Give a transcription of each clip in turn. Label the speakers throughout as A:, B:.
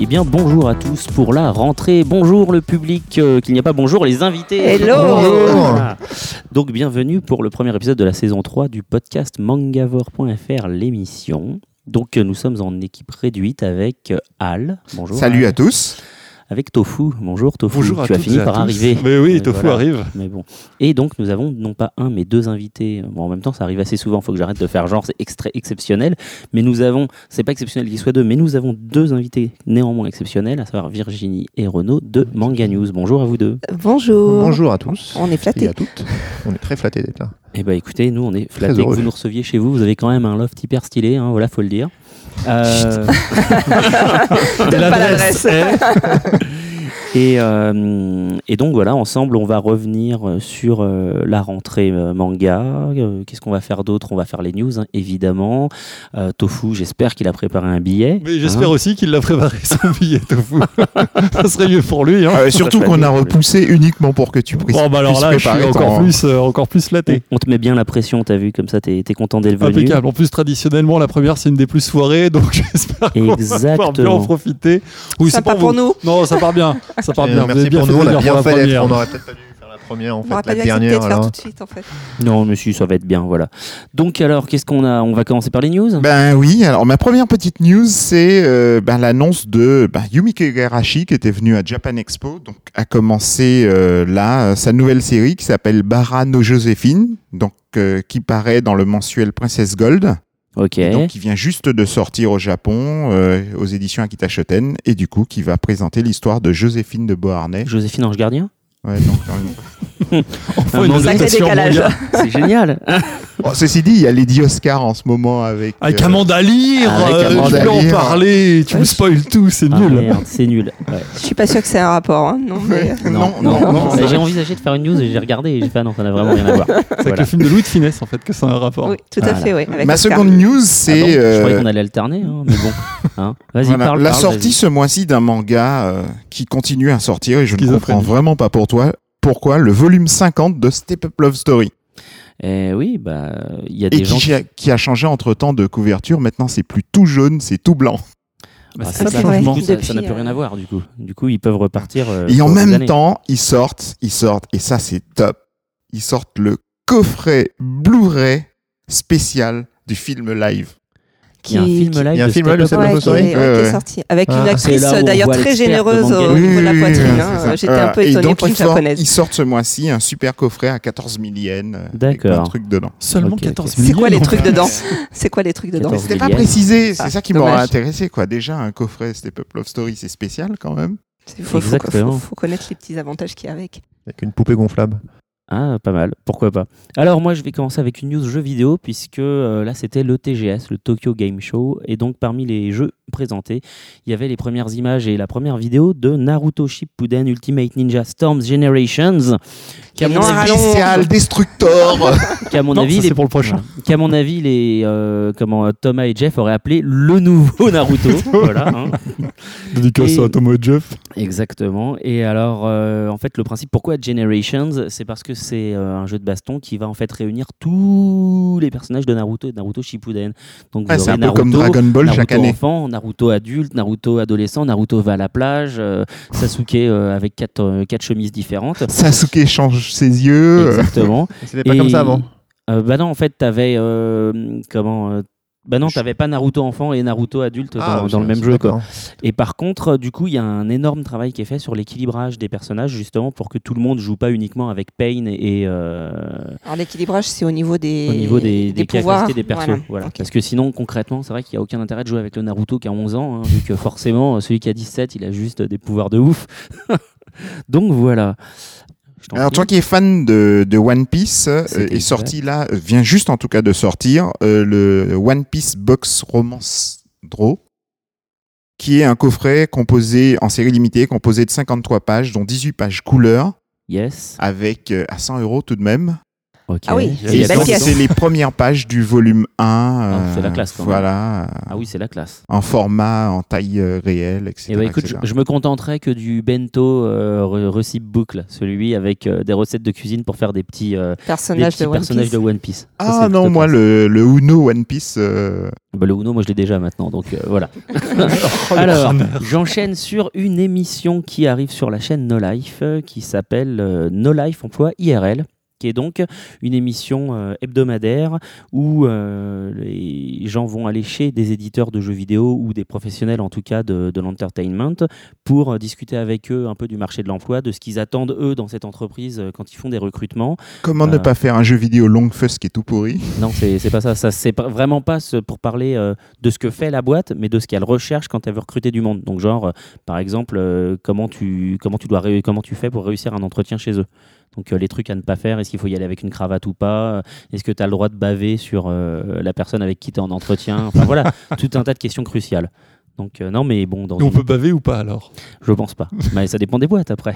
A: Eh bien, bonjour à tous pour la rentrée. Bonjour le public, euh, qu'il n'y a pas bonjour les invités.
B: Hello Bonjour.
A: Donc, bienvenue pour le premier épisode de la saison 3 du podcast Mangavore.fr, l'émission. Donc, euh, nous sommes en équipe réduite avec euh, Al. Bonjour.
B: Salut
A: Al.
B: à tous.
A: Avec Tofu. Bonjour Tofu.
C: Bonjour à
A: tu as
C: toutes
A: fini
C: et à
A: par
C: tous.
A: arriver.
C: Mais oui,
A: Euh,
C: Tofu
A: voilà.
C: arrive.
A: Mais bon. Et donc, nous avons non pas un, mais deux invités. Bon, en même temps, ça arrive assez souvent. Faut que j'arrête de faire genre, c'est extra- exceptionnel. Mais nous avons, c'est pas exceptionnel qu'il soit deux, mais nous avons deux invités néanmoins exceptionnels, à savoir Virginie et Renaud de Manga News. Bonjour à vous deux.
D: Bonjour.
B: Bonjour à tous.
D: On est
B: Et
D: flattés.
B: à toutes. On est très flattés d'être là.
A: Eh ben, écoutez, nous, on est flattés que
B: heureux.
A: vous nous receviez chez vous. Vous avez quand même un loft hyper stylé, hein, voilà, faut le dire. Euh,
D: l'adresse.
A: Et, euh, et donc voilà, ensemble, on va revenir euh, sur euh, la rentrée euh, manga. Euh, Qu'est-ce qu'on va faire d'autre On va faire les news, hein, évidemment. Euh, Tofu, j'espère qu'il a préparé un billet.
B: Hein
A: Hein
C: Mais j'espère aussi qu'il l'a préparé son billet tofu. Ça serait mieux pour lui. Hein.
B: Ah ouais, surtout
A: Ça, ça
B: qu'on
A: fait
B: a
A: bien,
B: repoussé uniquement pour que tu puisses.
C: Bon, bah alors
B: puisses
C: là, je suis
B: préparer
C: encore
B: ton-
C: plus, euh, encore plus
A: On,
C: flatté.
A: on te met bien la pression, t'as vu, comme ça, t'es t'es content d'être venu.
C: Impeccable. En plus, traditionnellement, la première, c'est une des plus soirées, donc j'espère qu'on va pouvoir bien en
A: Exactement.
C: profiter. Oui,
D: Ça part pour
C: vous.
D: nous.
C: Non, ça part bien. Ça part
B: Et, euh,
C: bien. Vous avez
B: Merci pour
C: fait
B: nous, on a
C: de venir
B: bien
C: pour la
B: fait d'être.
C: première.
B: On aurait peut-être pas dû faire la première en
D: On aurait
B: fait,
D: pas
B: la
D: dû accepter
B: dernière.
D: de faire
B: alors.
D: tout de suite en fait.
A: Non, mais si, ça va être bien, voilà. Donc alors, qu'est-ce qu'on a On va commencer par les news
B: Ben oui, alors ma première petite news, c'est euh, ben, l'annonce de ben, Yumi Kagarashi qui était venu à Japan Expo, donc a commencé euh, là euh, sa nouvelle série qui s'appelle Bara no Joséphine, donc euh, qui paraît dans le mensuel Princess Gold,
A: Ok.
B: et donc qui vient juste de sortir au Japon euh, aux éditions Akita Shoten, et du coup qui va présenter l'histoire de Joséphine de Beauharnais.
A: Joséphine Ange Gardien
B: Ouais, donc, dans une-
C: Enfin,
A: Un
C: une
A: manga.
D: Sacré
C: adaptation
D: décalage.
C: manga.
A: C'est génial
B: Bon, Oh, ceci dit, il y a Lady Oscar en ce moment avec.
A: Ah,
C: Avec
B: euh,
C: Amanda Lear,
A: Avec
C: euh,
B: Amanda
C: tu peux en
B: Lear.
C: parler, tu me spoil tout, c'est
A: Ah,
C: nul.
A: merde, C'est nul. Ouais.
D: Je suis pas sûr que c'est un rapport. hein, non, mais, euh,
B: Non, non, non.
A: Mais J'ai envisagé de faire une news et j'ai regardé et j'ai fait ah non, ça n'a vraiment rien à voir.
C: C'est avec le film de Louis de Finesse, en fait, que ça a un rapport.
D: oui, tout
A: Voilà.
D: à fait, oui. avec
B: Ma
D: Oscar.
B: seconde news,
A: Ah bon
B: c'est.
A: Je
B: euh,
A: croyais qu'on allait alterner, hein, mais bon. Hein. Vas-y,
B: Voilà,
A: parle.
B: la
A: parle,
B: sortie ce mois-ci d'un manga euh, qui continue à sortir et je ne
C: Schizophrénie.
B: comprends vraiment pas pour toi pourquoi le volume 50 de Step Up Love
A: vas-y.
B: Story
A: Eh oui, bah, il y a
B: et
A: des gens.
B: qui,
A: qui-
B: a, qui a changé entre temps de couverture. Maintenant, c'est plus tout jaune, c'est tout blanc.
A: Bah,
C: Ah,
A: ça,
D: c'est
A: ça,
D: vrai.
A: franchement, ça-
D: Depuis,
A: ça n'a plus
D: euh,
A: rien à voir du coup. Du coup, ils peuvent repartir. euh,
B: et en
A: pour des
B: même
A: années.
B: temps, ils sortent, ils sortent et ça c'est top. Ils sortent le coffret Blu-ray spécial du film live.
A: il y a un
D: qui-
A: film
D: qui-
A: live.
B: il y a un
A: de
B: film
A: Step
B: live de
A: Up.
B: Step
D: Ouais,
B: Up.
D: qui,
B: Love Story
D: est, ouais, qui est
B: Ouais,
D: sorti avec
C: Ah,
D: une
C: c'est
D: actrice
A: là où on
D: euh, d'ailleurs
A: voit
D: très
A: l'expert de
D: généreuse
A: manga.
D: au niveau de la
B: Oui, oui,
D: poitrine.
B: oui,
D: hein,
B: c'est ça.
D: J'étais un peu
B: Euh, et
D: étonnée
B: donc,
D: pour
B: ils
D: une
B: sortent-
D: japonaise.
B: Ils sortent ce mois-ci un super coffret à 14 000 yens euh, avec
A: D'accord.
B: plein de trucs dedans.
C: Seulement
A: Ok, ok.
C: 14
D: C'est quoi les
C: millions,
D: trucs
C: en fait.
D: dedans C'est quoi les trucs dedans
A: Attends,
B: C'était
A: vous
B: pas
A: disiez-
B: précisé, c'est
D: Ah,
B: ça qui m'aurait
D: dommage.
B: intéressé quoi. Déjà un coffret Step Up Love Story, c'est spécial quand même.
D: Il faut, faut-
A: Exactement.
D: faut- faut connaître les petits avantages qu'il y a avec.
B: Avec une poupée gonflable.
A: Ah, pas mal. Pourquoi pas. Alors moi, je vais commencer avec une news jeu vidéo puisque euh, là, c'était le TGS, le Tokyo Game Show, et donc parmi les jeux présentés, il y avait les premières images et la première vidéo de Naruto Shippuden Ultimate Ninja Storms Generations. Qu'à mon,
D: Non,
A: avis-
D: allons.
B: Spécial destructor.
A: qu'à mon
C: Non,
A: avis,
C: ça,
A: les
C: c'est pour le prochain.
A: qu'à mon avis les euh, comment euh, Thomas et Jeff auraient appelé le nouveau Naruto voilà hein.
C: Dédicace
A: Et-
C: à Thomas et Jeff.
A: exactement et alors euh, en fait le principe pourquoi Generations c'est parce que c'est euh, un jeu de baston qui va en fait réunir tous les personnages de Naruto et de Naruto Shippuden donc vous
B: Ouais,
A: aurez
B: c'est un peu
A: Naruto
B: comme Dragon Ball
A: Naruto
B: chaque année.
A: enfant, Naruto adulte, Naruto adolescent, Naruto va à la plage, euh, Sasuke euh, avec quatre, euh, quatre chemises différentes.
B: Sasuke change ses yeux.
A: Exactement.
E: C'était pas
A: Et-
E: comme ça avant.
A: Euh, bah non, en fait, t'avais euh, comment euh, Bah non, t'avais pas Naruto enfant et Naruto adulte
E: Ah,
A: dans,
E: oui,
A: dans le
E: c'est-
A: même
E: c'est
A: jeu. Quoi.
E: d'accord.
A: Et par contre, euh, du coup, il y a un énorme travail qui est fait sur l'équilibrage des personnages, justement, pour que tout le monde joue pas uniquement avec Pain et euh,
D: Alors l'équilibrage, c'est au niveau des,
A: au niveau des, des
D: pouvoirs.
A: capacités des persos.
D: Voilà.
A: Voilà.
D: Ok.
A: Parce que sinon, concrètement, c'est vrai qu'il y a aucun intérêt de jouer avec le Naruto qui a 11 ans, hein, vu que forcément, euh, celui qui a 17, il a juste des pouvoirs de ouf. Donc voilà. Je t'en
B: Alors
A: prie.
B: toi qui es fan de, de One Piece, euh,
A: C'était
B: est sorti là, euh, vient juste en tout cas de sortir euh, le One Piece Box Romance Draw, qui est un coffret composé en série limitée, composé de 53 pages, dont 18 pages couleur,
A: Yes.
B: avec euh, à 100 euros tout de même.
A: Ok.
D: Ah oui,
A: J'avais
D: C'est une
B: Et
D: belle
B: donc
A: attendu.
D: pièce.
B: c'est les premières pages du volume 1.
A: Ah, c'est la classe, quand même.
B: Voilà.
A: Ah oui, c'est la classe.
B: En format, en taille euh, réelle, etc.
A: Eh ben, écoute, je,
B: etc.
A: je me contenterai que du bento euh, re- recipe boucle, celui avec euh, des recettes de cuisine pour faire des petits, euh, des
D: Personnage
A: petits
D: de One
A: personnages
D: Piece.
A: de One Piece. Ça,
B: Ah
A: c'est
B: non,
A: plutôt
B: moi
A: classe.
B: le, le Uno One Piece, euh,
A: Bah, le Uno, moi je l'ai déjà maintenant, donc euh, voilà.
C: Oh,
A: Alors, j'enchaîne sur une émission qui arrive sur la chaîne No Life, euh, qui s'appelle euh, No Life Emploi IRL, qui est donc une émission euh, hebdomadaire où euh, les gens vont aller chez des éditeurs de jeux vidéo ou des professionnels en tout cas de, de l'entertainment pour euh, discuter avec eux un peu du marché de l'emploi, de ce qu'ils attendent eux dans cette entreprise euh, quand ils font des recrutements.
B: Comment
A: Euh,
B: ne pas faire un jeu vidéo long fuzz qui est tout pourri
A: Non, c'est c'est pas ça. Ça c'est pas- vraiment pas ce- pour parler euh, de ce que fait la boîte, mais de ce qu'elle recherche quand elle veut recruter du monde. Donc genre, euh, par exemple, euh, comment tu comment tu dois ré- comment tu fais pour réussir un entretien chez eux. Donc euh, les trucs à ne pas faire. Est-ce qu'il faut y aller avec une cravate ou pas Est-ce que tu as le droit de baver sur euh, la personne avec qui tu es en entretien Enfin voilà, tout un tas de questions cruciales. Donc euh, non, mais bon, dans
C: Nous, on
A: une-
C: peut baver ou pas alors
A: je pense pas. Mais ça dépend des boîtes après.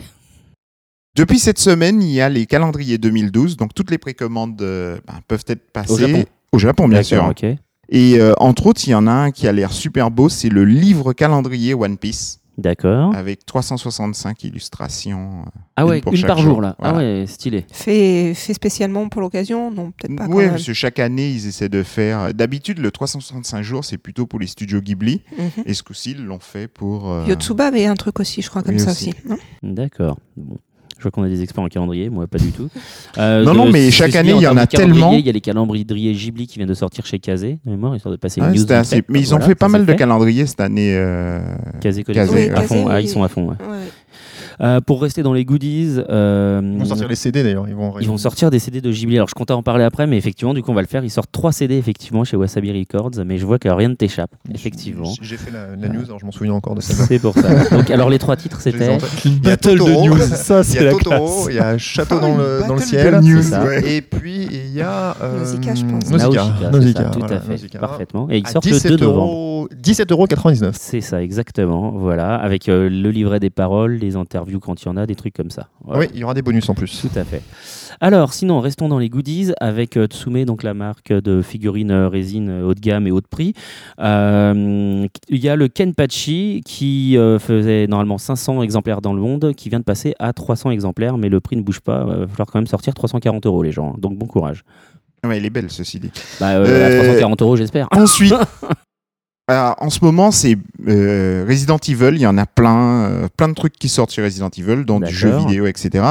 B: Depuis cette semaine, il y a les calendriers 2012, donc toutes les précommandes euh, ben, peuvent être passées.
A: Japon.
B: Au Japon, bien sûr.
A: D'accord, Ok.
B: Et euh, entre autres, il y en a un qui a l'air super beau, c'est le livre calendrier One Piece,
A: D'accord.
B: avec 365 illustrations.
A: Ah ouais,
B: une pour
A: une
B: chaque
A: par jour
B: jour,
A: là. Ah
B: voilà.
A: ouais, stylé.
D: Fait, fait spécialement pour l'occasion Non, peut-être pas. quand
B: Oui,
D: même.
B: parce que chaque année, ils essaient de faire. euh, D'habitude, le 365 jours, c'est plutôt pour les studios Ghibli.
D: Mhm.
B: Et ce coup-ci, ils l'ont fait pour. euh,
D: Yotsuba avait un truc aussi, je crois, comme
B: oui,
D: ça
B: aussi.
D: aussi. non
A: D'accord. Bon. Je vois qu'on a des experts en calendrier, moi pas du tout. Euh,
B: Non,
A: de-
B: non, mais
A: si-
B: chaque
A: si-
B: année,
A: en
B: il y en
A: termes
B: a
A: de calendrier,
B: tellement.
A: Il y a les calendriers Ghibli qui viennent de sortir chez Kazé, de mémoire, histoire de passer
B: ouais,
A: une news.
B: c'était
A: vite
B: assez-
A: fait.
B: Mais ils ont
A: Voilà,
B: fait
A: ça
B: pas
A: s'est
B: mal de calendriers cette année. euh,
A: Kazé
B: Kazé,
A: Collection,
B: ouais.
A: à fond.
D: Kazé,
A: Ah,
D: oui.
A: ils sont à fond. ouais.
D: Ouais, ouais.
A: Euh, pour rester dans les goodies, euh,
E: Ils vont sortir les CD d'ailleurs. Ils vont,
A: ils vont sortir des CD de Ghibli. Alors je compte en parler après, mais effectivement, du coup, on va le faire. Ils sortent trois CD effectivement chez Wasabi Records, mais je vois que rien ne t'échappe. Effectivement,
E: J'ai fait la,
A: Ah.
E: la news, alors je m'en souviens encore de ça.
A: c'est pour ça. Donc alors les trois titres c'était
C: Une
E: Il y a
C: battle
E: Totoro,
C: de news, ça
E: Il y
C: c'est
E: a
C: la
E: Totoro,
C: classe.
E: il y a Château
D: Ah,
E: dans le, dans le ciel.
B: Battle de
A: c'est
B: News,
A: ça.
B: ouais.
E: Et puis il y a. euh,
D: Nausicaa, je pense.
E: Nausicaa,
A: Nausicaa, c'est
E: Nausicaa,
A: ça, tout à
E: voilà,
A: fait,
E: Nausicaa.
A: parfaitement. Et ils
E: À
A: sortent le 2
E: 17
A: novembre.
E: euros- 17,99
A: C'est ça, exactement. Voilà, avec euh, le livret des paroles, les interviews quand il y en a, des trucs comme ça. Voilà.
E: Oui, il y aura des bonus en plus.
A: Tout à fait. Alors, sinon, restons dans les goodies avec euh, Tsume, donc la marque de figurines euh, résine euh, haut de gamme et haut de prix. Euh, Il y a le Kenpachi qui euh, faisait normalement 500 exemplaires dans le monde, qui vient de passer à 300 exemplaires, mais le prix ne bouge pas. Il va falloir quand même sortir 340 euros, les gens. hein. Donc, bon courage.
B: Ouais, il est belle, ceci dit.
A: Bah, euh,
B: Euh,
A: à 340 euros, j'espère.
B: Ensuite, alors, en ce moment, c'est euh, Resident Evil. Il y en a plein, euh, plein de trucs qui sortent sur Resident Evil, dont du jeu
A: D'accord.
B: vidéo, etc.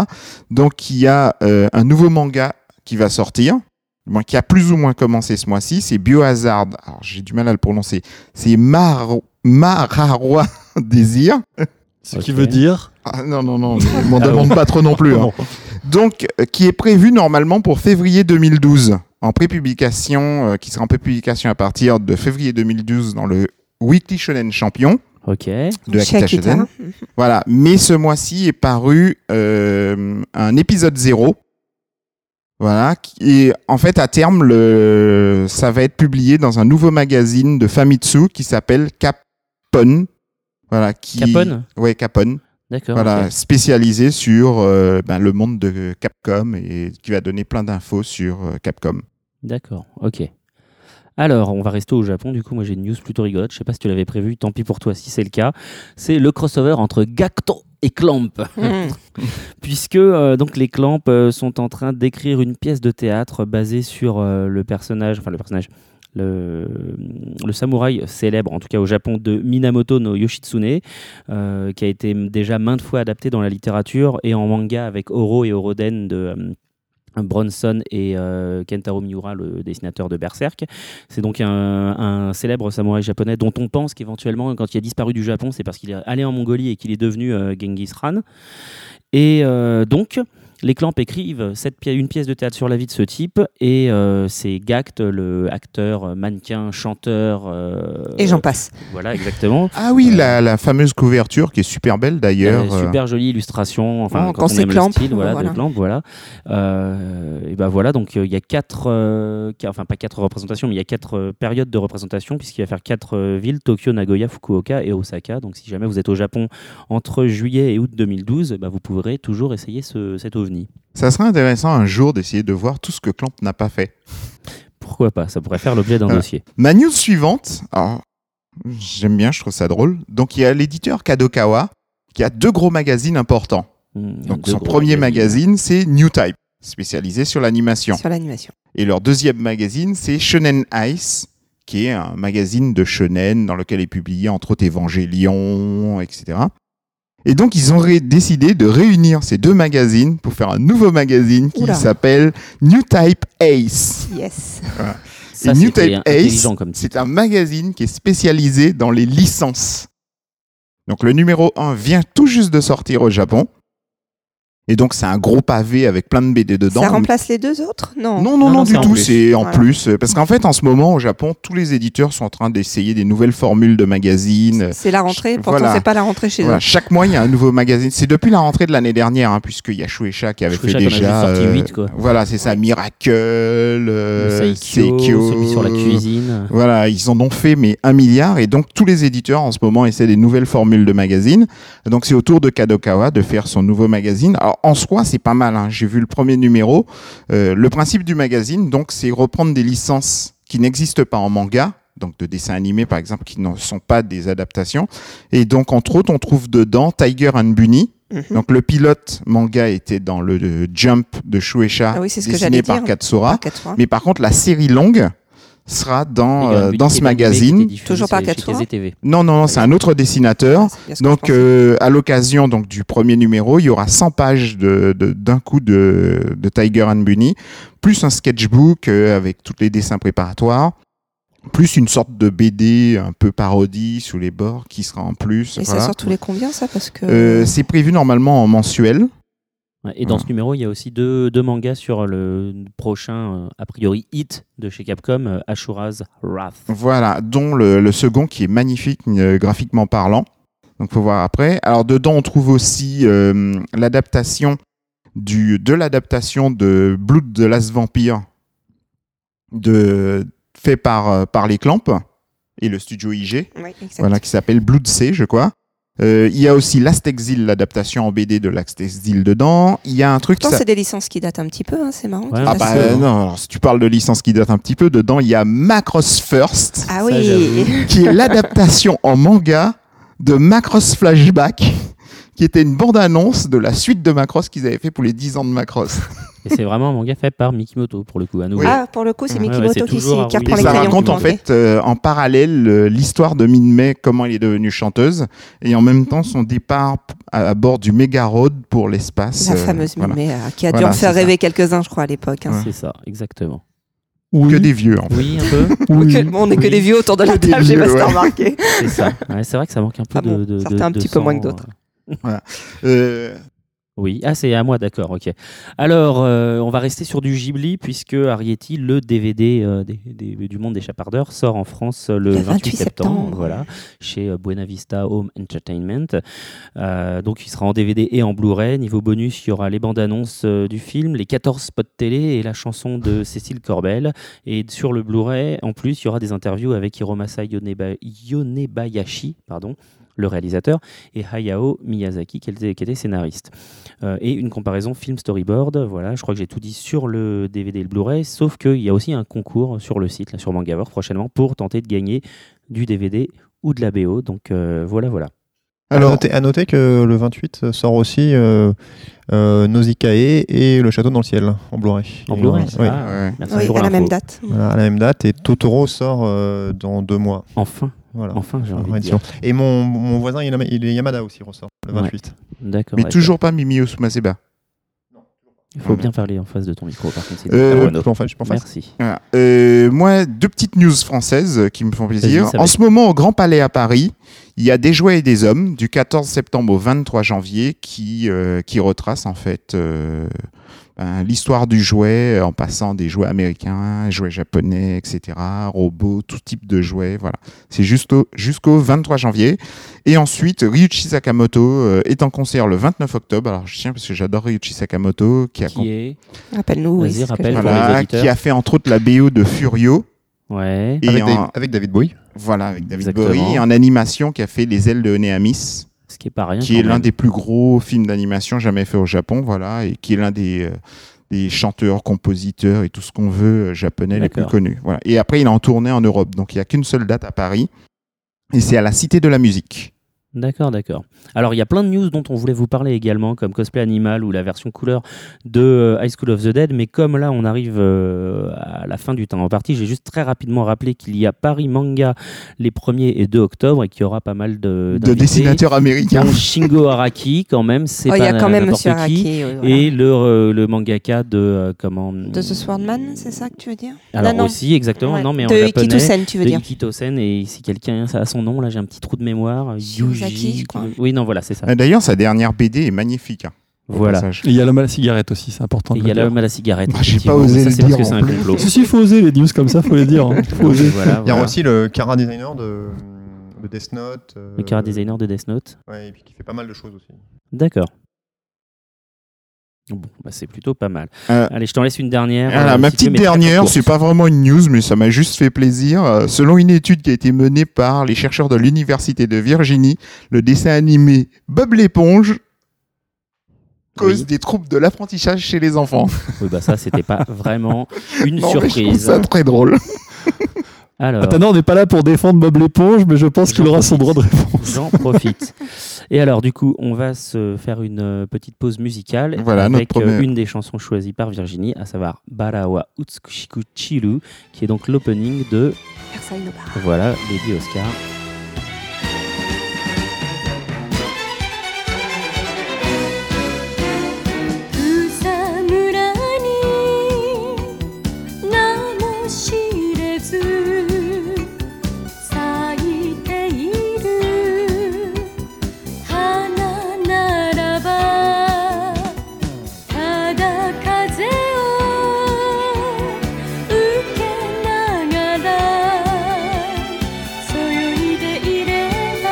B: Donc, il y a euh, un nouveau manga qui va sortir, bon, qui a plus ou moins commencé ce mois-ci. C'est Biohazard. Alors, j'ai du mal à le prononcer. C'est Mar Mararoa Désir.
C: Ce qui
A: Ok.
C: veut dire.
B: Ah, non, non, non, je m'en
C: Ah
B: demande pas trop non plus. hein.
C: Non.
B: Donc, euh, qui est prévu normalement pour février 2012, en prépublication, euh, qui sera en prépublication à partir de février 2012 dans le Weekly Shonen Champion
A: Ok.
B: de
D: Chez
B: Akita
D: Akita.
B: Shonen. Voilà, mais ce mois-ci est paru euh, un épisode 0. Voilà, qui est- en fait à terme, le, ça va être publié dans un nouveau magazine de Famitsu qui s'appelle Capone. Voilà, qui,
A: Capone
B: Ouais, Capone
A: D'accord.
B: voilà,
A: ok.
B: spécialisé sur euh, ben, le monde de Capcom et qui va donner plein d'infos sur euh, Capcom.
A: D'accord, ok. Alors, on va rester au Japon. Du coup, moi j'ai une news plutôt rigolote. Je sais pas si tu l'avais prévu, tant pis pour toi si c'est le cas. C'est le crossover entre Gacto et Clamp.
D: Mhm.
A: Puisque euh, donc les Clamp euh, sont en train d'écrire une pièce de théâtre basée sur euh, le personnage, enfin le personnage, le, le samouraï célèbre, en tout cas au Japon, de Minamoto no Yoshitsune, euh, qui a été déjà maintes fois adapté dans la littérature et en manga avec Oro et Oroden de. euh, Bronson et euh, Kentaro Miura, le dessinateur de Berserk. C'est donc un, un célèbre samouraï japonais dont on pense qu'éventuellement, quand il a disparu du Japon, c'est parce qu'il est allé en Mongolie et qu'il est devenu euh, Genghis Khan. Et euh, donc, Les Clamps écrivent cette pi- une pièce de théâtre sur la vie de ce type et euh, c'est Gact, le acteur, euh, mannequin, chanteur. euh,
D: Et j'en passe.
A: Voilà, exactement.
B: Ah oui, la, la fameuse couverture qui est super belle d'ailleurs.
A: Euh, super jolie illustration. Enfin,
D: Ah, Quand
A: quand, on
D: c'est
A: aime
D: Clamp,
A: le style, voilà,
D: voilà.
A: de Clamp, voilà. Euh, et ben voilà, donc euh, il y a quatre, euh, qu- enfin pas quatre représentations, mais il y a quatre euh, périodes de représentation puisqu'il va faire quatre euh, villes Tokyo, Nagoya, Fukuoka et Osaka. Donc si jamais vous êtes au Japon entre juillet et août 2012, eh ben, vous pourrez toujours essayer ce, cet ovni.
B: Ça serait intéressant un jour d'essayer de voir tout ce que Clamp n'a pas fait.
A: Pourquoi pas Ça pourrait faire l'objet d'un
B: Ah.
A: dossier.
B: Ma news suivante, alors, j'aime bien, je trouve ça drôle. Donc il y a l'éditeur Kadokawa qui a deux gros magazines importants.
A: Mm,
B: Donc
A: deux
B: son
A: gros
B: premier
A: magazines.
B: magazine, c'est New Type, spécialisé sur l'animation.
D: Sur l'animation.
B: Et leur deuxième magazine, c'est Shonen Ice, qui est un magazine de shonen dans lequel est publié entre autres Evangelion, etc. Et donc ils ont ré- décidé de réunir ces deux magazines pour faire un nouveau magazine qui
D: Oula.
B: s'appelle New Type Ace.
D: Yes.
A: Ça,
B: Et New
A: c'était
B: Type
A: intelligent comme titre.
B: C'est un magazine qui est spécialisé dans les licences. Donc le numéro 1 vient tout juste de sortir au Japon. Et donc c'est un gros pavé avec plein de BD dedans.
D: Ça remplace les deux autres Non.
B: Non, non, non,
A: non,
B: du
A: c'est en
B: tout.
A: plus.
B: C'est en
D: Voilà.
B: plus. euh, Parce qu'en fait, en ce moment, au Japon, tous les éditeurs sont en train d'essayer des nouvelles formules de magazines.
D: C'est la rentrée. Pourtant,
B: Voilà.
D: c'est pas la rentrée chez
B: Voilà, chaque mois, il y a un nouveau magazine. C'est depuis la rentrée de l'année dernière, hein, puisqu'il y a Shueisha qui avait
A: Shueisha
B: fait
A: qui en avait
B: déjà. euh,
A: sorti huit, quoi.
B: Voilà, c'est ça. Miracle,
A: Le
B: euh,
A: Saikyo,
B: Seikyo.
A: celui sur la cuisine.
B: Voilà, ils en ont fait mais un milliard et donc tous les éditeurs en ce moment essaient des nouvelles formules de magazines. Donc c'est au tour de Kadokawa de faire son nouveau magazine. Alors en soi c'est pas mal, hein. j'ai vu le premier numéro. Euh, le principe du magazine donc c'est reprendre des licences qui n'existent pas en manga, donc de dessins animés par exemple qui ne sont pas des adaptations. Et donc entre autres on trouve dedans Tiger and Bunny.
D: eux. Mhm.
B: Donc le pilote manga était dans le, le Jump de Shueisha
D: Ah oui, c'est ce que
B: dessiné
D: j'allais
B: par
D: dire.
B: Katsura.
D: Par 80.
B: Mais par contre, la série longue sera dans, euh, dans ce magazine.
D: Toujours par
A: par
D: quatre fois.
A: TV.
B: Non, non, non, c'est un autre dessinateur.
D: C'est bien ce que je
B: Donc,
D: pensais.
B: euh, à l'occasion donc du premier numéro, il y aura 100 pages de- de- d'un coup de, de Tiger and Bunny, plus un sketchbook euh, avec tous les dessins préparatoires, plus une sorte de BD un peu parodie sous les bords qui sera en plus.
D: Et ça
B: voilà.
D: sort tous les combien, ça Parce que.
B: Euh, c'est prévu normalement en mensuel.
A: Ouais, Et dans
B: Voilà.
A: ce numéro, il y a aussi deux, deux mangas sur le prochain, euh, a priori, hit de chez Capcom, euh, Ashura's Wrath.
B: Voilà, dont le, le second qui est magnifique euh, graphiquement parlant. Donc faut voir après. Alors dedans on trouve aussi euh, l'adaptation du de l'adaptation de Blood de Last Vampire de fait par euh, par les Clamps et le studio IG.
D: Oui, exact.
B: Voilà qui s'appelle Blood C, je crois. Euh, Il y a aussi Last Exil, l'adaptation en BD de Last Exil dedans. Il y a un truc.
D: Pourtant,
B: ça-
D: c'est des licences qui datent un petit peu. hein, C'est marrant.
A: Ouais,
D: qu'ils
B: Ah
D: fassent
B: bah
D: ça.
B: euh, non, alors, si tu parles de licence qui date un petit peu, dedans il y a Macross First
D: Ah
A: Ça, j'avoue.
D: oui.
B: qui est l'adaptation en manga de Macross Flashback, qui était une bande-annonce de la suite de Macross qu'ils avaient fait pour les 10 ans de Macross.
A: Et c'est vraiment un manga fait par Mikimoto, pour le coup, à nouveau.
B: Oui.
D: Ah, pour le coup, c'est
A: Ouais, ouais,
D: Mikimoto
A: c'est
D: qui,
A: toujours
D: s'y- qui
A: un
D: reprend
B: Et
D: les
B: ça
D: crayons.
B: raconte
D: qui
B: en
D: manquaient.
B: fait euh, en parallèle euh, l'histoire de Min-May, comment elle est devenue chanteuse, et en même temps son départ p- à, à bord du Mega Road pour l'espace.
D: La
B: euh,
D: fameuse
B: voilà.
D: Mimée, euh, qui a dû
B: Voilà,
D: en faire
B: c'est ça.
D: rêver quelques-uns, je crois, à l'époque. hein.
A: C'est ça, exactement.
C: Oui,
B: Que des vieux en fait.
A: Oui, un peu,
C: oui.
D: Que- on n'est que des vieux autour de la
B: Que des
D: table, j'ai pas
B: vieux, ouais.
D: remarqué.
A: c'est ça. Ouais, c'est vrai que ça manque un peu
D: Ah bon,
A: de, de-
D: certains
A: de-
D: un
A: de
D: petit peu
A: sang,
D: moins que d'autres.
A: euh,
B: Euh,
A: Oui, ah c'est à moi, d'accord, ok. Alors, euh, on va rester sur du Ghibli, puisque Arietti, le DVD euh, des- des- du monde des chapardeurs, sort en France euh, le, 28, septembre,
D: septembre.
A: voilà, chez euh, Buena Vista Home Entertainment. Euh, donc, il sera en DVD et en Blu-ray. Niveau bonus, il y aura les bandes annonces euh, du film, les 14 spots télé et la chanson de Cécile Corbel. Et sur le Blu-ray, en plus, il y aura des interviews avec Hiromasa Yoneba- Yonebayashi, pardon, le réalisateur, et Hayao Miyazaki, qui était, qui était scénariste. Euh, et une comparaison film storyboard. Voilà, je crois que j'ai tout dit sur le DVD et le Blu-ray, sauf qu'il y a aussi un concours sur le site, là, sur Mangavore prochainement, pour tenter de gagner du DVD ou de la BO. Donc euh, voilà, voilà.
E: Alors,
B: alors,
E: à noter, à noter que le 28 sort aussi euh, euh, Nausicaa et Le Château dans le Ciel en Blu-ray.
A: En
E: Et,
A: Blu-ray,
E: euh,
A: ça
E: oui.
A: va.
B: ouais.
A: Merci
D: Oui,
A: pour
D: à la
A: l'info.
D: même date.
E: Voilà, à la même date. Et Totoro sort euh, dans deux mois.
A: Enfin,
E: Voilà.
A: enfin, j'ai envie de
E: Réédition.
A: dire.
E: Et mon, mon voisin, il est Yamada aussi, ressort le
A: Ouais.
E: 28.
A: D'accord.
B: mais
A: d'accord.
B: toujours pas Mimi Ousmaseba.
A: Il faut
B: Voilà.
A: bien parler en face de ton micro, par contre. c'est
B: Euh,
A: dur.
B: Ouais,
E: je peux en face, je peux en face.
A: Merci.
B: Voilà. Euh, moi, deux petites news françaises euh, qui me font plaisir.
A: Vas-y, ça va
B: En
A: être-
B: ce moment, au Grand Palais à Paris, il y a des jouets et des hommes du 14 septembre au 23 janvier qui, euh, qui retracent en fait euh, ben, l'histoire du jouet euh, en passant des jouets américains, jouets japonais, etc., robots, tout type de jouets. Voilà. C'est juste au- jusqu'au 23 janvier. Et ensuite, Ryuichi Sakamoto euh, est en concert le 29 octobre. Alors, je tiens parce que j'adore Ryuichi Sakamoto qui a,
A: Qui est
D: Rappelle-nous. oui,
A: Vas-y,
D: c'est ce que
A: rappelle.
D: je-
A: Pour les
B: voilà,
A: auditeurs.
B: qui a fait entre autres la BO de Furio.
A: Ouais.
B: Et
E: Avec,
B: en-
E: David, avec David Bowie.
B: voilà, avec David
A: Exactement.
B: Bowie, et en animation qui a fait Les ailes de Néamis,
A: Ce qui est pas rien.
B: qui
A: quand
B: est l'un
A: même.
B: des plus gros films d'animation jamais fait au Japon, voilà, et qui est l'un des, euh, des chanteurs, compositeurs et tout ce qu'on veut euh, japonais les plus
A: D'accord.
B: connus. Voilà. Et après, il est en tournée en Europe, donc il n'y a qu'une seule date à Paris, et c'est à la Cité de la Musique.
A: D'accord, d'accord. Alors, il y a plein de news dont on voulait vous parler également, comme Cosplay Animal ou la version couleur de euh, High School of the Dead. Mais comme là, on arrive euh, à la fin du temps en partie, j'ai juste très rapidement rappelé qu'il y a Paris Manga les 1er et 2 octobre et qu'il y aura pas mal de,
B: De
A: d'invités,
B: dessinateurs américains.
A: dont Shingo Araki, quand même, c'est
D: Oh,
A: pas
D: il y a quand même
A: n'importe
D: Monsieur
A: qui.
D: Araki. oui, voilà.
A: Et le, euh, le mangaka de euh, comment
D: De The Swordman, c'est ça que tu veux dire
A: Alors
D: Non, non.
A: aussi exactement
D: Ouais.
A: non mais en
D: De
A: japonais
D: Ikitusen, tu veux
A: de
D: dire
A: Ikitosen et si quelqu'un a son nom là j'ai un petit trou de mémoire
D: Shirozaki,
A: Yuji
D: je crois.
A: oui non voilà c'est ça
B: Ah, D'ailleurs, sa dernière BD est magnifique. hein, au
A: voilà
B: passage.
C: Et il y a l'homme à la cigarette aussi, c'est important.
A: Et
C: de
A: il y a
C: le dire.
A: l'homme à la cigarette.
B: Ah, j'ai
A: effectivement.
B: pas osé
A: Ça,
B: le
A: c'est parce
B: dire
A: que c'est
B: en
A: un
B: plus.
A: complot.
C: Si, si, faut oser les news comme ça, faut les dire. hein. Faut oser.
A: Voilà,
E: Il y a
A: voilà.
E: aussi le Cara Designer de, de Death Note. euh,
A: Le cara designer de Death Note.
E: Ouais, et puis qui fait pas mal de choses aussi.
A: D'accord. Bon, bah, c'est plutôt pas mal.
B: Euh,
A: Allez, je t'en laisse une dernière.
B: Voilà,
A: euh,
B: ma
A: si tu veux,
B: petite
A: mais très
B: dernière,
A: courte.
B: c'est pas vraiment une news, mais ça m'a juste fait plaisir. Euh, Selon une étude qui a été menée par les chercheurs de l'Université de Virginie, le dessin animé Bob l'éponge cause
A: Oui.
B: des troubles de l'apprentissage chez les enfants.
A: Oui, bah, ça, c'était pas vraiment une
B: Non, mais je trouve
A: surprise.
B: ça très drôle.
A: Alors,
C: Maintenant, on n'est pas là pour défendre Bob l'éponge, mais je pense qu'il
A: J'en
C: aura son droit
A: profite.
C: de réponse.
A: j'en profite. Et alors, du coup, on va se faire une euh, petite pause musicale
B: Voilà, notre
A: avec euh,
B: première.
A: une des chansons choisies par Virginie, à savoir Barawa Utsukushiku Chiru, qui est donc l'opening de
D: Versailles no Bar.
A: Voilà, Lady Oscar.
F: 草むらに名も知れず咲いている花ならばただ風を受けながらそよいでいれば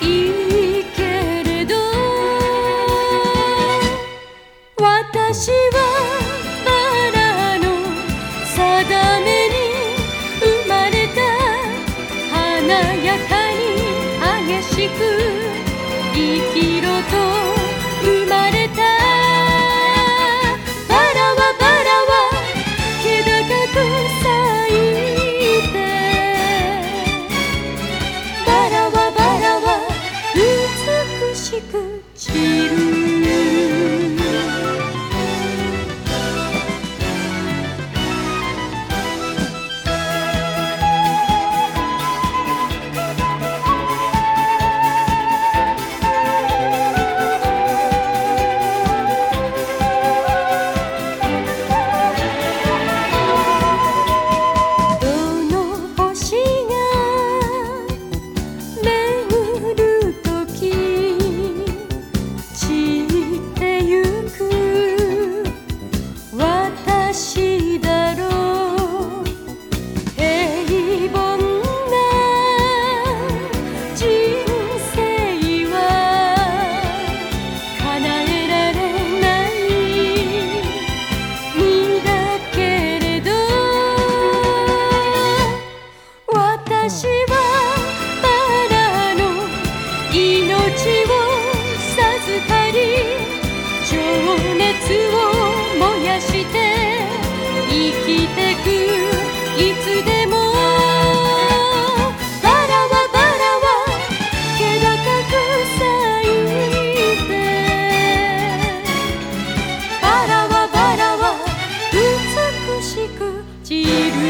F: いいけれど私はバラの定めに生まれた華やかに激しく生きろと生まれたバラはバラは気高く咲いてバラはバラは美しく散るどの星が巡るとき散ってゆく私だろう平凡な人生は叶えられない身だけれど私はバラの命を授かり情熱を燃やして生きてくいつでもバラはバラは気高く咲いてバラはバラは美しく散る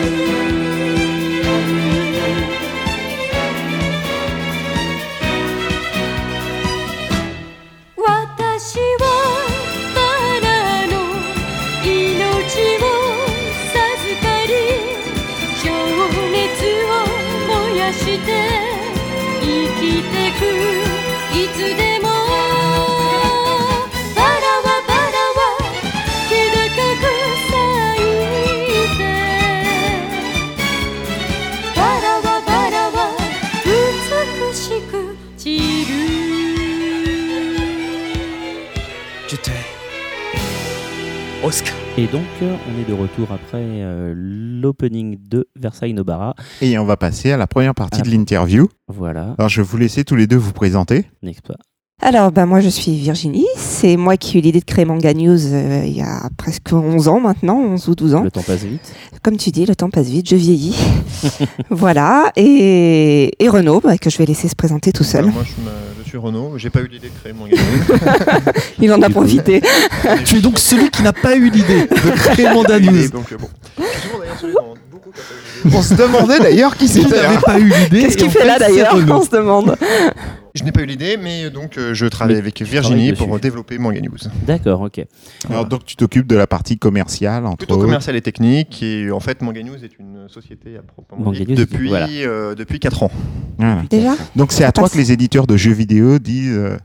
F: 私はバらして生きてくいつでもバラはバラは気高く咲いてバラはバラは美しく散る
G: Je t'ai. Oscar.
A: Et donc, euh, on est de retour après euh, l'opening de Versailles Nobara.
B: Et on va passer à la première partie
A: Ah.
B: de l'interview.
A: Voilà,
B: Alors, je vais vous laisser tous les deux vous présenter.
A: n'est-ce pas
D: Alors, ben, moi, je suis Virginie. C'est moi qui ai eu l'idée de créer Manga News euh, il y a presque 11 ans maintenant, 11 ou 12 ans.
A: Le temps passe vite.
D: Comme tu dis, le temps passe vite, je vieillis. voilà. Et, et Renaud, bah, que je vais laisser se présenter tout
E: Bah,
D: seul.
E: moi, je, suis, euh, je suis Renaud. J'ai pas eu l'idée de créer mon gars.
D: Il en a
A: Du coup.
D: profité.
C: Tu es donc celui qui n'a pas eu l'idée de créer Manda News.
E: donc, euh, bon.
B: On se demandait d'ailleurs qui
C: Qui
B: c'était.
C: n'avait pas eu l'idée
D: Qu'est-ce
C: et
D: qu'il
C: en
D: fait là
C: c'est
D: d'ailleurs
C: Renaud.
D: On se demande.
E: Je n'ai pas eu l'idée, mais euh, donc euh, je travaille
A: Mais
E: avec
A: travailles
E: Virginie
A: dessus.
E: pour développer Manga News.
A: D'accord, ok.
B: Alors, donc, tu t'occupes de la partie commerciale, entre
E: Plutôt
B: autres.
E: commercial et technique. Et euh, en fait, Manga News est une société à proprement
A: Manga
E: dit
A: News,
E: depuis,
A: voilà.
E: euh, depuis 4 ans.
B: Voilà.
D: Déjà
B: Donc, c'est à toi que les éditeurs de jeux vidéo disent euh,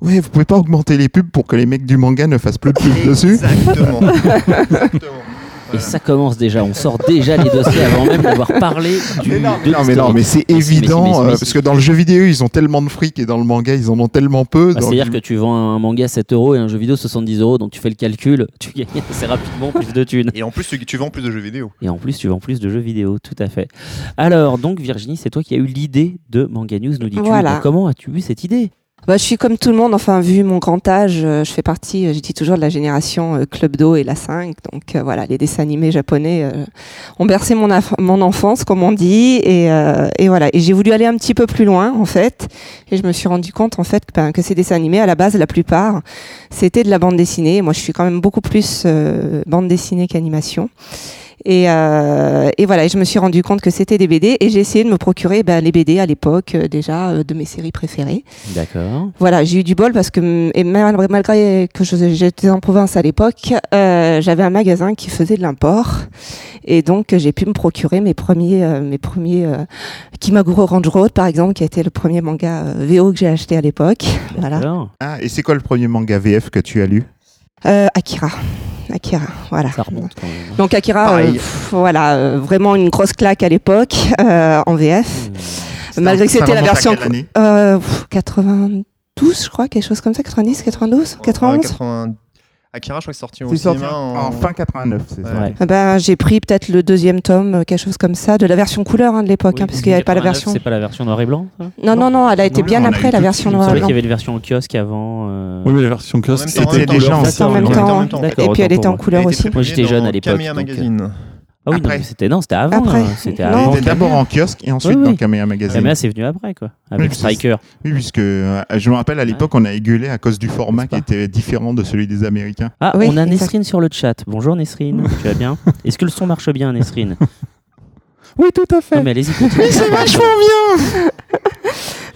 B: Ouais, vous pouvez pas augmenter les pubs pour que les mecs du manga ne fassent plus de pubs dessus
E: Exactement. Exactement.
A: Et ça commence déjà, on sort déjà les dossiers avant même d'avoir parlé du.
B: Mais non,
A: de
B: mais non, mais, non,
A: l'historique.
B: mais c'est
A: Mais si, mais si, mais si,
B: évident,
A: mais
B: euh,
A: si.
B: parce que dans le jeu vidéo, ils ont tellement de fric et dans le manga, ils en ont tellement peu.
A: Bah,
B: donc-
A: C'est-à-dire que tu vends un manga 7 euros et un jeu vidéo 70 euros, donc tu fais le calcul, tu gagnes assez rapidement plus de thunes.
E: Et en plus, tu, tu vends plus de jeux vidéo.
A: Et en plus, tu vends plus de jeux vidéo, tout à fait. Alors, donc Virginie, c'est toi qui as eu l'idée de Manga News, nous dis-tu.
D: Voilà.
A: Donc, Comment as-tu eu cette idée
D: Bah, je suis comme tout le monde, enfin, vu mon grand âge, euh, je fais partie, euh, je dis toujours, de la génération euh, Club Do et la 5. Donc euh, voilà, les dessins animés japonais euh, ont bercé mon, aff- mon enfance, comme on dit. Et, euh, et voilà, et j'ai voulu aller un petit peu plus loin, en fait. Et je me suis rendu compte, en fait, que, ben, que ces dessins animés, à la base, la plupart, c'était de la bande dessinée. Moi, je suis quand même beaucoup plus euh, bande dessinée qu'animation. Et, euh, et voilà, et je me suis rendu compte que c'était des BD et j'ai essayé de me procurer ben, les BD à l'époque, euh, déjà, euh, de mes séries préférées.
A: D'accord.
D: Voilà, j'ai eu du bol parce que mm, et mal- malgré que je- j'étais en province à l'époque, euh, j'avais un magasin qui faisait de l'import et donc euh, j'ai pu me procurer mes premiers, euh, mes premiers euh, Kimaguro Range Road par exemple, qui a été le premier manga euh, VO que j'ai acheté à l'époque. Voilà,
A: D'accord.
B: Ah, et c'est quoi le premier manga VF que tu as lu
D: Euh, Akira, Akira, voilà.
A: Ça remonte quand même.
D: Donc Akira,
E: Pareil.
D: euh, pff, voilà, euh, vraiment une grosse claque à l'époque euh, en VF, malgré que
B: Ça
D: c'était la
B: remonte à
D: version
B: quelle année
D: euh, pff, 92, je crois, quelque chose comme ça, 90, 92, 91.
E: 80... Akira, je crois que c'est sorti au
B: C'est sorti
E: cinéma
B: en...
E: en...
B: fin 89, c'est ça.
A: Ouais.
D: Ah Ben, j'ai pris peut-être le deuxième tome, euh, quelque chose comme ça, de la version couleur hein, de l'époque, hein, parce qu'il n'y avait pas la
A: 89,
D: version.
A: C'est pas la version noir et blanc ça
D: Non, non, non, elle a été
B: Non,
D: bien
B: on a eu
D: après la
B: tout de
D: version
A: Il
B: suite,
A: me
D: noire
A: semblait
D: et
A: qu'il
D: blanc.
A: y avait une version en kiosque avant. euh,
C: Oui, mais la version kiosque,
E: En
B: C'était
E: même temps,
B: déjà
E: leur
B: en
D: C'était en
E: version
D: même
E: était
D: temps.
A: D'accord,
D: Et puis elle était
A: autant
D: en
A: pour
D: couleur
E: Elle a été
D: aussi.
A: Moi, j'étais
E: publiée
A: jeune
E: dans
A: à l'époque,
E: Kamea
A: donc, euh,
E: Magazine.
A: Ah oui, non,
B: Après.
A: mais c'était non, c'était avant.
D: Après.
A: hein, C'était
D: Non.
A: avant.
B: C'était d'abord en kiosque et ensuite
A: Oui,
B: dans
A: oui.
B: Kamea Magazine.
A: Kamea, c'est venu après, quoi.
B: Oui,
A: Avec
B: c'est-
A: Striker.
B: Oui, puisque euh, je me rappelle à l'époque, on a égulé à cause du format
A: N'est-ce
B: qui
A: pas
B: était différent de celui des Américains.
A: Ah,
D: Oui,
A: on a
D: exact.
A: Nesrine sur le chat. Bonjour Nesrine, tu vas bien Est-ce que le son marche bien, Nesrine
B: Oui, tout à
A: Non, mais allez-y, continue.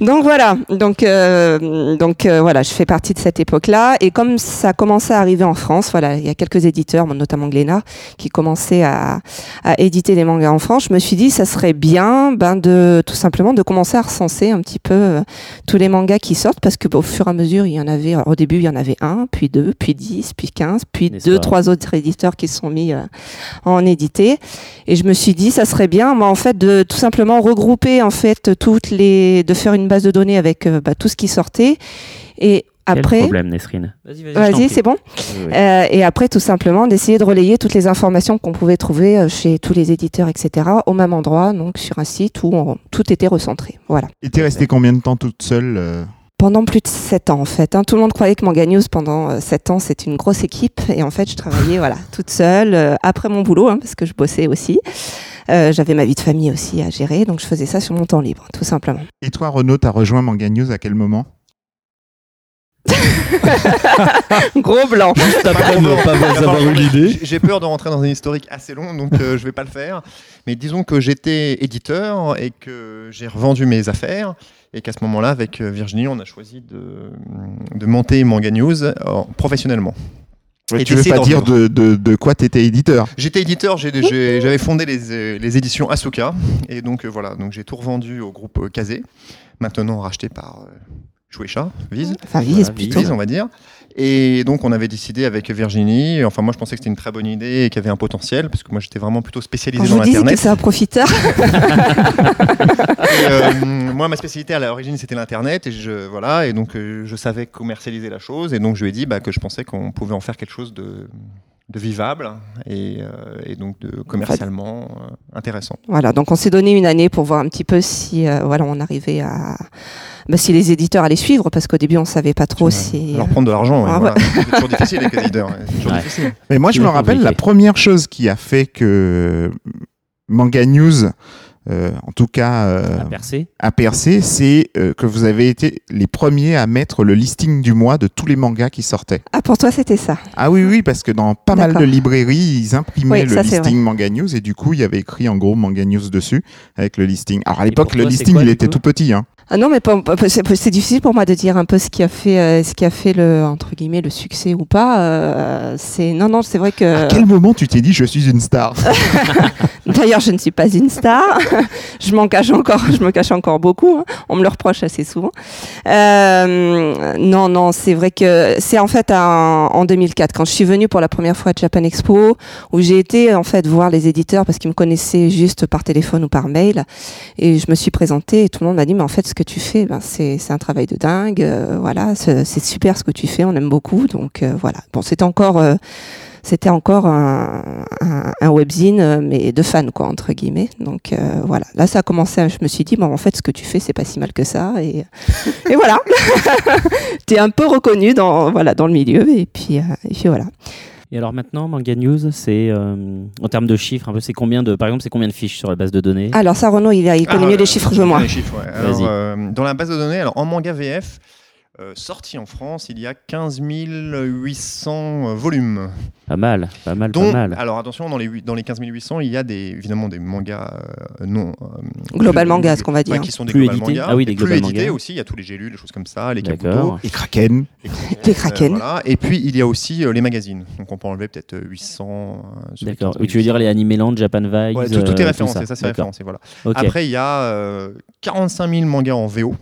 D: Donc voilà, donc, euh, donc euh, voilà, je fais partie de cette époque-là. Et comme ça commençait à arriver en France, voilà, il y a quelques éditeurs, notamment Glénat, qui commençaient à, à éditer les mangas en France, je me suis dit, ça serait bien ben, de tout simplement de commencer à recenser un petit peu euh, tous les mangas qui sortent, parce que bah, au fur et à mesure, il y en avait, alors, au début, il y en avait un, puis deux, puis dix, puis quinze, puis
A: N'est-ce
D: deux,
A: pas
D: trois autres éditeurs qui se sont mis euh, à en éditer. Et je me suis dit, ça serait bien, moi, en fait, de tout simplement regrouper, en fait, toutes les, de faire une base de données avec euh, bah, tout ce qui sortait. Et
A: Quel
D: après,
A: problème, Nesrine Vas-y, vas-y.
D: vas-y, c'est bon. Euh, et après, tout simplement, d'essayer de relayer toutes les informations qu'on pouvait trouver euh, chez tous les éditeurs, etc., au même endroit, donc sur un site où on- tout était recentré. Voilà.
B: Et t'es restée combien de temps toute seule euh
D: Pendant plus de 7 ans, en fait. hein. Tout le monde croyait que Manga News, pendant 7 ans, c'était une grosse équipe. Et en fait, je travaillais voilà, toute seule, euh, après mon boulot, hein, parce que je bossais aussi. Euh, J'avais ma vie de famille aussi à gérer, donc je faisais ça sur mon temps libre, tout simplement.
B: Et toi, Renaud, t'as rejoint Manga News à quel moment
D: Gros blanc
C: juste après ne pas avoir eu l'idée.
E: J'ai- J'ai peur de rentrer dans un historique assez long, donc euh, je vais pas le faire. Mais disons que j'étais éditeur et que j'ai revendu mes affaires. Et qu'à ce moment-là, mm, avec euh, Virginie, on a choisi de, de monter Manga News euh, professionnellement.
B: Ouais,
E: Et
B: tu veux
E: d'essayer
B: pas
E: d'en
B: dire de,
E: vivre.
B: de- de quoi t'étais éditeur
E: J'étais éditeur, j'ai- j'ai- j'avais fondé les, euh, les éditions Asuka, et donc euh, voilà, donc j'ai tout revendu au groupe euh, Kazé, maintenant racheté par euh, Shueisha, Viz,
D: Enfin,
A: Voilà,
D: Vise plutôt.
E: Viz, on va dire. Et donc on avait décidé avec Virginie, enfin moi je pensais que c'était une très bonne idée et qu'il y avait un potentiel, parce que moi j'étais vraiment plutôt spécialisé
D: Quand je
E: dans
D: vous disais que
E: l'internet.
D: c'est un profiteur,
E: Et, euh, moi, ma spécialité à l'origine, c'était l'internet, et je voilà, et donc euh, je savais commercialiser la chose, et donc je lui ai dit bah, que je pensais qu'on pouvait en faire quelque chose de, de vivable et, euh, et donc de commercialement euh, intéressant.
D: voilà. Donc on s'est donné une année pour voir un petit peu si, euh, voilà, on arrivait à, bah, si les éditeurs allaient suivre, parce qu'au début on savait pas trop si.
E: Leur prendre de l'argent, ouais,
D: Ah
E: voilà. c'est toujours difficile avec les leaders. ouais, c'est toujours
A: Ouais.
E: difficile.
B: Mais moi, je
A: Il
B: me
A: est
B: rappelle la
A: compliqué.
B: première chose qui a fait que euh, Manga News, euh, en tout cas, euh,
A: à percer.
B: a percé, c'est euh, que vous avez été les premiers à mettre le listing du mois de tous les mangas qui sortaient.
D: Ah pour toi c'était ça.
B: Ah oui, oui, parce que dans pas mal de
D: D'accord.
B: librairies, ils imprimaient
D: Oui,
B: le
D: ça, c'est
B: listing Manga News et du coup, il y avait écrit en gros Manga News dessus avec le listing. Alors à l'époque,
A: pour
B: le
A: toi, c'est
B: listing,
A: quoi,
B: il
A: du
B: était
A: coup
B: tout petit. Hein.
D: Ah non, mais pas- pas- c'est c'est difficile pour moi de dire un peu ce qui a fait, euh, ce qui a fait le entre guillemets le succès ou pas. euh, c'est non, non, c'est vrai que.
B: À Ah, quel moment tu t'es dit je suis une star
D: D'ailleurs, je ne suis pas une star. je m'en cache encore, je me cache encore beaucoup. hein. On me le reproche assez souvent. Euh, non, non, c'est vrai que c'est en fait un- en 2004 quand je suis venue pour la première fois à Japan Expo où j'ai été en fait voir les éditeurs parce qu'ils me connaissaient juste par téléphone ou par mail et je me suis présentée et tout le monde m'a dit mais en fait ce que tu fais ben, c'est c'est un travail de dingue euh, voilà c'est c'est super ce que tu fais on aime beaucoup donc euh, voilà bon c'était encore euh, c'était encore un, un, un webzine, euh, mais de fans, quoi, entre guillemets. Donc euh, voilà, là ça a commencé, à- je me suis dit, bon, en fait, ce que tu fais, c'est pas si mal que ça. Et, et voilà, tu es un peu reconnu dans, voilà, dans le milieu, et puis, euh, et puis voilà.
A: Et alors maintenant, Manga News, c'est euh, en termes de chiffres, un peu, c'est combien de, par exemple, c'est combien de fiches sur la base de données
D: Alors ça, Renaud, il, a- il connaît
E: Ah,
D: mieux
E: euh,
D: les chiffres que
E: je
D: moi.
E: connais les chiffres, ouais. Alors,
A: Vas-y.
E: euh, dans la base de données, alors en manga VF, euh, sorti en France, il y a 15 800 euh, volumes.
A: Pas mal, Ah, pas mal, pas
E: Dont-
A: mal.
E: alors attention, dans les, huit- dans les 15 800, il y a des, évidemment des mangas euh, non. euh,
D: Global
E: plus-
D: manga, ce qu'on va dire.
E: ouais, qui sont des
A: Plus
E: global
A: édités.
E: mangas.
A: Ah oui, des
E: et plus
A: global
E: édités
A: mangas.
E: aussi, il y a tous les gélules, les choses comme ça, les kabuto.
A: D'accord.
B: Et Kraken
D: Les Kraken.
E: voilà. Et puis il y a aussi euh, les magazines. Donc on peut enlever peut-être euh, 800. euh, sur les
A: D'accord.
E: 15
A: Oui, tu veux dire les Anime Land, Japan Vibes
E: Ouais, tout, tout
A: euh,
E: est référencé,
A: ça.
E: ça c'est
A: D'accord.
E: référencé. Voilà.
A: Ok,
E: Après, il y a euh, 45 000 mangas en VO,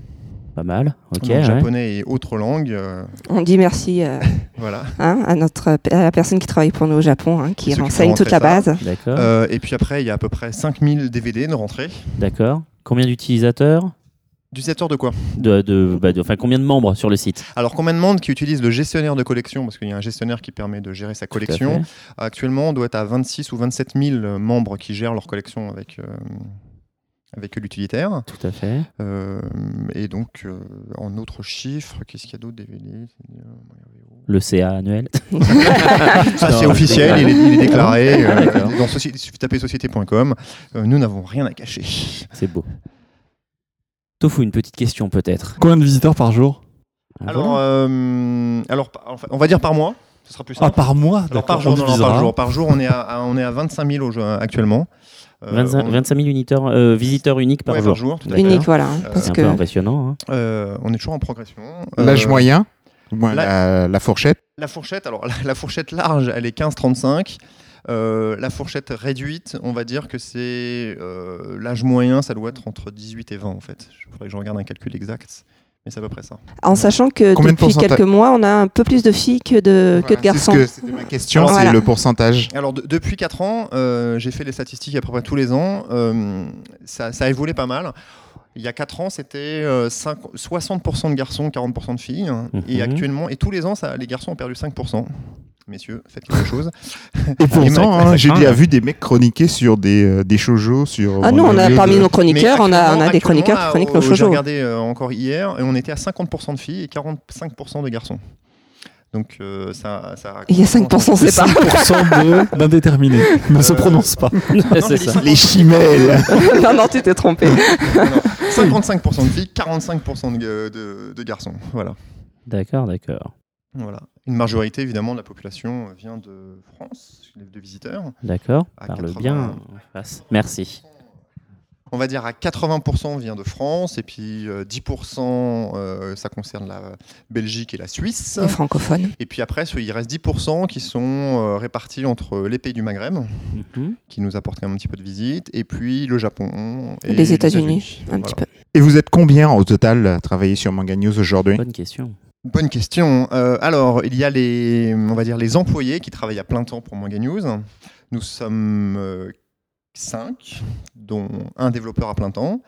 A: pas mal. Ok,
E: donc
A: ouais.
E: japonais et autres langues. euh,
D: On dit merci euh,
E: voilà.
D: hein, à, notre, à la personne qui travaille pour nous au Japon, hein, qui
E: Ceux qui
D: renseigne
E: font
D: toute la
E: rentrer
D: base.
A: D'accord,
E: Euh, et puis après, il y a à peu près 5000 DVD de rentrée.
A: d'accord. Combien d'utilisateurs
E: Du secteur de quoi
A: de, de, bah, de- Enfin, combien de membres sur le site
E: Alors qu'on me demande qui utilise le gestionnaire de collection, parce qu'il y a un gestionnaire qui permet de gérer sa
A: Tout à
E: collection.
A: fait.
E: Actuellement, on doit être à 26 ou 27 000 euh, membres qui gèrent leur collection avec, euh, avec l'utilitaire.
A: Tout à fait.
E: Euh, et donc, euh, en autre chiffre, qu'est-ce qu'il y a d'autre DVD
A: Le CA annuel.
E: Ça,
A: Non,
E: Ah, c'est
A: je
E: officiel, il
A: déconne.
E: est, il est déclaré. euh,
A: Ah, D'accord.
E: dans soci- Il suffit de taper société.com. Euh, nous n'avons rien à cacher.
A: C'est beau. Tofu, une petite question peut-être.
C: Combien de visiteurs par jour
A: Ah,
E: Alors,
A: voilà.
E: euh, alors, pa- en fait, on va dire par mois. Ce sera plus simple.
C: Ah, par mois
E: Alors
C: d'accord,
E: par
C: on
E: jour, non, non,
C: divisera.
E: par jour, par jour, on est à, à- on est à 25 000 au jeu- actuellement. Euh,
A: 25,
E: on-
A: 25 000 uniteurs, euh, visiteurs uniques par
E: ouais,
A: jour.
E: tout à fait.
D: Unique, voilà. hein,
E: Euh,
D: parce
A: C'est un
D: que
A: peu impressionnant. hein.
E: Euh, on est toujours en progression.
B: L'âge
E: Euh,
B: moyen ou moins
E: la-
B: la... la fourchette
E: La fourchette, alors la, la fourchette large, elle est 15-35. Euh, la fourchette réduite, on va dire que c'est euh, l'âge moyen, ça doit être entre 18 et 20 en fait. Il faudrait que je regarde un calcul exact, mais c'est à peu près ça.
D: En sachant que
B: Combien de
D: depuis
B: pourcenta-
D: quelques mois, on a un peu plus de filles que de, que de
B: Voilà,
D: garçons.
B: C'est ce que- c'était ma question,
E: Alors,
D: voilà.
B: c'est le pourcentage.
E: Alors de- depuis 4 ans, euh, j'ai fait les statistiques à peu près tous les ans. Euh, ça, ça a évolué pas mal. Il y a 4 ans, c'était euh, cinq- 60% de garçons, 40% de filles. Et
A: Mhm.
E: actuellement, et tous les ans, ça, les garçons ont perdu 5%. Messieurs, faites quelque chose.
B: Et
E: pourtant,
B: pourtant,
E: hein,
B: j'ai
E: craint,
B: déjà
E: là.
B: vu des mecs chroniquer sur des, euh, des shoujo, sur...
D: Ah non, on a
B: milieu
D: parmi
B: de-
D: nos chroniqueurs,
E: Mais
D: on a, on a des
E: actuellement,
D: chroniqueurs qui
E: à-
D: chroniquent
E: au-
D: nos
E: J'ai
D: shoujo.
E: regardé euh, encore hier et on était à 50% de filles et 45% de garçons. Donc euh, ça, ça.
D: Il y a 5%, c'est pas.
C: 5% de- d'indéterminés ne se prononce pas.
E: j'ai
A: C'est
E: dit
A: ça.
E: 50.
B: Les chimelles
D: non, non, tu t'es trompé.
E: Non, 55% de filles, 45% de, de- de garçons. Voilà.
A: D'accord, d'accord,
E: Voilà. Une majorité, évidemment, de la population euh, vient de France, de visiteurs.
A: d'accord.
E: À
A: Parle
E: 80.
A: bien. en face. Merci.
E: on va dire à 80% vient de France et puis euh, 10% euh, ça concerne la Belgique et la Suisse.
D: Les francophones.
E: Et puis après, il reste 10% qui sont euh, répartis entre les pays du Maghreb,
A: Mhm.
E: qui nous apportent quand même un petit peu de visite, et puis le Japon. Et
D: Les États-Unis, un
E: Voilà.
D: petit peu.
B: Et vous êtes combien au total à travailler sur Manga News aujourd'hui
A: Bonne question.
E: Bonne question. Euh, alors, il y a les, on va dire les employés qui travaillent à plein temps pour Manga News. Nous sommes euh, cinq, dont un développeur à plein temps.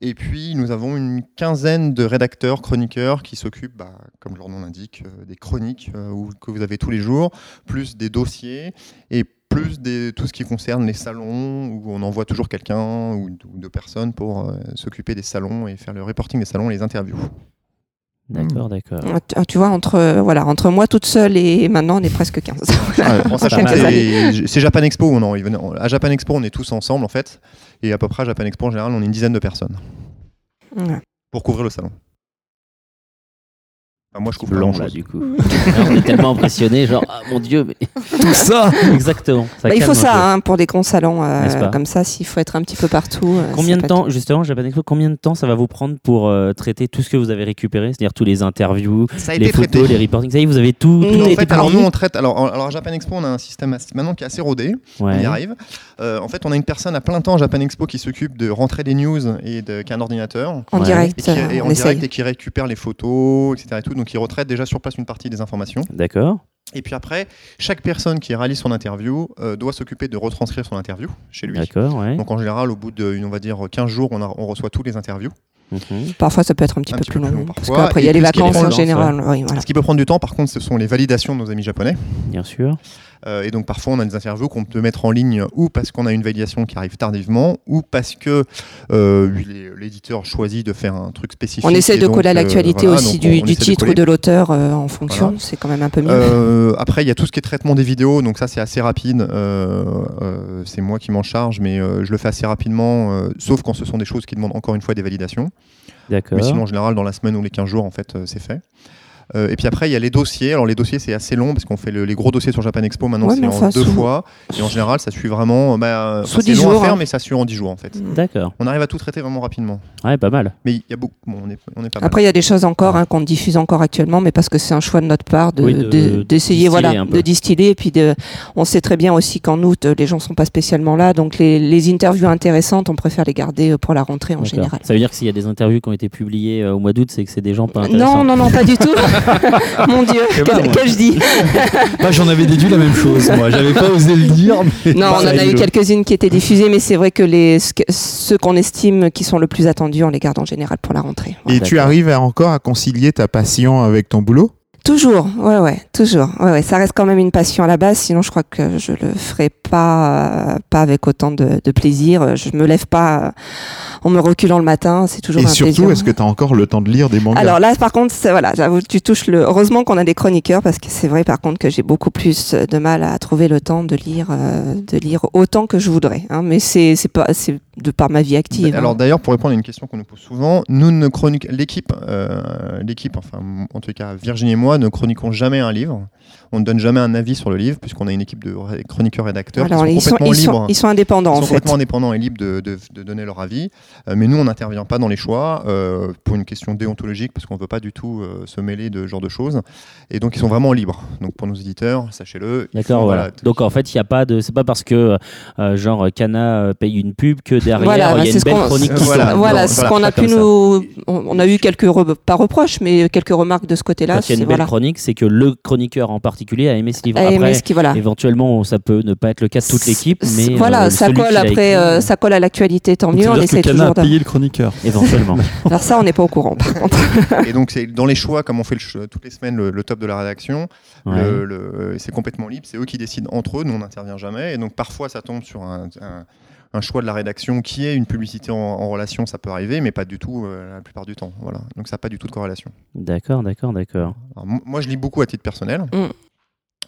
E: Et puis, nous avons une quinzaine de rédacteurs, chroniqueurs qui s'occupent, bah, comme leur nom l'indique, euh, des chroniques euh, ou- que vous avez tous les jours, plus des dossiers et plus des, tout ce qui concerne les salons où on envoie toujours quelqu'un ou, ou deux personnes pour euh, s'occuper des salons et faire le reporting des salons et les interviews.
A: D'accord, d'accord.
D: Ah, tu- ah, Tu vois, entre, euh, voilà, entre moi toute seule et maintenant, on est presque 15. Voilà.
E: En sachant
A: Pas
E: que
D: mal.
E: c'est- c'est Japan Expo, on en- on- à Japan Expo on est tous ensemble en fait, et à peu près à Japan Expo en général on est une dizaine de personnes
D: Ouais.
E: pour couvrir le salon. Enfin, moi je couvre
A: Blanc
E: pas
A: là
E: grand-chose.
A: du coup. Alors, on est tellement impressionné, genre ah, mon dieu, mais
C: Tout ça
A: exactement. ça
D: Bah, il
A: calme
D: faut
A: un peu.
D: ça hein, pour des grands salons euh,
A: N'est-ce pas
D: comme ça, s'il faut être un petit peu partout. euh,
A: Combien
D: c'est
A: de
D: pas
A: temps, justement, Japan Expo, combien de temps ça va vous prendre pour euh, traiter tout ce que vous avez récupéré, c'est-à-dire tous les interviews,
E: Ça a
A: les
E: été
A: photos,
E: traité.
A: les reportings, ça y est, vous avez tout, tout
D: Non,
A: a
E: En
A: été
E: fait, alors
A: prévu
E: nous on traite, alors, en- alors à Japan Expo on a un système assez- maintenant qui est assez rodé, on
A: Ouais.
E: y arrive. Euh, en fait on a une personne à plein temps à Japan Expo qui s'occupe de rentrer des news et de, qui a un ordinateur.
D: En
A: Ouais.
E: Et
D: direct,
E: qui,
D: euh,
E: et
D: on
E: en
D: essaye.
E: direct et qui récupère les photos, etc. Et tout. Donc, il retraite déjà sur place une partie des informations.
A: D'accord.
E: Et puis après, chaque personne qui réalise son interview euh, doit s'occuper de retranscrire son interview chez lui.
A: D'accord, ouais.
E: Donc en général, au bout de, on va dire, 15 jours, on, a- on reçoit tous les interviews.
A: Mhm.
D: Parfois, ça peut être un petit
E: Un
D: peu
E: petit
D: plus
E: peu
D: long.
E: plus long
D: parce
E: parfois,
D: qu'après, il
E: et
D: y a les
E: puis ce qui
D: vacances
E: dépend
D: en
E: des
D: général. oui, voilà.
E: Ce qui peut prendre du temps, par contre, ce sont les validations de nos amis japonais.
A: Bien sûr.
E: Euh, et donc parfois, on a des interviews qu'on peut mettre en ligne ou parce qu'on a une validation qui arrive tardivement, ou parce que euh, les- l'éditeur choisit de faire un truc spécifique.
D: On essaie
E: et
D: de
E: donc,
D: coller à
E: euh,
D: l'actualité
E: voilà,
D: aussi
E: donc
D: du,
E: on- on
D: du
E: essaie de
D: titre
E: coller.
D: ou de l'auteur euh, en fonction.
E: Voilà.
D: C'est quand même un peu mieux.
E: Euh, après, il y a tout ce qui est traitement des vidéos, donc ça c'est assez rapide. Euh, euh, c'est moi qui m'en charge, mais euh, je le fais assez rapidement, euh, sauf quand ce sont des choses qui demandent encore une fois des validations.
A: D'accord.
E: Mais sinon, en général, dans la semaine ou les 15 jours, en fait, euh, c'est fait. Euh, et puis après, il y a les dossiers. Alors les dossiers, c'est assez long parce qu'on fait le- les gros dossiers sur Japan Expo. Maintenant,
D: Ouais,
E: c'est
D: mais
E: en
D: enfin,
E: deux
D: sous-
E: fois. Et en général, ça suit vraiment. euh, Bah, euh,
D: Sous
E: c'est
D: 10
E: long
D: jours,
E: à faire,
D: hein.
E: mais ça suit en 10 jours, en fait.
A: D'accord.
E: On arrive à tout traiter vraiment rapidement.
A: Ouais, pas mal.
E: Mais il y a beaucoup. bon, on, est, on est
A: Ah
E: pas mal.
A: ben.
D: Après, il y a des choses encore hein, qu'on diffuse encore actuellement, mais parce que c'est un choix de notre part de-
A: Oui, de-
D: de- d'essayer
A: distiller
D: voilà,
A: un peu.
D: de distiller. Et puis, de, on sait très bien aussi qu'en août, euh, les gens sont pas spécialement là. Donc, les, les interviews intéressantes, on préfère les garder euh, pour la rentrée en
A: D'accord.
D: général.
A: Ça veut dire que s'il y a des interviews qui ont été publiées euh, au mois d'août, c'est que c'est des gens pas intéressants.
D: Non, non, non, pas du tout. Mon Dieu,
A: sais pas,
D: qu'est-
A: moi.
D: qu'ai-je dit
C: Bah, J'en avais déduit la même chose, moi. J'avais pas osé le dire. mais- euh,
D: Non, on en a eu quelques-unes qui étaient diffusées, mais c'est vrai que les, ce que- ceux qu'on estime qui sont le plus attendus, on les garde en général pour la rentrée.
B: Et
A: D'accord.
B: tu arrives à- encore à concilier ta passion avec ton boulot
D: Toujours, ouais, ouais, toujours. Ouais, ouais, ça reste quand même une passion à la base, sinon je crois que je le ferais pas, euh, pas avec autant de, de plaisir. Euh, Je me lève pas euh, en me reculant le matin, c'est toujours
B: Et
D: un
B: surtout,
D: plaisir.
B: est-ce que tu as encore le temps de lire des mangas
D: Alors là, par contre, c'est- voilà, j'avoue, tu touches le. Heureusement qu'on a des chroniqueurs parce que c'est vrai, par contre, que j'ai beaucoup plus de mal à trouver le temps de lire, euh, de lire autant que je voudrais. hein. mais c'est, c'est pas, c'est de par ma vie active.
E: Bah, Alors
D: hein.
E: d'ailleurs, pour répondre à une question qu'on nous pose souvent, nous ne chroniquons l'équipe, euh, l'équipe, enfin en tout cas Virginie et moi, ne chroniquons jamais un livre. On ne donne jamais un avis sur le livre puisqu'on a une équipe de ré- chroniqueurs rédacteurs
D: Alors,
E: qui
D: ils sont,
E: sont complètement
D: ils sont,
E: libres.
D: ils sont indépendants
E: Ils
D: en
E: sont
D: fait.
E: complètement indépendants et libres de, de- de donner leur avis, Euh, mais nous on n'intervient pas dans les choix euh, pour une question déontologique parce qu'on ne veut pas du tout euh, se mêler de ce genre de choses. Et donc ils sont vraiment libres. Donc pour nos éditeurs, sachez-le. ils
A: D'accord,
E: font,
A: voilà. Donc en fait, il y a pas de, c'est pas parce que euh, genre Cana euh, paye une pub que derrière il
D: Voilà, bah,
A: y a
D: c'est
A: une
D: ce
A: belle
D: qu'on-
A: chronique qui
E: Voilà,
A: sort.
D: Voilà,
E: non,
D: ce
E: voilà,
D: qu'on
A: pas
D: a pu
A: comme ça.
D: nous, on, on a eu quelques re- pas reproches, mais quelques remarques de ce côté-là.
A: Quand il y a une
D: c'est-
A: belle
D: voilà.
A: chronique, c'est que le chroniqueur en particulier a aimé ce livre.
D: Ah,
A: Après,
D: mais ce qui- voilà.
A: éventuellement, ça peut ne pas être le cas de toute l'équipe,
D: C'est-
A: mais
D: voilà,
A: euh,
D: ça
A: celui qui
D: colle
A: l'a
D: après,
A: écrit,
D: euh, ça colle à l'actualité, tant mieux.
C: Ça
D: On
C: veut dire que
D: essaie
C: Cana
D: toujours.
C: a
D: de-
C: payé le chroniqueur.
A: éventuellement.
D: Alors ça, on n'est pas au courant, par contre.
E: Et donc c'est dans les choix, comme on fait le ch- toutes les semaines le- le top de la rédaction,
A: Ouais.
E: Le- le- c'est complètement libre, c'est eux qui décident entre eux, nous on n'intervient jamais. Et donc parfois ça tombe sur un, un- un choix de la rédaction qui est une publicité en, en relation, ça peut arriver, mais pas du tout euh, la plupart du temps. Voilà. Donc ça n'a pas du tout de corrélation.
A: D'accord, d'accord, d'accord.
E: Alors, mo- moi je lis beaucoup à titre personnel.
D: Mm.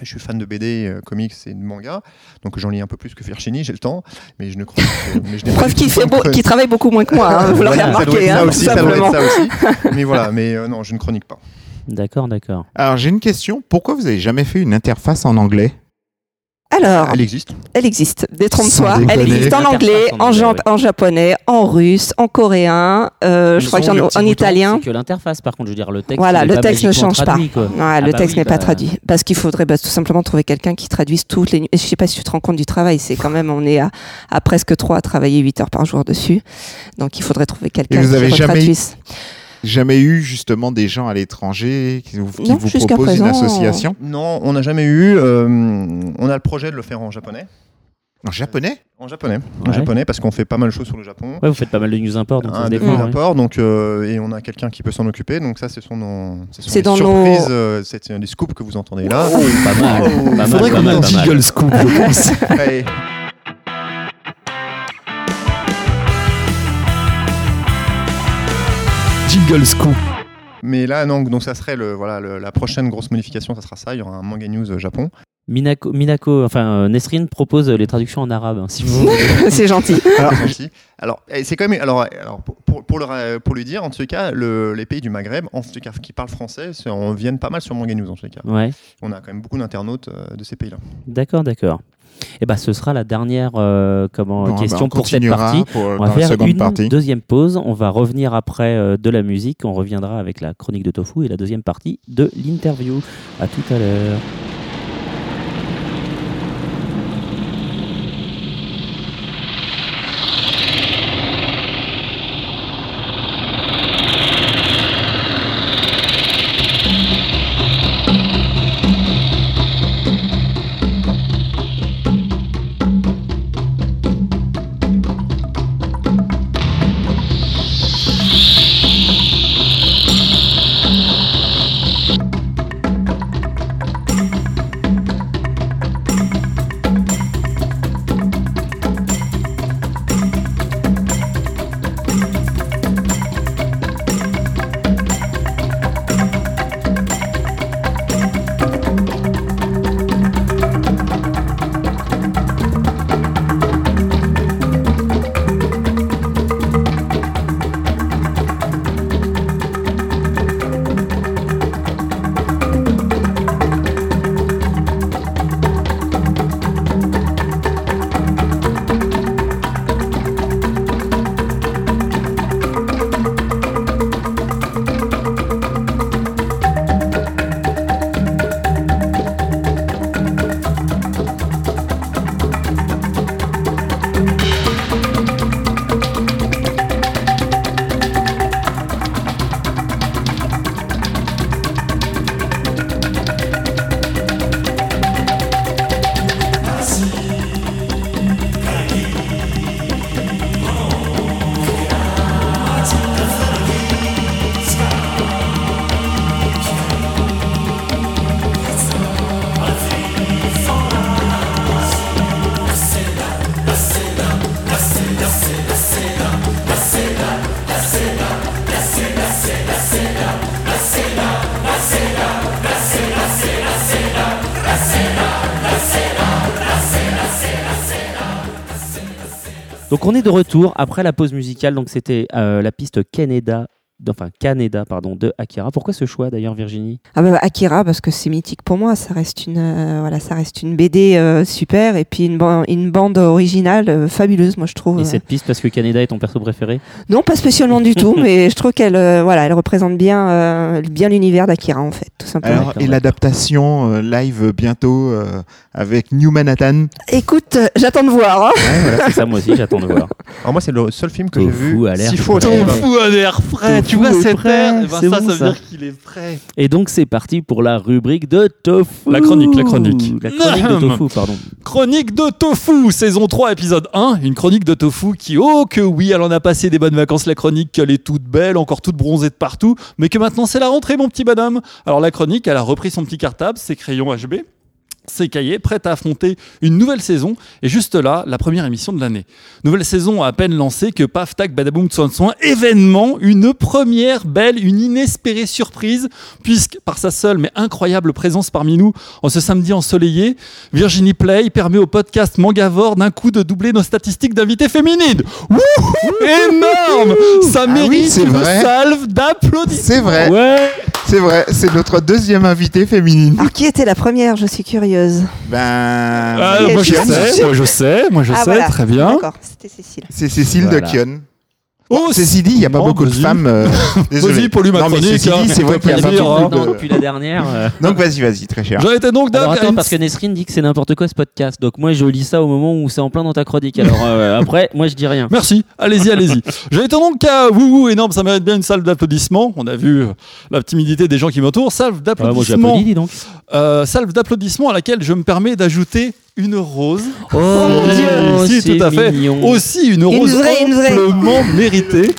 E: Je suis fan de BD, euh, comics et de manga, donc j'en lis un peu plus que Virginie, j'ai le temps, mais je ne crois mais je n'ai pas
D: Preuve
E: du
D: qu'il fait
E: tout le temps de
D: beau-
E: chroniquer.
D: qu'il travaille beaucoup moins que moi, hein, vous l'aurez
E: Voilà, ça doit
D: remarqué,
E: être ça
D: hein,
E: aussi,
D: tout
E: ça doit être
D: simplement.
E: ça aussi. Mais voilà, mais euh, non, je ne chronique pas.
A: D'accord, d'accord.
B: Alors j'ai une question. Pourquoi vous avez jamais fait une interface en anglais
D: Alors,
E: Elle existe.
D: elle existe, détrompe-toi.
B: Sans
D: Elle
B: déconner.
D: existe en anglais,
A: L'interface en
D: en,
A: anglais,
D: jan-
A: ouais.
D: en japonais, en russe, en coréen, euh, je crois que j'en ai- en, italien.
A: C'est que l'interface, par contre, je veux dire, le texte.
D: Voilà,
A: il est
D: le
A: pas
D: texte ne
A: magiquement
D: change pas.
A: traduit, quoi.
D: Ouais,
A: Ah
D: le
A: bah
D: texte
A: oui,
D: n'est pas
A: bah,
D: traduit parce qu'il faudrait bah, tout simplement trouver quelqu'un qui traduise toutes les nuits. Je sais pas si tu te rends compte du travail, c'est quand même on est à, à presque trois à travailler 8 heures par jour dessus, donc il faudrait trouver quelqu'un
B: vous avez
D: qui
B: jamais
D: traduise.
B: Jamais eu justement des gens à l'étranger qui vous, qui
D: Non,
B: vous
D: jusqu'à
B: proposent une
D: présent,
B: association
E: Non, on n'a jamais eu. euh, on a le projet de le faire en japonais.
B: En japonais
E: En japonais.
A: Ouais.
E: En japonais, parce qu'on fait pas mal de choses sur le Japon.
A: Ouais, vous faites pas mal de news import,
B: Ah,
A: donc ça
E: un
A: se
E: des
A: défend.
E: plus
A: ouais.
E: imports, donc euh, et on a quelqu'un qui peut s'en occuper. Donc ça, ce sont nos, ce sont
D: C'est
E: les
D: dans nos-
E: surprises, euh, c'est euh, les scoops que vous entendez là.
A: Oh,
E: Oh,
A: Pas mal.
E: Il
A: Pas mal,
C: Faudrait
A: pas
C: qu'on ait
A: mal,
C: un
A: pas mal.
C: jingle scoop, je pense.
E: Ouais.
C: jingle scoop.
E: Mais là, non, donc ça serait le voilà le- la prochaine grosse modification, ça sera ça. Il y aura un manga news euh, Japon.
A: Minako, Minako, enfin euh, Nesrine propose euh, les traductions en arabe. hein, si vous voulez.
D: c'est gentil.
E: Alors, gentil. alors eh, c'est quand même alors, eh, alors pour, pour, pour le ra- pour lui dire en tout cas le- les pays du Maghreb en tout cas qui parlent français, c'est- on viennent pas mal sur manga news en tout cas.
A: ouais,
E: On a quand même beaucoup d'internautes euh, de ces pays-là.
A: d'accord, d'accord. Et bah, ce sera la dernière euh, comment,
B: Bon, bah,
A: question
B: on
A: pour cette
B: continuera
A: partie.
B: pour, euh,
A: On va
B: dans la
A: faire
B: seconde
A: une
B: partie.
A: deuxième pause. On va revenir après euh, de la musique. On reviendra avec la chronique de Tofu et la deuxième partie de l'interview. À tout à l'heure. Donc on est de retour après la pause musicale. Donc c'était euh, la piste Canada, enfin Canada pardon, de Akira. Pourquoi ce choix d'ailleurs Virginie
D: Ah bah, Akira parce que c'est mythique pour moi, ça reste une euh, voilà, ça reste une BD euh, super et puis une, ban- une bande originale euh, fabuleuse moi je trouve.
A: Et cette piste parce que Canada est ton perso préféré
D: Non, pas spécialement du tout, mais je trouve qu'elle euh, voilà, elle représente bien euh, bien l'univers d'Akira en fait, tout simplement.
B: Alors,
A: D'accord,
B: et
A: d'accord.
B: l'adaptation euh, live euh, bientôt euh, avec New Manhattan.
D: Écoute, euh, j'attends de voir. hein.
A: C'est ça moi aussi, j'attends de voir.
E: Alors moi, c'est le seul film que j'ai
A: Tofu
E: vu.
A: a l'air
E: Six fois au
A: prêt.
E: cinéma.
C: Fou un air ben, frais,
A: Tofu
C: tu vois
A: est
C: cet
A: prêt,
C: air Eh ben
A: c'est
C: Ça,
A: bon,
C: ça
A: ça.
C: veut dire qu'il est prêt.
A: Et donc c'est parti pour la rubrique de Tofu.
C: La chronique, la chronique.
A: La chronique de
C: Nahm.
A: Tofu, pardon.
C: Chronique de Tofu, saison 3, épisode 1. Une chronique de Tofu qui, oh que oui, elle en a passé des bonnes vacances, la chronique, qu'elle est toute belle, encore toute bronzée de partout, mais que maintenant c'est la rentrée, mon petit bonhomme. Alors la chronique, elle a repris son petit cartable, ses crayons HB, ses cahiers, prête à affronter une nouvelle saison, et juste là, la première émission de l'année. Nouvelle saison à peine lancée que paf, tac, badaboum, tsoin, tsoin, événement, une première belle, une inespérée surprise, puisque par sa seule mais incroyable présence parmi nous en ce samedi ensoleillé, Virginie Play permet au podcast Mangavore d'un coup de doubler nos statistiques d'invités féminines. Wouhou Énorme Ça
B: Ah oui,
C: mérite
B: c'est
C: une
B: vrai.
C: salve d'applaudissements.
B: C'est vrai.
A: Ouais
B: C'est vrai, c'est notre deuxième invitée féminine.
D: Alors, qui était la première Je suis curieuse.
B: Ben,
C: Ah,
D: oui,
C: moi, je
D: je-
C: sais, moi je sais, moi je
D: ah,
C: sais,
D: voilà.
C: très bien.
D: D'accord, c'était Cécile.
B: c'est Cécile de
A: Voilà.
B: Kion.
C: Oh, c'est
B: Cécile dit, il n'y a pas
C: Bon,
B: beaucoup de
C: vas-y.
B: femmes. euh, désolé.
C: Vas-y, pollue ma
B: Non, mais
C: chronique,
B: ceci
C: hein,
B: dit, c'est vrai qu'il
C: peut
B: n'y a pas
C: dire, hein.
B: beaucoup
C: Non,
A: Non,
B: de.
A: depuis la dernière. euh.
B: Donc vas-y, vas-y, très cher.
C: J'en étais donc
A: Alors
C: d'accord.
A: attends, parce que Nesrine dit que c'est n'importe quoi ce podcast. Donc moi, je lis ça au moment où c'est en plein dans ta chronique. Alors euh, après, moi, je dis rien.
C: Merci, allez-y, allez-y. J'en étais donc à Wouhou énorme, ça mérite bien une salle d'applaudissements. On a vu euh, la timidité des gens qui m'entourent.
A: Ah,
C: Salle
A: moi,
C: d'applaudissements.
A: j'applaudis, dis donc.
C: Euh, salve d'applaudissements à laquelle je me permets d'ajouter une rose.
A: Oh, mon Dieu,
C: si,
A: c'est
C: tout à fait.
A: mignon.
C: Aussi une rose
D: vraie, une vraie.
C: amplement méritée.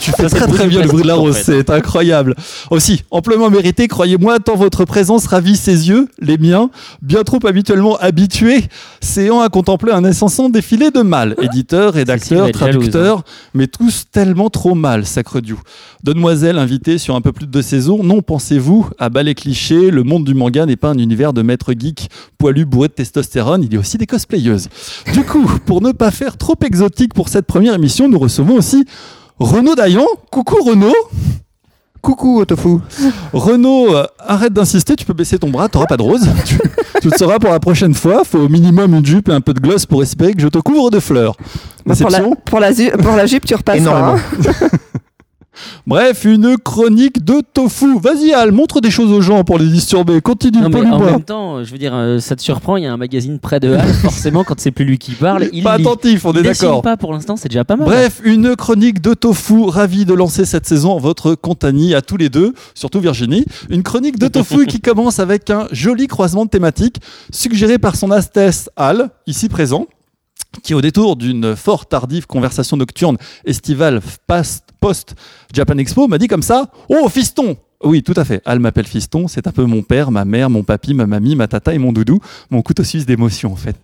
C: Tu fais
A: Ça, c'est
C: très
A: le
C: très
A: bruit
C: bien
A: du
C: le bruit de la
A: plastique,
C: rose,
A: en
C: c'est incroyable. Aussi, amplement méritée, croyez-moi, tant votre présence ravit ses yeux, les miens, bien trop habituellement habitués, séant à contempler un incessant défilé de mâles,
A: Ah,
C: éditeurs,
A: Cécile va
C: rédacteurs,
A: être jalouse, hein.
C: traducteurs, mais tous tellement trop mal, sacre Dieu. Demoiselle invitée sur un peu plus de deux saisons, non pensez-vous à balai cliché, le monde du manga n'est pas un univers de maître geek poilu bourré de testostérone, il y a aussi des cosplayeuses. Du coup, pour ne pas faire trop exotique pour cette première émission, nous recevons aussi Renaud Dayan. Coucou Renaud
E: Coucou, Otofu.
C: Renaud, euh, arrête d'insister, tu peux baisser ton bras, t'auras pas de rose. tu, tu le sauras pour la prochaine fois, faut au minimum une jupe et un peu de gloss pour espérer que je te couvre de fleurs.
D: Bah, pour, la,
C: Déception
D: pour, la ju- pour la jupe, tu repasses hein.
E: Énormément.
C: Bref, une chronique de tofu. Vas-y Al, montre des choses aux gens pour les disturber. Continue,
A: Non, mais en
C: pollue-moi.
A: même temps, euh, je veux dire, euh, ça te surprend, il y a un magazine près de Halle, forcément, quand c'est plus lui qui parle, il
C: Pas
A: lit.
C: attentif, on est
A: Dessine
C: d'accord.
A: pas pour l'instant, c'est déjà pas mal.
C: Bref, une chronique de tofu. Ravi de lancer cette saison en votre compagnie à tous les deux, surtout Virginie. Une chronique de tofu qui commence avec un joli croisement de thématiques suggéré par son hastesse Al, ici présent, qui au détour d'une fort tardive conversation nocturne estivale past- post-Japan Expo m'a dit comme ça Oh, fiston oui, tout à fait. Al m'appelle fiston, c'est un peu mon père, ma mère, mon papy, ma mamie, ma tata et mon doudou, mon couteau suisse d'émotion en fait.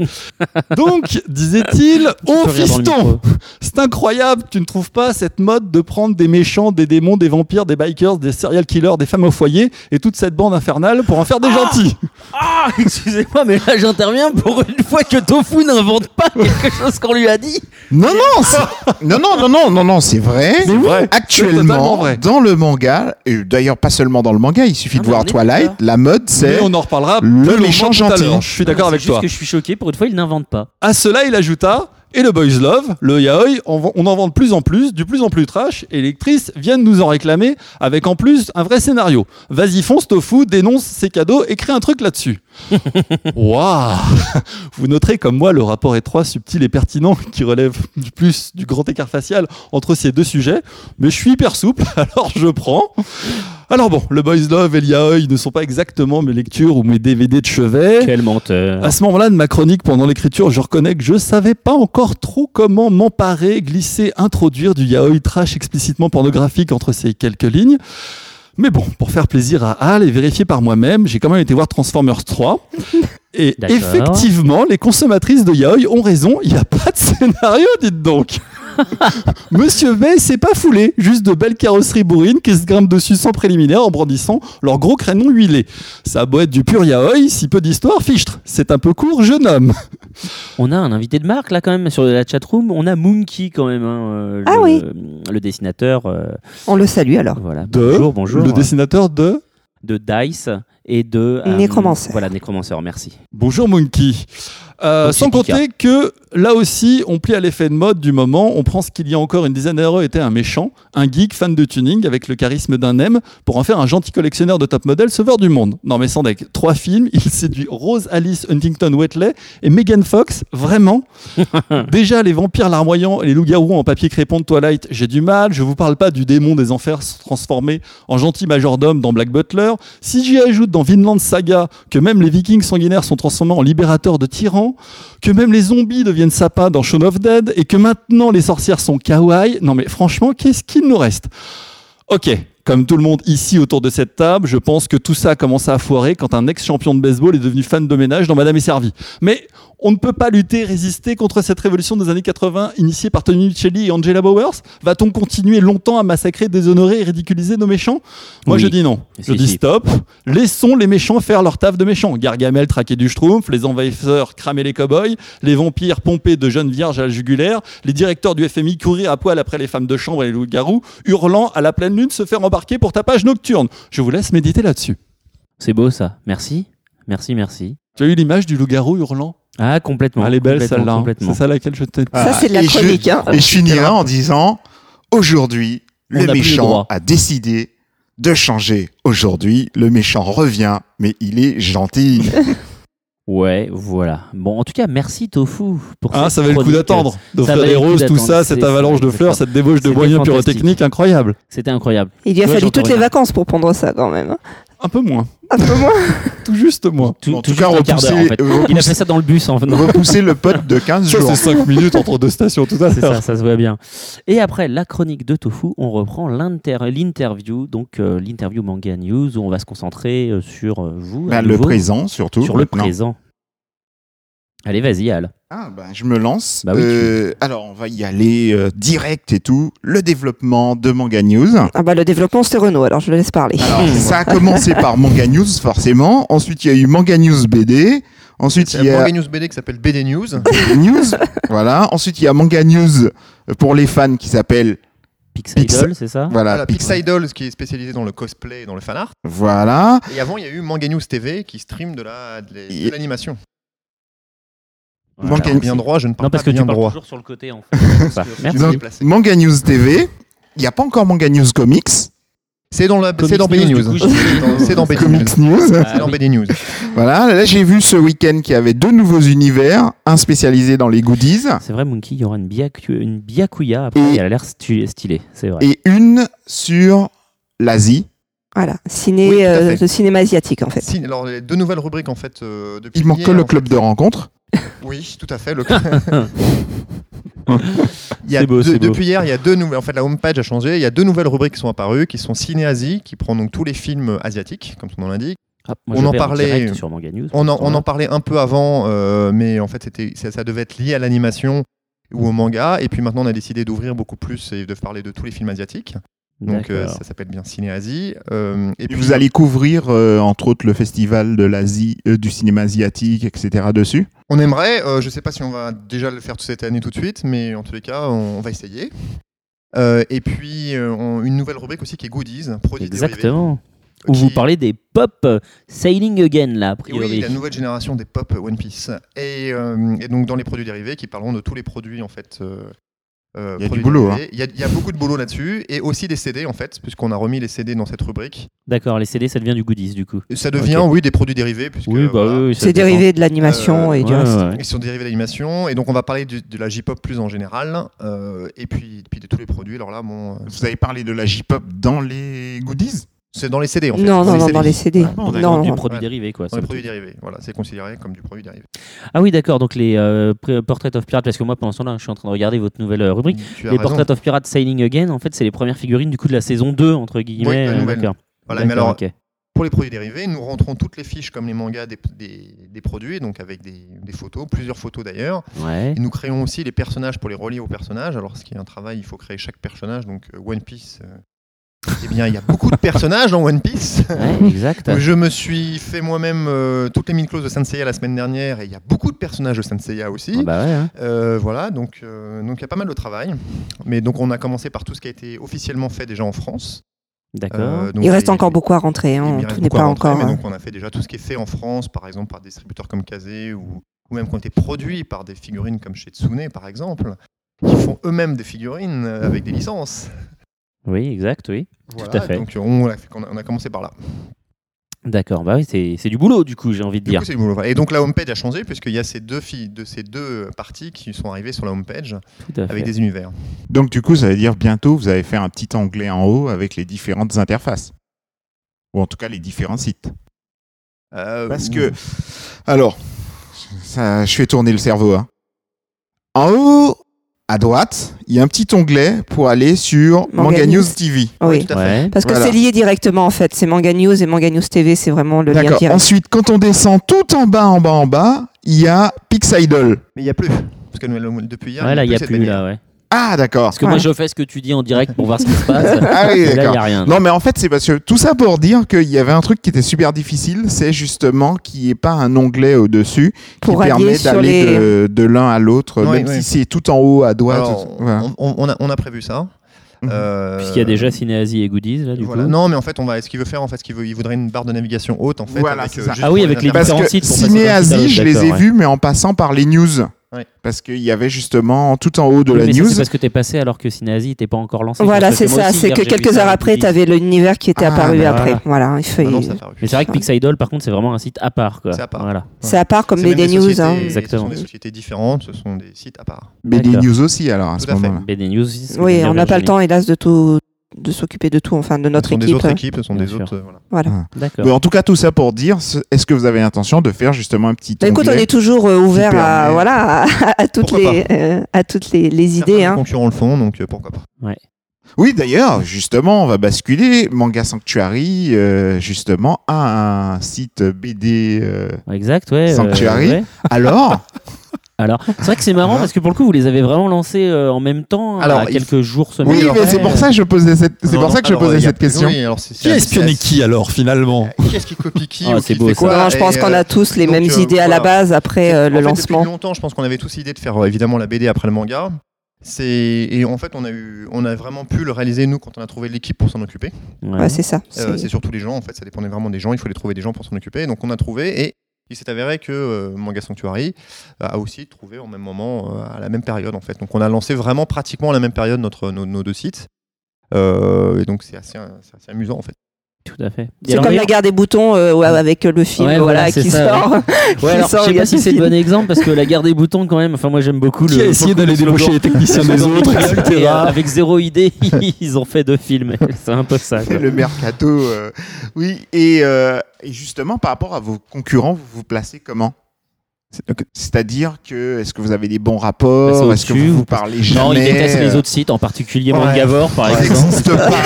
C: Donc, disait-il, oh
A: Tu peux rire dans le
C: fiston,
A: micro.
C: c'est incroyable, tu ne trouves pas cette mode de prendre des méchants, des démons, des vampires, des bikers, des serial killers, des femmes au foyer et toute cette bande infernale pour en faire des gentils.
A: Ah, excusez-moi, mais là j'interviens pour une fois que Tofu n'invente pas quelque chose qu'on lui a dit.
B: Non, non, c'est- non, non, non, non, non, non, c'est vrai.
C: C'est vrai. C'est totalement
B: Actuellement,
C: vrai.
B: dans le manga, et d'ailleurs pas seulement dans le manga, il suffit
A: Ah,
B: de
A: mais
B: voir
A: on est
B: Twilight,
A: d'accord.
B: la mode c'est
C: Mais on en reparlera
B: le
C: plus longuement
B: méchant
C: tout à
B: gentil.
C: l'heure. Je suis d'accord
A: C'est
C: avec
A: juste
C: toi.
A: que je suis choqué, pour une fois, il n'invente pas.
C: À cela, il ajouta et le boys love, le yaoi, on, va- on en vend de plus en plus, du plus en plus trash, et les actrices viennent nous en réclamer avec en plus un vrai scénario. Vas-y, fonce tofu, dénonce ces cadeaux et crée un truc là-dessus. Waouh Vous noterez comme moi le rapport étroit, subtil et pertinent qui relève du plus du grand écart facial entre ces deux sujets, mais je suis hyper souple, alors je prends. Alors bon, le boys love et le yaoi ne sont pas exactement mes lectures ou mes DVD de chevet.
A: Quel menteur.
C: À ce moment-là de ma chronique pendant l'écriture, je reconnais que je savais pas encore trop comment m'emparer, glisser, introduire du yaoi trash explicitement pornographique entre ces quelques lignes. Mais bon, pour faire plaisir à Al et vérifier par moi-même, j'ai quand même été voir Transformers 3. Et
A: D'accord.
C: effectivement, les consommatrices de yaoi ont raison, il n'y a pas de scénario, dites donc. Monsieur Bay s'est pas foulé, juste de belles carrosseries bourrines qui se grimpent dessus sans préliminaire en brandissant leur gros crénon huilé. Ça a beau être du pur yaoi, si peu d'histoire, fichtre. C'est un peu court, jeune homme.
A: On a un invité de marque là quand même sur la chatroom. On a Monkey quand même, hein, euh,
D: Ah
A: le,
D: oui.
A: le dessinateur. euh,
D: On le salue alors.
A: voilà.
C: De-
A: Ah, bonjour, bonjour.
C: Le dessinateur de
A: de Dice et de euh,
D: Nécromancer.
A: Voilà, Nécromancer, merci.
C: Bonjour Monkey. Euh,
A: Donc,
C: sans
A: c'est Kika.
C: compter que là aussi, on plie à l'effet de mode du moment. On prend ce qu'il y a encore une dizaine d'heures était un méchant, un geek, fan de tuning, avec le charisme d'un M, pour en faire un gentil collectionneur de top model, sauveur du monde. Non mais sans deck, trois films, il séduit Rose Alice Huntington Wetley et Megan Fox, vraiment. Déjà, les vampires larmoyants et les loups-garous en papier crépon de Twilight, j'ai du mal. Je vous parle pas du démon des enfers se transformer en gentil majordome dans Black Butler. Si j'y ajoute dans Vinland Saga que même les vikings sanguinaires sont transformés en libérateurs de tyrans, que même les zombies deviennent sapins dans Shaun of Dead et que maintenant les sorcières sont kawaii, non mais franchement, qu'est-ce qu'il nous reste Ok. Comme tout le monde ici autour de cette table, je pense que tout ça a commencé à foirer quand un ex-champion de baseball est devenu fan de ménage dans Madame et Servie. Mais on ne peut pas lutter, résister contre cette révolution des années 80 initiée par Tony Micheli et Angela Bowers Va-t-on continuer longtemps à massacrer, déshonorer et ridiculiser nos méchants Moi,
A: Oui.
C: je dis non. Je
A: Si,
C: dis
A: si.
C: stop. Laissons les méchants faire leur taf de méchants. Gargamel traquer du schtroumpf, les envahisseurs cramer les cow-boys, les vampires pomper de jeunes vierges à la jugulaire, les directeurs du FMI courir à poil après les femmes de chambre et les loups-garous, hurlant à la pleine lune se faire embarquer pour tapage nocturne. Je vous laisse méditer là-dessus.
A: C'est beau ça. Merci. Merci, merci.
C: Tu as eu l'image du loup-garou hurlant
A: Ah, complètement.
C: Elle est belle
A: complètement,
C: celle-là. hein.
A: complètement.
C: C'est ça laquelle je t'ai.
D: Ça,
E: Ah,
D: c'est de la
B: et
D: chronique,
B: Je,
D: hein.
A: Ah,
B: Et je finirai en disant aujourd'hui,
A: On
B: le
A: n'a plus le
B: méchant
A: droit.
B: a décidé de changer. Aujourd'hui, le méchant revient, mais il est gentil.
A: Ouais, voilà. Bon, en tout cas, merci Tofu pour cette
C: Ah, ça valait le coup
A: chronique.
C: d'attendre. De
A: Ça
C: faire
A: valait
C: des
A: le coup
C: roses, tout
A: d'attendre,
C: ça,
A: c'est-
C: cette avalanche de
A: c'est
C: fleurs,
A: ça.
C: cette débauche de
A: C'était
C: moyens
A: fantastique.
C: pyrotechniques incroyable.
A: C'était incroyable.
D: Il lui a
A: Ouais,
D: fallu
A: j'entends
D: toutes les
A: rien.
D: vacances pour prendre ça quand même. hein.
C: Un peu moins.
D: Un peu moins.
C: Tout juste moins.
A: Tout,
B: En
A: tout
B: tout cas,
A: juste un quart d'heure, en
B: repousser-
A: fait.
B: euh,
A: Il a
B: repousser-
A: fait ça dans le bus en venant.
B: Repousser le pote de 15
C: Ça,
B: jours.
C: c'est 5 minutes entre deux stations tout à
A: C'est ça,
C: l'heure.
A: ça se voit bien. Et après la chronique de Tofu, on reprend l'inter- l'interview, donc euh, l'interview Manga News, où on va se concentrer euh, sur euh, vous, à
B: Bah, le
A: nouveau,
B: présent, surtout.
A: sur le
B: maintenant.
A: présent. Allez, vas-y, Al.
B: Ah, bah, je me lance.
A: Bah oui, tu-
B: Euh, Alors, on va y aller euh, direct et tout. Le développement de Manga News.
D: Ah bah, le développement, c'était Renault, alors je le laisse parler.
A: Hmm.
D: Hmm.
B: Alors, ça a commencé par Manga News, forcément. Ensuite, il y a eu Manga News BD. Ensuite,
E: C'est
B: il y
E: un
B: a
E: manga news BD qui s'appelle BD News.
B: News. voilà. Ensuite, il y a Manga News pour les fans qui s'appelle
A: Pixel
B: Pixel.
A: Idol, c'est ça
B: Ah, voilà,
E: Voilà,
B: Pix-
E: Pixidol, qui est spécialisé dans le cosplay et dans le fan art.
B: Voilà.
E: Et avant, il y a eu Manga News TV qui stream de la- de les- de l'animation.
A: Voilà.
B: Manga-
E: Alors, bien droit, je ne parle
A: Non, parce que
E: pas
A: tu
E: bien
A: parles
E: droit.
A: toujours sur le côté, en fait. C'est pour ça. Merci.
B: Donc, Manga News TV. Il n'y a pas encore Manga News Comics.
E: C'est dans, la,
A: Comics
E: c'est dans BD
A: News,
E: News.
A: du coup, je-
E: C'est dans- C'est dans BD News.
B: Comics News.
E: C'est
A: Ah,
E: dans
A: oui.
E: BD News.
B: Voilà. Là, j'ai vu ce week-end qu'il y avait deux nouveaux univers. Un spécialisé dans les goodies
A: C'est vrai, Monkey, il y aura une, biacu- une biakuya après,
B: Et-
A: elle a l'air stu- stylée, c'est vrai.
B: et une sur l'Asie.
D: Voilà, ciné,
E: Oui, tout à
D: euh,
E: fait.
D: le cinéma asiatique en fait.
E: Si, alors, les deux nouvelles rubriques, en fait, euh, depuis.
B: Il manque
E: hier,
B: que le
E: en
B: club de rencontre.
E: fait. Oui, tout à fait. Le... il y a
A: C'est beau,
E: deux-
A: c'est beau.
E: depuis hier, il y a deux nouvelles. En fait, la homepage a changé. Il y a deux nouvelles rubriques qui sont apparues, qui sont Ciné-Asie, qui prend donc tous les films asiatiques, comme son nom l'indique.
A: Hop, Ah, moi,
E: on
A: je
E: en
A: vais
E: parlait-
A: direct sur Manga News.
E: On en, on
A: Voilà.
E: en parlait un peu avant, euh, mais en fait, c'était, ça, ça devait être lié à l'animation ou au manga. Et puis maintenant, on a décidé d'ouvrir beaucoup plus et de parler de tous les films asiatiques. Donc, euh,
A: D'accord.
E: ça s'appelle bien Ciné-Asie. Euh, et
B: Et
E: puis,
B: vous allez couvrir, euh, entre autres, le festival de l'Asie, euh, du cinéma asiatique, etc. dessus.
E: on aimerait, euh, je ne sais pas si on va déjà le faire toute cette année tout de suite, mais en tous les cas, on, on va essayer. Euh, et puis, euh, on- une nouvelle rubrique aussi qui est Goodies, produits dérivés, euh,
A: Exactement.
E: qui-
A: Où vous parlez des pop euh, Sailing Again, là, a
E: Et
A: priori.
E: Oui, la nouvelle génération des pop One Piece. Et, euh, et donc dans les produits dérivés, qui parleront de tous les produits en fait. euh, euh,
B: Il y a du
E: produits
B: boulot,
E: dérivés. Il y a- il y, a beaucoup de boulot là-dessus et aussi des CD en fait, puisqu'on a remis les CD dans cette rubrique.
A: D'accord, les CD, ça devient du goodies, du coup.
E: Et ça devient oui des produits dérivés puisque
A: Oui, bah
E: voilà,
A: oui, ça
D: C'est
A: dépend.
D: dérivé de l'animation
E: Euh,
D: et du
A: Ouais,
D: reste.
A: ouais, ouais.
E: ils sont dérivés d'animation. Et donc on va parler du- de la J-pop plus en général euh, et puis, puis de tous les produits. Alors là, bon, euh,
B: Vous avez parlé de la J-pop dans les goodies
E: c'est dans les CD en fait.
D: Non,
E: Dans
D: non, non, dans les
E: CD.
D: CD.
B: Ah bon,
D: Non,
B: d'accord,
D: non,
A: du
D: non.
A: produit
E: Ouais.
A: dérivé, quoi.
E: Dans
A: somme
E: les produits
A: toute.
E: dérivés, voilà, c'est considéré comme du produit dérivé.
A: Ah oui, d'accord, donc les euh, pré- Portrait of Pirates, parce que moi, pendant ce temps-là, je suis en train de regarder votre nouvelle euh, rubrique.
E: Tu as
A: Les
E: raison.
A: Portrait of Pirates Sailing Again, en fait, c'est les premières figurines, du coup, de la saison 2, entre guillemets.
E: la
A: euh,
E: nouvelle.
A: d'accord.
E: Voilà, mais
A: D'accord,
E: alors,
A: ok.
E: Pour les produits dérivés, nous rentrons toutes les fiches comme les mangas des, des- des produits, donc avec des, des photos, plusieurs photos d'ailleurs.
A: Ouais.
E: Et nous créons aussi les personnages pour les relier aux personnages. Alors, ce qui est un travail, il faut créer chaque personnage. Donc, euh, One Piece, euh, eh bien, il y a beaucoup de personnages dans One Piece.
A: Ouais, exact.
E: Je me suis fait moi-même euh, toutes les mille clauses de Senseiya la semaine dernière et il y a beaucoup de personnages de Senseiya aussi.
A: Ah bah ouais, hein.
E: Euh, voilà, donc euh, donc il y a pas mal de travail. Mais donc, on a commencé par tout ce qui a été officiellement fait déjà en France.
A: D'accord.
E: Euh, donc,
D: Il reste
E: les-
D: encore beaucoup à rentrer, hein,
E: Il y a
D: tout n'est
E: beaucoup à
D: pas
E: rentrer,
D: encore.
E: mais
D: euh,
E: donc on a fait déjà tout ce qui est fait en France, par exemple par des distributeurs comme Kazé ou, ou même qui ont été produits par des figurines comme chez Tsune, par exemple, qui font eux-mêmes des figurines euh, avec des licences.
A: Oui, exact, oui.
E: Voilà,
A: à fait.
E: Donc on a, fait- on a- on a commencé par là.
A: D'accord, bah oui, c'est c'est du boulot, du coup, j'ai envie de
E: Du
A: dire.
E: coup, c'est du boulot. Et donc la homepage a changé puisqu'il y a ces deux filles de ces deux parties qui sont arrivées sur la homepage
A: Tout à fait.
E: avec des univers.
B: Donc, du coup, ça veut dire bientôt, vous allez faire un petit anglais en haut avec les différentes interfaces. Ou en tout cas, les différents sites.
E: Euh,
B: Parce que, alors, ça, je fais tourner le cerveau. hein. En haut, à droite, il y a un petit onglet pour aller sur Manga,
D: Manga
B: News
D: News.
B: TV.
D: oui.
E: tout à fait.
A: Ouais.
D: Parce que
B: Voilà.
D: c'est lié directement en fait. C'est Manga News et Manga News TV, c'est vraiment le lien
B: D'accord.
D: direct.
B: Ensuite, quand on descend tout en bas, en bas, en bas, il y a Pix Idol.
E: Mais il n'y a plus. Parce que nous, depuis hier,
A: Ouais, là, il n'y a
E: cette
A: plus,
E: bannière.
A: là, ouais.
B: Ah, d'accord.
A: Parce que moi, je fais ce que tu dis en direct pour voir ce qui se passe.
B: Ah oui,
A: et là, il
B: d'accord.
A: n'y a rien.
B: Non, mais en fait, c'est parce que tout ça pour dire qu'il y avait un truc qui était super difficile, c'est justement qu'il n'y ait pas un onglet au-dessus
D: Pour
B: qui
D: aller
B: permet
D: sur
B: d'aller
D: les-
B: de, de l'un à l'autre,
E: Oui,
B: même si
E: oui.
B: c'est tout en haut à doigt.
E: Alors,
B: tout- voilà.
E: on, on- on a, on a prévu ça.
B: Mhm.
E: Euh,
A: Puisqu'il y a déjà Cinéasie et Goodies, là, du
E: voilà.
A: coup.
E: Non, mais en fait, on va. Ce qu'il veut faire, en fait, ce qu'il veut, il voudrait une barre de navigation haute, en fait.
B: Voilà,
E: avec,
B: c'est
E: euh,
B: ça.
E: juste
A: Ah oui,
E: pour
A: avec les
E: les interfaces.
B: Parce
A: différents sites
B: que
A: pour passer d'un
B: Cinéasie,
A: site à
B: je
A: l'autre,
B: les ai
A: d'accord, ouais.
B: vus, mais en passant par les news.
E: Ouais.
B: Parce qu'il y avait justement tout en haut de
A: Oui,
B: la
A: mais ça,
B: news.
A: c'est parce que t'es passé alors que Cinéasie n'était pas encore lancé.
D: Voilà,
A: Parce
D: c'est
A: moi
D: ça.
A: aussi,
D: C'est
A: hier,
D: que
A: j'ai vu
D: quelques
A: ça
D: heures
A: avec
D: après,
A: Goodies.
D: tu avais l'univers qui était
B: Ah,
D: apparu
A: voilà.
D: après. Voilà, il faut.
E: Ah non, ça a paru.
A: Mais c'est vrai que Pixidol, par contre, c'est vraiment un site à part. quoi.
E: C'est à part.
A: Voilà.
D: C'est à part comme
E: C'est même
D: BD News.
E: sociétés-
D: hein.
E: Ce
A: Exactement.
E: sont des sociétés différentes, ce sont des sites à part.
B: Mais des
A: D'accord.
B: news aussi, alors, à
E: Tout
B: ce
E: à fait.
B: moment-là.
A: BD News aussi, c'est ce que
D: Oui,
A: disait
D: on n'a pas le
A: Virginie.
D: temps, hélas, de tout de s'occuper de tout, enfin de notre
E: ce sont des
D: équipe. hein.
E: autres équipes, ce sont
A: Bien
E: des
A: sûr.
E: autres. euh, voilà.
B: Mais
A: D'accord.
B: en tout cas, tout ça pour dire, ce- est-ce que vous avez l'intention de faire justement un petit
D: Bah, écoute, on
B: onglet
D: est toujours euh, ouvert
B: Qui
D: à
B: permet-
D: voilà à, à toutes
E: Pourquoi
D: les euh, à toutes les, les
E: Certains
D: idées.
E: de nos
D: Hein.
E: concurrents le font, donc euh, pourquoi pas.
B: Oui, d'ailleurs, justement, on va basculer Manga Sanctuary, euh, justement, à un site BD. euh.
A: Exact, ouais. euh,
B: Sanctuary.
A: ouais.
B: Alors,
A: Alors, c'est vrai que c'est marrant parce que pour le coup, vous les avez vraiment lancés euh, en même temps,
E: Alors,
A: à
E: il
A: quelques jours, semaines.
B: oui, mais
A: après.
B: c'est pour ça que je posais cette, c'est
E: Non,
B: pour
E: non,
B: ça que je
E: alors,
B: posais
E: il y a
B: cette
E: plus-
B: question.
E: oui, alors c'est- c'est
C: Qui
E: assez-
C: espionne
E: c'est
C: qui alors finalement
E: assez- Qui est-ce qui copie qui
A: Ah,
E: ou
A: c'est
E: qui
A: beau,
E: fait
A: ça.
E: quoi
D: Non, je
E: et,
D: pense qu'on
E: euh,
D: a tous les
E: donc,
D: mêmes
E: euh,
D: idées à la
E: voilà.
D: base après euh,
E: En
D: le
E: fait,
D: lancement.
E: Depuis longtemps, je pense qu'on avait tous l'idée de faire euh, évidemment la BD après le manga. C'est et en fait on a eu on a vraiment pu le réaliser nous quand on a trouvé l'équipe pour s'en occuper.
A: Ouais.
D: Ouais, c'est ça.
E: Euh,
D: c'est-
E: C'est surtout les gens en fait, ça dépendait vraiment des gens. Il fallait trouver des gens pour s'en occuper. Donc on a trouvé et il s'est avéré que euh, Manga Sanctuary euh, a aussi trouvé en même moment euh, à la même période en fait. Donc on a lancé vraiment pratiquement à la même période notre nos, nos deux sites. Euh, et donc c'est assez, c'est assez amusant en fait.
A: Tout à fait. Et
D: C'est
A: alors,
D: comme
A: d'ailleurs-
D: la guerre des boutons euh, ouais, avec le film
A: Ouais, voilà,
D: voilà,
A: c'est
D: qui
A: ça,
D: sort.
A: Ouais,
D: qui
A: alors, je
D: sort,
A: sais
D: il y a
A: pas si
D: ce
A: c'est le
D: film.
A: bon exemple parce que la guerre des boutons, quand même, enfin, moi j'aime beaucoup le.
C: Qui a essayé
A: beaucoup le
C: d'aller débaucher
A: slogan.
C: les techniciens des
A: Ils ont
C: autres,
A: rigolé,
C: etc.
A: et, euh, Avec zéro idée, ils ont fait deux films. C'est un peu ça. quoi.
B: le mercato, euh, oui. Et, euh, et justement, par rapport à vos concurrents, vous vous placez comment C'est-à-dire que est-ce que vous avez des bons rapports
A: Passer
B: Est-ce que
A: au-dessus,
B: vous
A: vous
B: vous parlez jamais
A: Non, ils détestent les
B: euh,
A: autres sites, en particulier
E: Ouais.
A: Mangavore, par
B: ils
A: exemple.
B: n'existent pas.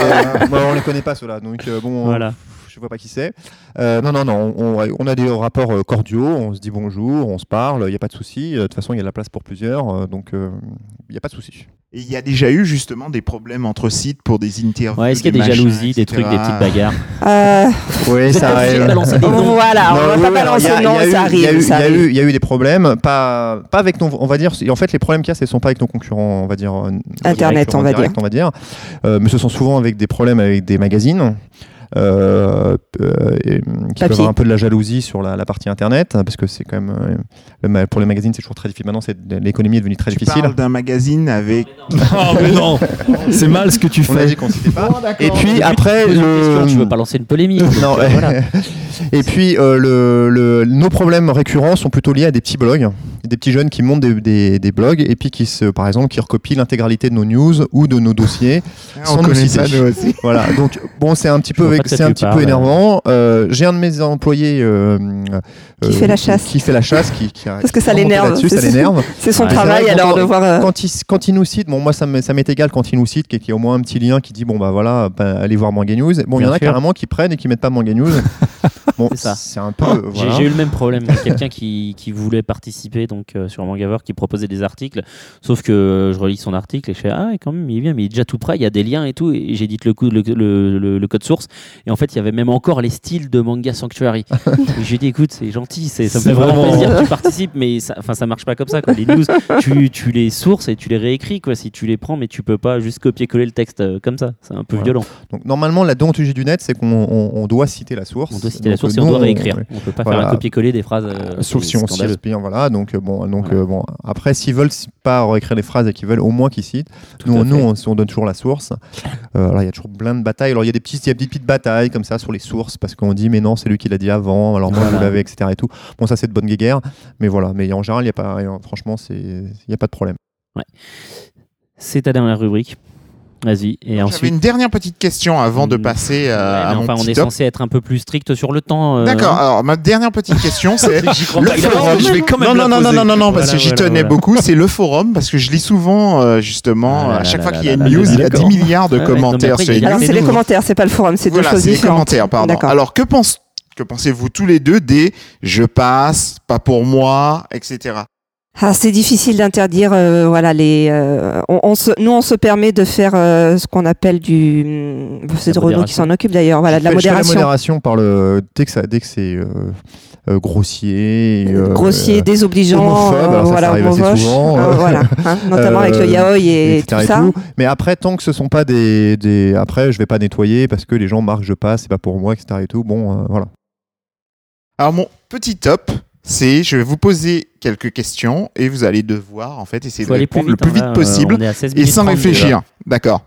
E: Euh, bon, on les connaît pas ceux-là, donc euh, bon,
A: Voilà.
E: je vois pas qui c'est. Euh, non, non, non, on, on a des rapports euh, cordiaux, on se dit bonjour, on se parle, il n'y a pas de souci. Euh, De toute façon, il y a de la place pour plusieurs, euh, donc il n'y a pas de souci.
B: Et il y a déjà eu justement des problèmes entre sites pour des interviews.
A: Ouais, est-ce qu'il y a des
B: machins,
A: jalousies, des
B: etc.
A: trucs, des petites bagarres
D: Euh,
E: Oui,
A: Vous êtes obligé de balancer des noms.
D: voilà, Ah, on va
E: Non,
D: pas
E: oui, alors, il y
D: balancer.
E: a- il y
D: non,
E: a eu-
D: ça
E: Il y a
D: arrive.
E: eu- il y
D: ça
E: a
D: arrive.
E: eu- il y a eu des problèmes, pas, pas avec nos, on va dire, en fait, les problèmes qu'il y a, ce ne sont pas avec nos concurrents, on va dire. euh,
D: Internet,
E: directs,
D: on va
E: direct, on va dire. Euh, mais ce sont souvent avec des problèmes avec des magazines. euh, euh, et, hum, qui peuvent
D: Papier.
E: avoir un peu de la jalousie sur la, la partie internet parce que c'est quand même euh, le ma- pour les magazines c'est toujours très difficile maintenant c'est l'économie est devenue très
B: Tu
E: difficile
B: parles d'un magazine avec.
C: Oh mais non C'est mal ce que tu
E: on a
C: fais.
E: dit qu'on citait pas et
A: Le
E: puis
A: but,
E: après
A: pose une
E: le...
A: question, tu veux pas lancer une polémique.
E: Non,
A: donc, euh, voilà.
E: Et puis, euh, le, le- nos problèmes récurrents sont plutôt liés à des petits blogs, des petits jeunes qui montent des, des- des blogs et puis qui, se, par exemple, qui recopient l'intégralité de nos news ou de nos dossiers.
B: Ah,
E: Sans nous citer.
B: aussi.
E: voilà. Donc, bon, c'est un petit peu,
A: vois
E: vex-
A: pas de quoi
E: c'est un
A: tu
E: petit peu
A: parles.
E: énervant. Euh, J'ai un de mes employés euh,
D: Qui fait la chasse.
E: Qui, fait la chasse, qui, qui a-
D: Parce que
E: qui
D: ça
E: a remonté
D: l'énerve,
E: là-dessus, Ça
D: c'est-
E: l'énerve.
D: C'est son
A: Ouais.
D: travail
E: Ah, C'est vrai
D: alors
E: qu'on-
D: de voir. euh,
E: Quand il, quand il nous cite, bon, moi ça m'est ça m'est égal quand il nous cite, qu'il qu'il y a au moins un petit lien qui dit, bon, bah voilà, bah, allez voir Manga News. Bon, il y
A: Bien
E: en a
A: sûr.
E: carrément qui prennent et qui mettent pas Manga News. bon,
A: C'est ça.
E: c'est un peu. euh,
A: J'ai-
E: voilà.
A: J'ai eu le même problème. Quelqu'un qui, qui voulait participer donc euh, sur Mangavore, qui proposait des articles, sauf que euh, je relis son article et je fais ah ouais, quand même il est bien, mais il est déjà tout prêt, il y a des liens et tout. Et j'ai dit le, coup- le, le- le- le code source et en fait il y avait même encore les styles de manga Sanctuary. Et j'ai dit écoute c'est gentil, c'est- ça me
C: C'est
A: fait vraiment
C: vraiment-
A: plaisir que tu participes, mais ça, enfin ça marche pas comme ça. Quoi. Les news, tu, tu les sources et tu les réécris quoi. Si tu les prends, mais tu peux pas juste copier-coller le texte euh, comme ça, c'est un peu
E: Ouais.
A: violent.
E: Donc, normalement, la déontologie du net, c'est qu'on on- on doit citer la source.
A: On doit citer la
E: Donc,
A: source et
E: nous,
A: on doit réécrire.
E: ouais.
A: On peut pas
E: Voilà.
A: faire un copier-coller des phrases. euh,
E: Sauf
A: c'est
E: si on s'y
A: scandaleux.
E: inspire, voilà. Donc euh, bon, donc
A: Voilà.
E: euh, bon. Après, s'ils veulent s- pas réécrire les phrases et qu'ils veulent au moins qu'ils citent,
A: Tout
E: nous,
A: à
E: on,
A: fait.
E: nous, on, on donne toujours la source. Euh, alors il y a toujours plein de batailles. Alors il y a des petites, il y a des petites batailles comme ça sur les sources parce qu'on dit mais non, c'est lui qui l'a dit avant. Alors moi
A: Voilà.
E: vous l'avez, etc. Et tout. Bon, ça c'est de bonne guerre, mais voilà. Mais en général, il y a pas, franchement, c'est, il y a pas de problème.
A: C'est ta dernière rubrique. Vas-y. Et
B: J'avais
A: ensuite.
B: une dernière petite question avant de
A: Hmm.
B: passer euh,
A: Ouais,
B: à,
A: mais
B: à mon
A: enfin, on
B: petit
A: est
B: top.
A: censé être un peu plus strict sur le temps. euh,
B: D'accord.
A: hein.
B: Alors ma dernière petite question, c'est le
C: pas, il a pas
B: forum.
C: envie, je vais quand même
B: non,
C: la
B: non, non,
C: poser.
B: non, non, non, parce
A: Voilà,
B: que j'y
A: voilà,
B: tenais
A: voilà.
B: beaucoup. C'est le forum parce que je lis souvent euh,
A: Ah
B: justement
A: là
B: à
A: là
B: chaque
A: là
B: fois
A: là
B: qu'il y a une
A: là là,
B: news, il y a
A: d'accord.
B: 10 milliards de
A: Ouais, non, mais
B: commentaires
A: après,
B: sur
A: il y
B: une
A: a
B: news.
D: Alors c'est les
A: nous.
D: commentaires, c'est pas le forum, c'est deux
B: Voilà,
D: choses
B: c'est les
D: différentes.
B: commentaires, pardon.
D: D'accord.
B: Alors que pense Que pensez-vous tous les deux des je passe, pas pour moi, etc.
D: Ah, c'est difficile d'interdire. euh, voilà, les, euh, on, on se, nous, on se permet de faire euh, ce qu'on appelle du. hum, C'est
A: La
D: Renaud qui
A: modération.
D: s'en occupe d'ailleurs. Voilà, de la
E: Je fais- je fais
D: modération.
E: la modération par le dès que ça dès que c'est euh, euh, grossier. et, euh,
D: grossier, désobligeant,
E: homophobe,
D: euh,
E: alors ça, ça
D: voilà,
E: arrive assez
D: homovoche,
E: souvent, euh,
D: voilà, hein, notamment avec
E: euh,
D: le yaoi et,
E: etc.
D: tout
E: et
D: ça.
E: tout. Mais après, tant que ce sont pas des, des- Après, je vais pas nettoyer parce que les gens marquent je passe, c'est pas pour moi, etc. Et tout. Bon, euh, voilà.
B: Alors mon petit top, c'est je vais vous poser quelques questions et vous allez devoir en fait essayer
A: Faut
B: de
A: aller
B: répondre le plus
A: hein,
B: vite
A: là,
B: possible
A: on est à 16
B: et
A: minutes
B: sans
A: 30 déjà.
B: réfléchir. D'accord.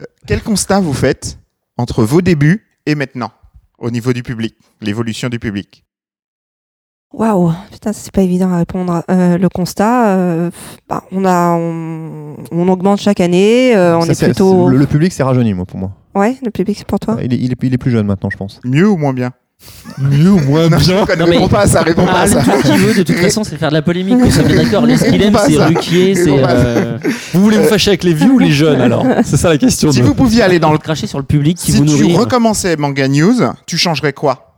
B: Euh, Quel constat vous faites entre vos débuts et maintenant au niveau du public, l'évolution du public
D: Waouh, putain, c'est pas évident à répondre. Euh, le constat, euh, bah, on a, on, on augmente chaque année, euh, on
E: Ça,
D: est
E: c'est-
D: plutôt,
E: Le, le public, c'est rajeuni, moi, pour moi.
D: ouais, le public c'est pour toi.
E: Il est, il est- il est plus jeune maintenant, je pense.
B: Mieux ou moins bien
E: Mieux ou moins
B: Non, je ne
A: Non,
B: réponds
A: mais-
B: pas à ça, réponds pas
A: Ah,
B: à
A: le
B: ça.
A: truc qu'il veut, de toute façon, c'est faire de la polémique. On s'est bien d'accord. Lui, ce qu'il aime,
B: Pas
A: c'est
B: ça.
A: Ruquier, c'est.
B: Pas ça.
A: euh,
C: Vous voulez vous fâcher avec les vieux ou les jeunes alors C'est ça la question.
B: Si
C: de-
B: vous pouviez aller dans le
A: cracher sur le public qui
B: si
A: vous
B: tu
A: nourrit. hein.
B: recommençais Manga News, tu changerais quoi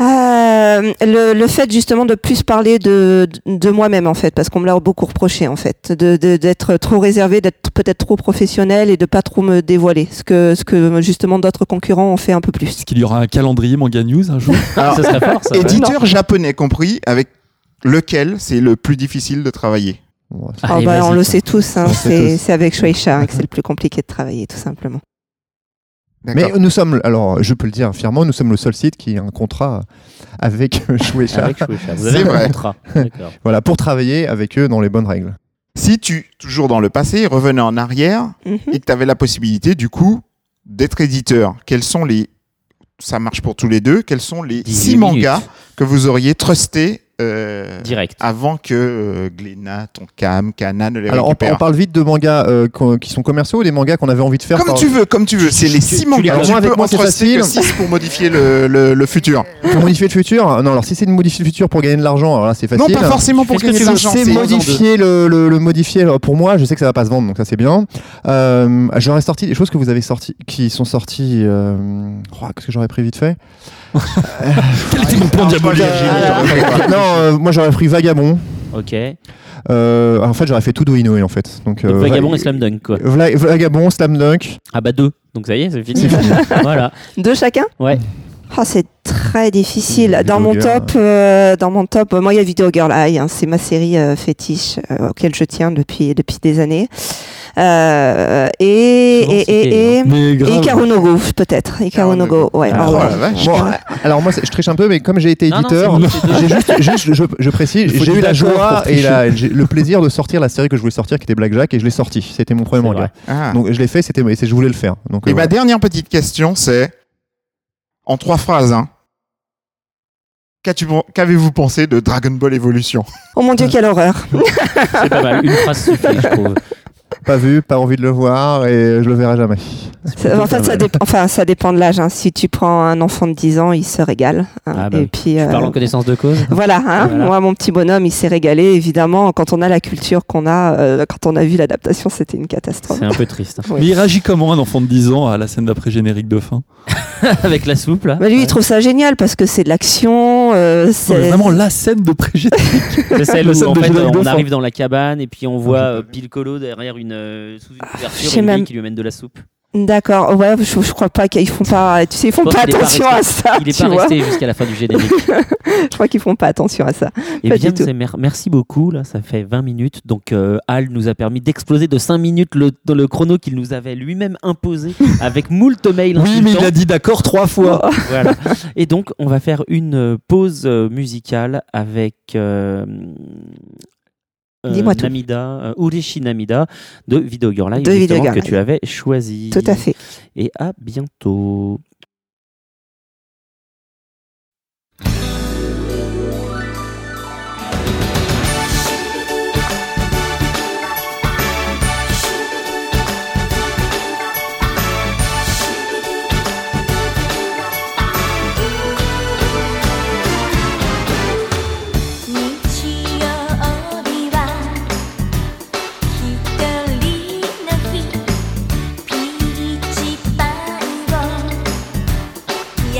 D: Euh, le, le fait justement de plus parler de, de, de moi-même en fait, parce qu'on me l'a beaucoup reproché en fait, de de- d'être trop réservé, d'être peut-être trop professionnel et de pas trop me dévoiler, ce que ce que justement d'autres concurrents ont fait un peu plus.
C: Est-ce
E: Ah,
C: qu'il y aura un calendrier manga news un jour
B: Alors,
A: Ça serait fort, ça. ouais.
B: Éditeur japonais compris, avec lequel c'est le plus difficile de travailler
D: Ah
A: Allez,
D: bah,
A: vas-y,
D: on le
A: toi.
D: sait tous, hein,
E: On sait
D: c'est
E: tous.
D: c'est avec Shueisha hein, que c'est le plus compliqué de travailler tout simplement.
B: D'accord.
E: Mais euh, nous sommes, alors je peux le dire fièrement, nous sommes le seul site qui a un contrat avec Shueisha.
A: Avec Chouécha. Vous
B: C'est
A: avez un
B: vrai.
A: contrat. D'accord.
E: Voilà, pour travailler avec eux dans les bonnes règles.
B: Si tu, toujours dans le passé, revenais en arrière
D: Mhm.
B: et que tu avais la possibilité, du coup, d'être éditeur, quels sont les. Ça marche pour tous les deux, quels sont les
A: 18
B: six
A: minutes.
B: mangas que vous auriez trustés euh,
A: Direct.
B: avant que euh, Glénat, Tonkam, Kana ne les
E: Alors on, on
B: récupèrent
E: parle vite de mangas euh, qu'on- qui sont commerciaux ou des mangas qu'on avait envie de faire
B: Comme
E: par-
B: tu veux, comme tu veux. C'est les
A: tu-
B: six
A: tu les
B: mangas.
E: comprends
B: Tu
E: avec
B: peux
E: moi, c'est
B: entre six que
E: facile.
B: six pour modifier le, le- le futur.
E: pour modifier le futur Non, alors si c'est de modifier le futur pour gagner de l'argent, alors là c'est
B: Non,
E: facile.
B: pas forcément
A: Tu
B: pour
A: fais ce que
B: gagner
A: tu
B: de
A: veux,
B: l'argent.
E: C'est
A: c'est-
E: modifier le, le- le modifier alors, pour moi, je sais que ça va pas se vendre donc ça c'est bien. Euh, j'aurais sorti des choses que vous avez sorties qui sont sorties euh, oh, qu'est-ce que j'aurais pris vite fait Euh,
C: Quel était mon plan diabolique
E: Non, euh, moi j'aurais pris Vagabond.
A: Ok.
E: Euh, en fait, j'aurais fait tout do Inoue, en fait. Donc,
A: Donc,
E: euh,
A: Vagabond
E: Vla-
A: et Slam Dunk, quoi.
E: Vla- Vagabond, Slam Dunk.
A: Ah bah deux. Donc ça y est, c'est fini. voilà.
D: Deux chacun
A: Ouais.
D: Ah, c'est très difficile.
E: Vidéo
D: Dans mon
E: Girl,
D: top, euh, dans mon top, euh, moi il y a Video Girl Eye, hein, c'est ma série euh, fétiche euh, auquel je tiens depuis depuis des années. Euh, et
A: Souvent hein.
D: et
A: cité,
D: et, et,
C: Mais
D: et
C: grave.
D: Ikaru no Go, peut-être. Ikaru no Go, ouais.
A: Ah,
D: ah
B: Oh
D: ouais.
B: la vache.
E: Bon, alors moi, c'est- je triche un peu, mais comme j'ai été
A: Non, non,
E: éditeur,
A: c'est bon, c'est deux.
E: j'ai juste, juste- je, je précise,
C: Il faut
E: j'ai
C: du
E: eu la
C: d'accord
E: joie
C: pour
E: et
C: tricher.
E: la- j'ai- le plaisir de sortir la série que je voulais sortir, qui était Blackjack, et je l'ai sorti. C'était mon premier
A: C'est
E: manga.
B: Ah.
E: Donc je l'ai fait, c'était, et c'est- je voulais le faire. Donc,
B: Et
E: euh,
B: ma dernière petite question, c'est en trois phrases. hein, qu'as-tu pen- Qu'avez-vous pensé de Dragon Ball Evolution
D: Oh mon dieu, quelle horreur.
A: C'est pas mal. Une phrase suffit, je trouve.
E: pas vu, pas envie de le voir, et je le verrai jamais.
D: Ça- En fait, ça dépend, enfin, ça dépend de l'âge. hein. Si tu prends un enfant de 10 ans, il se régale. hein.
A: Ah bah
D: et
A: oui.
D: puis,
A: Tu
D: euh,
A: parles en connaissance de cause.
D: Voilà, hein,
A: Voilà.
D: moi mon petit bonhomme, il s'est régalé évidemment. Quand on a la culture qu'on a, euh, quand on a vu l'adaptation, c'était une catastrophe.
A: C'est un peu triste. hein.
C: Mais il réagit comment un enfant de 10 ans à la scène d'après générique de fin
A: Avec la soupe, là.
D: Mais lui,
A: Ouais.
D: il trouve ça génial parce que c'est de l'action. euh,
C: Non, mais
D: c'est
C: Vraiment la scène de pré
A: C'est celle
C: Le
A: où
C: set
A: en
C: de Ah,
A: fait,
C: Jedi
A: on
C: Dauphin.
A: arrive dans la cabane et puis on voit euh, Pilcolo derrière une euh, sous une
C: Ah,
D: je
A: couverture
D: sais
A: et une
D: même-
A: fille qui lui amène de la soupe.
D: D'accord, ouais, je, je crois pas qu'ils font pas, tu sais, ils font
A: Je pense
D: pas
A: qu'il est pas
D: attention à
A: resté-
C: Ah,
D: ça.
A: Il est
D: tu
A: pas
D: vois.
A: resté jusqu'à la fin du générique.
D: Je crois qu'ils font pas attention à ça.
A: Eh
D: Pas
A: bien,
D: du tout.
A: c'est mer- merci beaucoup. Là, ça fait 20 minutes. Donc, euh, Al nous a permis d'exploser de 5 minutes le, dans le chrono qu'il nous avait lui-même imposé avec moult mails.
C: Oui, mais il
A: insultants.
C: a dit d'accord trois
D: Oh,
C: fois.
A: Voilà. Et donc, on va faire une euh, pause euh, musicale avec. euh, euh,
D: Dis-moi tout.
A: Namida, euh, Ureshi Namida de Video Girl Live,
D: De Video
A: justement,
D: Girl
A: que
D: Live.
A: tu avais choisi.
D: Tout à fait.
A: Et à bientôt.
F: 「日曜日はひとりの日」「ピーチパンを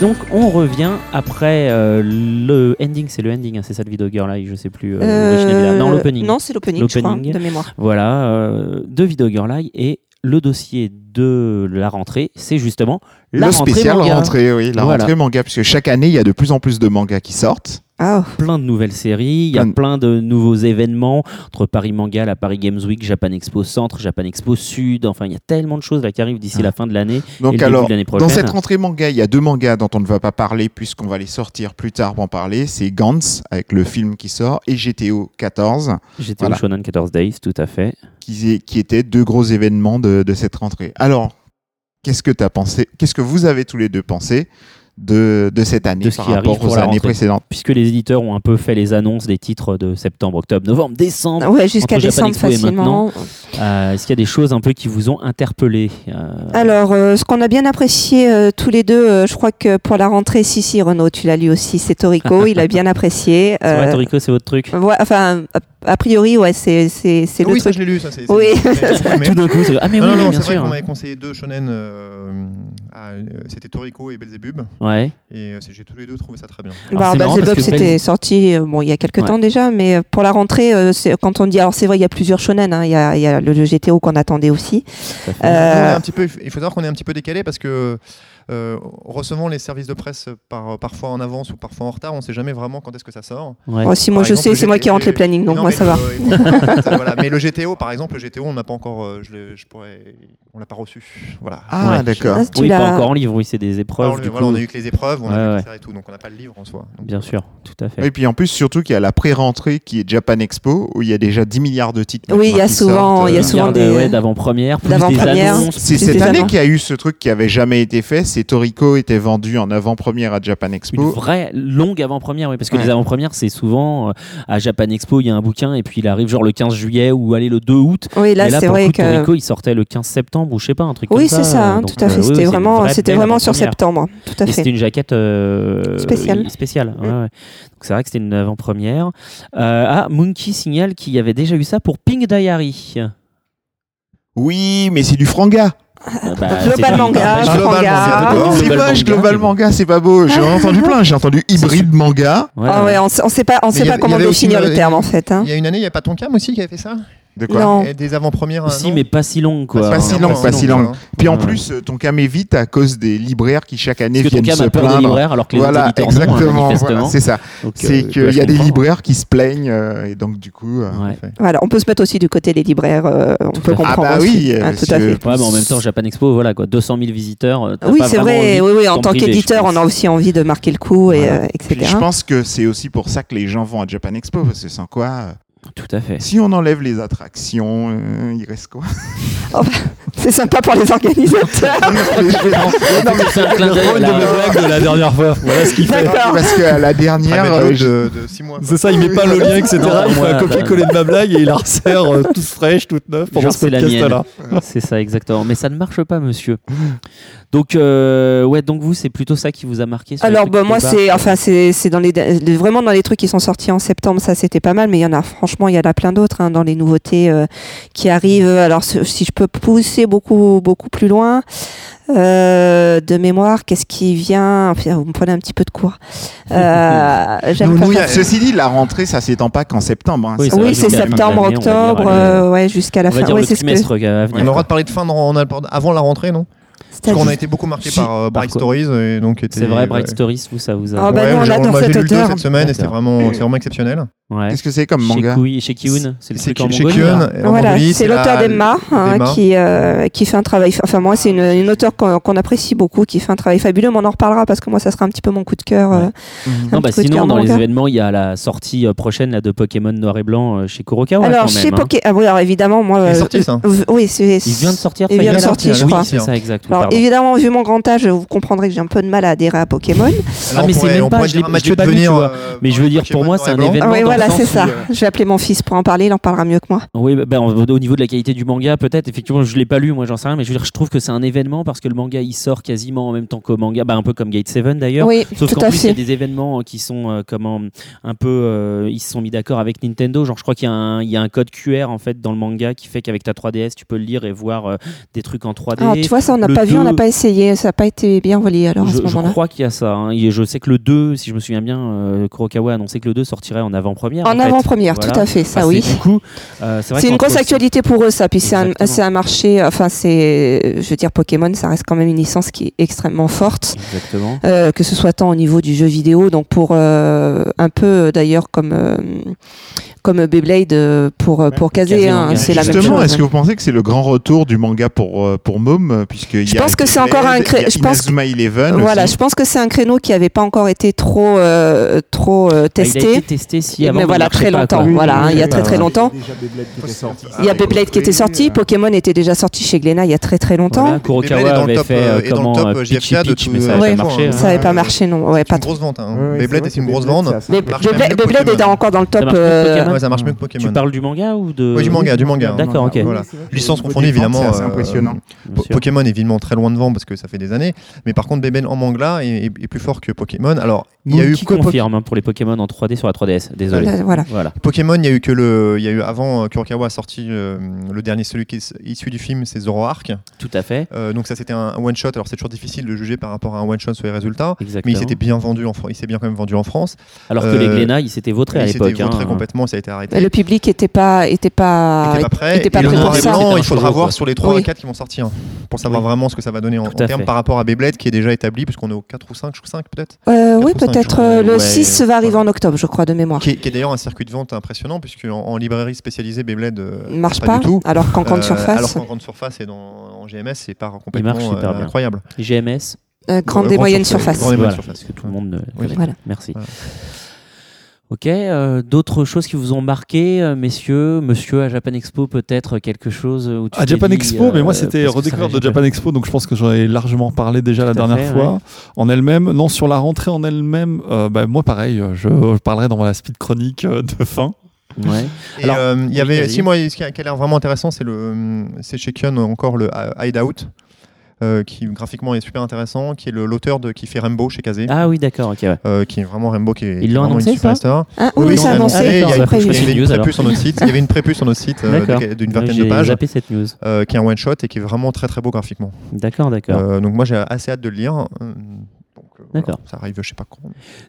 A: donc, on revient après euh, le ending. C'est le ending, hein, c'est ça le vidéo girl là, je sais plus. euh, Original Villa. non, l'opening.
D: Non, c'est l'opening, je crois,
A: L'opening.
D: de mémoire.
A: Voilà, euh, de Video Girl Live et le dossier de la rentrée, c'est justement la
B: le
A: rentrée
B: spécial
A: manga.
B: rentrée, oui, la
A: Voilà.
B: rentrée manga, puisque chaque année, il y a de plus en plus de mangas qui sortent.
D: Ah,
A: Plein de nouvelles séries, il y a
B: Plein de-
A: plein de nouveaux événements entre Paris Manga, la Paris Games Week, Japan Expo Centre, Japan Expo Sud, enfin il y a tellement de choses là qui arrivent d'ici la fin de l'année et
B: Ah. Donc
A: le
B: alors,
A: début de l'année
B: dans
A: prochaine.
B: cette rentrée manga, il y a deux mangas dont on ne va pas parler puisqu'on va les sortir plus tard pour en parler. C'est Gantz avec le film qui sort et GTO 14
A: J'étais
B: Voilà.
A: au Shonen 14 Days, tout à fait.
B: qui, qui étaient deux gros événements de, de cette rentrée. Alors, qu'est-ce que tu as pensé Qu'est-ce que vous avez tous les deux pensé de, de cette année
A: De ce
B: par
A: qui arrive
B: rapport
A: pour
B: aux
A: la
B: années
A: rentrée.
B: précédentes
A: Puisque les éditeurs ont un peu fait les annonces des titres de septembre, octobre, novembre, décembre,
B: Ah
D: ouais, jusqu'à
A: Entre Japan
D: décembre
A: Expo et
D: facilement.
A: euh, est-ce qu'il y a des choses un peu qui vous ont interpellé euh,
D: Alors, euh, ce qu'on a bien apprécié euh, tous les deux, euh, je crois que pour la rentrée, si, si, Renaud, tu l'as lu aussi, c'est Toriko, il a bien apprécié.
A: C'est vrai,
D: euh,
A: Toriko, c'est votre truc
D: ouais, enfin, a, a priori, ouais, c'est c'est- c'est le
E: Oui, ça,
D: truc.
E: je l'ai lu. Ça, c'est,
D: Oui.
E: c'est- mais-
A: Tout d'un coup, c'est- ah mais
E: Non,
A: oui,
E: non,
A: oui,
E: non,
A: bien
E: c'est vrai
A: sûr.
E: qu'on m'avait conseillé deux shonen. euh, à, euh, c'était Toriko et Belzebub.
A: Ouais.
E: Et euh, c'est- j'ai tous les deux trouvé ça très bien.
A: Alors,
D: Bah,
A: Ah, c'est marrant
D: Beelzebub,
A: parce que
D: c'était
A: Bel-
D: sorti euh, bon, il y a quelques
A: Ouais.
D: temps déjà, mais euh, pour la rentrée, euh, c'est- quand on dit. Alors, c'est vrai, il y a plusieurs shonen, hein, il y, a, il y a le le GTO qu'on attendait aussi.
A: fait.
E: On est
D: Euh,
E: un petit peu- il faut savoir qu'on est un petit peu décalé parce que euh, recevant les services de presse par, parfois en avance ou parfois en retard, on ne sait jamais vraiment quand est-ce que ça sort.
B: Oh,
A: Ouais.
D: bon, si moi oh,
E: Par
D: je
E: exemple,
D: sais,
E: le
D: c'est moi
E: GT
D: qui rentre les plannings, donc
E: Non,
D: moi
E: mais
D: ça
E: le-
D: va.
E: et- voilà. Mais le GTO, par exemple, le GTO, on n'a pas encore, euh, je, l'ai- je pourrais, on l'a pas reçu. Voilà.
B: Ah,
A: Ouais.
B: d'accord.
D: Ah, tu
A: Oui, pas
D: l'as-
A: encore en livre, oui, c'est des
E: Ah,
A: épreuves.
E: on,
A: du
E: voilà,
A: coup.
E: on a eu que les épreuves, on
A: Ouais,
E: a eu
A: ouais.
E: les serres et tout, donc on n'a pas le livre en soi. Donc,
A: Bien sûr, tout à fait.
B: Et puis en plus, surtout qu'il y a la pré-rentrée qui est Japan Expo où il y a déjà 10 milliards de titres.
D: Oui, il y a
B: qui
D: souvent-
B: sortent,
D: il y a
B: euh,
D: souvent- hein.
A: Regarde,
D: des-
A: ouais, d'avant-première, plus des
D: d'avant-première.
A: annonces.
B: C'est
D: Plus
B: cette
D: des
B: année
D: annonces.
B: qu'il y a eu ce truc qui avait jamais été fait. C'est Toriko était vendu en avant-première à Japan
A: Une
B: Expo.
A: vraie longue avant-première, oui, parce que
B: Ouais.
A: les avant-premières, c'est souvent euh, à Japan Expo, il y a un bouquin et puis il arrive genre le 15 juillet ou allez le 2 août.
D: Oui, là,
A: et là,
D: c'est
A: pour le
D: vrai
A: coup,
D: que.
A: Toriko, il sortait le 15 septembre ou je sais pas, un truc comme
D: Oui,
A: ça.
D: c'est ça,
A: euh,
D: hein,
A: donc,
D: tout à
A: euh,
D: fait.
A: oui,
D: C'était
A: c'est une
D: vraiment,
A: vraie
D: c'était
A: belle
D: vraiment sur
A: avant-première.
D: septembre, tout à
A: Et
D: fait.
A: C'était une jaquette euh,
D: Spéciale.
A: spéciale, ouais,
D: Mm.
A: ouais. Donc c'est vrai que c'était une avant-première. Euh, ah, Monkey signale qu'il y avait déjà eu ça pour Pink Diary.
D: Ah,
B: Oui, mais c'est du franga.
A: Ah, bah, c'est
D: Global
A: du-
D: manga, Ah,
E: Global
D: manga.
E: manga.
B: c'est
A: Oh, Global
B: moche,
A: manga,
B: global
A: c'est bon.
B: manga, c'est pas beau. J'en ai entendu plein. J'ai entendu hybride manga.
A: Ouais,
D: Ah
A: ouais.
D: ouais, on sait, on sait pas, on
E: il
D: sait
E: y
D: pas
E: avait-
D: comment
E: il y avait
D: définir
E: aussi
D: le
E: une-
D: terme en fait. hein.
E: Il y a une année, il n'y a pas Tonkam aussi qui avait fait ça
B: De quoi
D: Non.
E: Et Des avant-premières.
A: Si,
E: non
A: mais pas si longue quoi.
B: Pas si
A: Hein.
B: longue,
E: non,
B: pas
E: non,
B: si
E: non,
B: longue.
E: non.
B: Puis en
A: Ouais.
B: plus, euh, ton cam est vite à cause des libraires qui chaque année
A: Parce que ton
B: viennent
A: cam
B: se
A: a peur des
B: plaindre.
A: libraires alors que les
B: Voilà,
A: autres éditeurs non, hein,
B: exactement.
A: manifestement.
B: voilà, c'est ça.
A: Donc,
B: C'est
A: euh,
B: qu'il y a
A: je
B: des
A: comprends.
B: libraires qui se plaignent euh, et donc du coup. euh,
A: Ouais.
D: Voilà, on peut se mettre aussi du côté des libraires, euh, on peut
A: à fait.
B: Ah
D: comprendre
B: bah
D: aussi.
B: oui, euh,
D: hein,
B: parce
D: tout à
B: que-
D: fait.
A: Ouais, mais en même temps, Japan Expo, voilà quoi, 200 000 visiteurs. euh, t'as
D: Oui,
A: pas
D: c'est
A: vraiment
D: vrai.
A: envie
D: Oui, oui,
A: d'en
D: en tant
A: priver, je
D: qu'éditeur,
A: pense.
D: on a aussi envie de marquer le coup, et,
A: Voilà.
D: euh,
B: Puis
D: etc.
B: je pense que c'est aussi pour ça que les gens vont à Japan Expo parce que sans quoi, euh,
A: Tout à fait.
B: si on enlève les attractions, euh, il reste quoi
D: C'est sympa pour les organisateurs.
A: Non, mais c'est un clin d'œil,
C: Drôle de
A: là.
C: mes blagues de la dernière fois. Voilà ce qu'il fait.
D: D'accord.
B: Parce qu'à la dernière,
E: Ah, mais
B: euh,
E: de-
B: je-
E: de 6 mois.
C: C'est ça, il met pas le lien, etc.
A: Non,
C: il fait
A: moi,
C: un
G: bah,
C: copier-coller de ma blague et il la resserre euh, toute fraîche, toute neuve pendant
A: Genre,
C: ce
A: c'est la mienne.
C: podcast-là.
A: C'est ça, exactement. Mais ça ne marche pas, monsieur. Donc, euh, ouais, donc vous, c'est plutôt ça qui vous a marqué sur les
D: Alors
A: trucs
D: bah,
A: qui
D: moi
A: débarquent.
D: c'est enfin c'est c'est dans les les- vraiment dans les trucs qui sont sortis en septembre ça c'était pas mal mais il y en a franchement il y en a plein d'autres hein, dans les nouveautés euh, qui arrivent alors ce- si je peux pousser beaucoup beaucoup plus loin euh, de mémoire qu'est-ce qui vient Enfin, vous me prenez un petit peu de cours euh, j'aime pas
B: Nous,
D: faire-
B: ceci dit, la rentrée, ça s'étend pas qu'en septembre. hein.
A: Oui,
B: Ça-
A: ça va
D: oui c'est
A: jusqu'à la fin de
D: septembre
A: l'année, on va dire,
D: octobre
A: allez,
D: euh, ouais jusqu'à la
A: On va
D: fin
A: dire
D: ouais
A: le
D: c'est ce que
A: trimestre à
E: On a le
A: venir.
E: droit de parler de fin dans- en abord- avant la rentrée, non Parce qu'on a
D: c'est-
E: été beaucoup marqué
A: Si,
E: par euh,
A: par
E: Bright
A: quoi
E: Stories. et donc était-
A: C'est vrai,
E: ouais.
A: Bright Stories, vous, ça vous a.
D: Ah bah
E: Ouais,
D: nous, on
E: j'ai-
D: adore
E: m'a
D: cet
E: vu le deux
D: auteur.
E: cette semaine et c'était vraiment,
B: Et-
E: c'est vraiment exceptionnel.
A: Ouais.
B: Qu'est-ce que c'est comme manga
A: Chez Kui- Chez Kiyun, c'est le
E: C'est
A: truc en
E: chez
A: Mongolie,
E: Kyun,
A: là.
E: et en
D: Voilà,
E: Mongolie,
D: c'est
E: la-
D: l'auteur d'Emma hein,
E: d'Emma.
D: qui, euh, qui fait un travail. Enfin, moi, c'est une, une auteure qu'on qu'on apprécie beaucoup, qui fait un travail fabuleux, mais on en reparlera parce que moi, ça sera un petit peu mon coup de cœur. euh, un
B: Mhm.
A: Non, bah
D: petit peu de cœur
A: sinon, dans les
D: manga.
A: événements, il y a la sortie euh, prochaine là, de Pokémon Noir et Blanc euh, chez Kurokawa.
D: alors,
A: quand même,
D: chez
A: hein.
D: Poké. Ah oui, alors évidemment, moi.
E: Il est
D: euh,
E: sorti, ça
D: euh, Oui, c'est.
A: Il vient de sortir,
D: Il
A: ça,
D: vient
A: y
D: de
A: est
D: sortir, je
A: Oui,
D: crois.
A: c'est ça, exact. oui,
D: Alors,
A: pardon.
D: évidemment, vu mon grand âge, vous comprendrez que j'ai un peu de mal à adhérer à Pokémon.
E: Alors,
A: mais
E: on
A: c'est
E: pourrait-
A: même
E: on
A: pas,
E: pourrait
A: je
E: dire
A: l'ai-
E: à
A: je
E: Mathieu
A: l'ai pas
E: de
A: vu,
E: venir,
A: tu vois.
E: euh,
A: Mais je veux dire,
E: Pokémon
A: pour moi,
E: Noir et
A: c'est un
E: Blanc.
A: événement
D: Ah oui,
A: dans
D: voilà, Voilà,
C: attends
D: c'est
C: si,
D: ça.
C: euh,
D: Je vais appeler mon fils pour en parler, il en parlera mieux que moi.
A: Oui, bah, bah, au au niveau de la qualité du manga, peut-être. Effectivement, je l'ai pas lu, moi, j'en sais rien, mais je veux dire, je trouve que c'est un événement parce que le manga il sort quasiment en même temps qu'au manga, bah, un peu comme Gate 7 d'ailleurs.
D: Oui,
A: Sauf
D: tout
A: qu'en
D: à
A: plus, il y a
D: fait.
A: des événements euh, qui sont euh, comment un peu. euh, ils se sont mis d'accord avec Nintendo. Genre, je crois qu'il y, a un- il y a un code QR en fait dans le manga qui fait qu'avec ta 3DS, tu peux le lire et voir euh, des trucs en 3D.
D: Alors, Ah, tu vois, ça, on n'a
A: le
D: pas vu, on n'a
A: deux-
D: pas essayé, ça n'a pas été bien relié alors à
A: je,
D: ce
A: je
D: moment-là.
A: crois qu'il y a ça. hein. Et je sais que le 2, si je me souviens bien, euh, Kurokawa a annoncé que le 2 sortirait en avant-première.
D: En
A: fait.
D: avant-première,
A: Voilà.
D: tout à fait, ça
A: Enfin, c'est-
D: oui.
A: Du coup, euh, c'est vrai
D: C'est une
A: qu'entre
D: grosse
A: aussi-
D: actualité pour eux, ça. Puis c'est un,
A: Exactement.
D: c'est un marché, enfin, c'est, je veux dire, Pokémon, ça reste quand même une licence qui est extrêmement forte,
A: Exactement.
D: euh, que ce soit tant au niveau du jeu vidéo, donc pour euh, un peu euh, d'ailleurs comme, euh, comme Beyblade euh, pour, euh, pour
A: caser
D: caser, hein,
A: manga.
D: c'est la même
B: Justement,
D: chose.
B: est-ce que vous pensez que c'est le grand retour du manga pour, euh, pour Môme puisque
D: Je pense que c'est encore un cré- je pense
B: Eleven
D: Voilà,
B: aussi.
D: je pense que c'est un créneau qui n'avait pas encore été trop, euh, trop euh,
A: Bah, Il a été
D: testé.
A: testé si avant.
D: mais
A: il
D: voilà,
A: marchait
D: très
A: pas,
D: longtemps.
A: quoi.
D: voilà, hein, il y a
B: oui,
D: très
B: bah,
D: très longtemps. Il y
A: Ah,
G: Ah,
D: a Beyblade qui était
B: Oui,
D: sorti,
B: euh.
D: Pokémon était déjà sorti chez Glénat il y a très très
A: Voilà,
D: longtemps.
E: Beyblade est
A: Kurokawa
E: dans le
A: avait
E: top,
A: fait
E: euh,
A: euh,
E: et dans le
A: comment
E: top,
A: euh,
E: euh,
A: Pitchy
E: JFK de
A: Pitch,
E: tout,
A: mais
E: euh,
A: ça n'a pas
D: ouais.
A: marché. hein.
D: Ça n'avait pas marché, non. Ouais,
E: C'est
D: pas
E: une
D: trop.
E: grosse vente. hein.
G: Ouais, ouais,
E: Beyblade,
G: c'est vrai
E: c'est une
G: que
E: grosse
G: Beyblade,
E: vente.
G: c'est assez-
D: Mais
E: marche même mieux
D: Beyblade
E: que
D: Beyblade
E: Pokémon.
D: était encore dans le top.
A: marche mieux que
D: euh,
A: Pokémon.
E: Ouais, ça marche mieux que
A: Tu
E: Pokémon.
A: parles du manga ou de
E: Ouais, du manga, du manga.
A: D'accord, ok.
E: Voilà. Licence
G: Au niveau
E: confondue,
G: des ventes,
E: évidemment.
G: c'est assez
E: euh,
G: impressionnant.
A: Bien
E: Po-
A: sûr.
E: Pokémon est évidemment très loin devant parce que ça fait des années, mais par contre Beyblade en manga est, est- est plus fort que Pokémon. Alors il y a eu
A: qui
E: que Po-
A: confirme hein, pour les Pokémon en 3D sur la 3DS. Désolé.
D: euh, Voilà.
A: Voilà.
E: Pokémon, il y a eu que le, il y a eu avant euh, Kurokawa a sorti euh, le dernier celui qui est issu du film, c'est Zoroark.
A: Tout à fait.
E: Euh, donc ça c'était un, one shot. Alors c'est toujours difficile de juger par rapport à un one shot sur les résultats, mais
A: Exactement.
E: il s'était bien vendu, en, Fran- il s'est bien quand même vendu en France.
A: Alors que les
E: euh,
A: Glénat, ils s'étaient vautrés à
E: il s'était
A: l'époque. hein.
E: vautré complètement, ça a été arrêté.
D: Mais Euh, Le public était pas, était
E: Il
D: pas,
E: était pas prêt.
D: était pas
E: et le
D: prêt
E: noir
D: pour
E: et
D: ça.
E: blanc,
A: C'était un
E: il faudra
A: cheval, quoi.
E: voir sur les 3
D: Oui.
E: et 4 qui vont sortir pour savoir
A: Oui.
E: vraiment ce que ça va donner en,
A: Tout
E: en
A: à
E: termes
A: fait.
E: par rapport à Beyblade qui est déjà établi puisqu'on est au 4 ou 5, 5 peut-être.
D: Euh, oui,
E: 4 ou 5,
D: peut-être
E: je
D: euh,
E: crois.
D: le
E: Ouais,
D: 6 va arriver
E: voilà.
D: en octobre, je crois, de mémoire.
E: qui est, qui est d'ailleurs un circuit de vente impressionnant puisque en, en librairie spécialisée Beyblade euh,
D: Il marche
E: pas
D: pas,
E: du tout.
D: alors qu'en grande
E: Euh, alors
D: surface,
E: qu'en grande surface et dans, en GMS c'est pas complètement
A: marche super
E: euh,
A: bien.
E: incroyable
A: GMS.
D: euh, grande et moyenne surface.
E: grande et
A: Voilà,
E: moyenne surface
A: parce que tout le monde. ne-
E: Oui.
A: connaît.
D: Voilà.
A: Merci.
E: Voilà.
A: Ok, euh, d'autres choses qui vous ont marqué, euh, messieurs, monsieur à Japan Expo, peut-être quelque chose où tu
C: À
A: t'es
C: Japan
A: dit,
C: Expo,
A: euh,
C: mais moi
A: parce que
C: c'était
A: ça
C: redécouverte de
A: régit-
C: Japan Expo, donc je pense que j'en ai largement parlé déjà la
A: Tout à
C: dernière
A: fait,
C: fois. En elle-même, non, sur la rentrée en elle-même, euh, bah, moi pareil, euh, je, je parlerai dans la speed chronique euh, de fin.
A: Ouais.
E: Et,
A: Alors,
E: euh, il y avait
A: vas-y.
E: si moi ce qui a, qui a l'air vraiment intéressant c'est le euh, c'est chez Kion encore le euh, Hideout euh, qui graphiquement est super intéressant qui est le- l'auteur de qui fait Rainbow chez Kazé
A: Ah oui, d'accord, ok, ouais.
E: euh, qui est vraiment Rainbow qui est, qui est
A: l'ont
E: vraiment
A: annoncé,
E: une
A: ça
E: superstar
D: Hein, oui, oui,
E: on
D: c'est
E: l'a
D: annoncé,
E: annoncé, il y
A: d'accord,
E: a
A: bah,
E: une,
A: faut que je
D: prévu.
A: fasse
E: il y
A: une
E: avait une
A: news,
E: prépuce sur notre site il y avait une prépuce sur notre site euh, de-
A: D'accord.
E: d'une
A: Ouais,
E: vingtaine
A: J'ai
E: de pages
A: zappé cette news.
E: euh, qui est un one shot et qui est vraiment très très beau graphiquement
A: D'accord, d'accord.
E: Euh, donc moi j'ai assez hâte de le lire. Euh, donc, euh, voilà,
A: D'accord.
E: ça arrive je sais pas quand.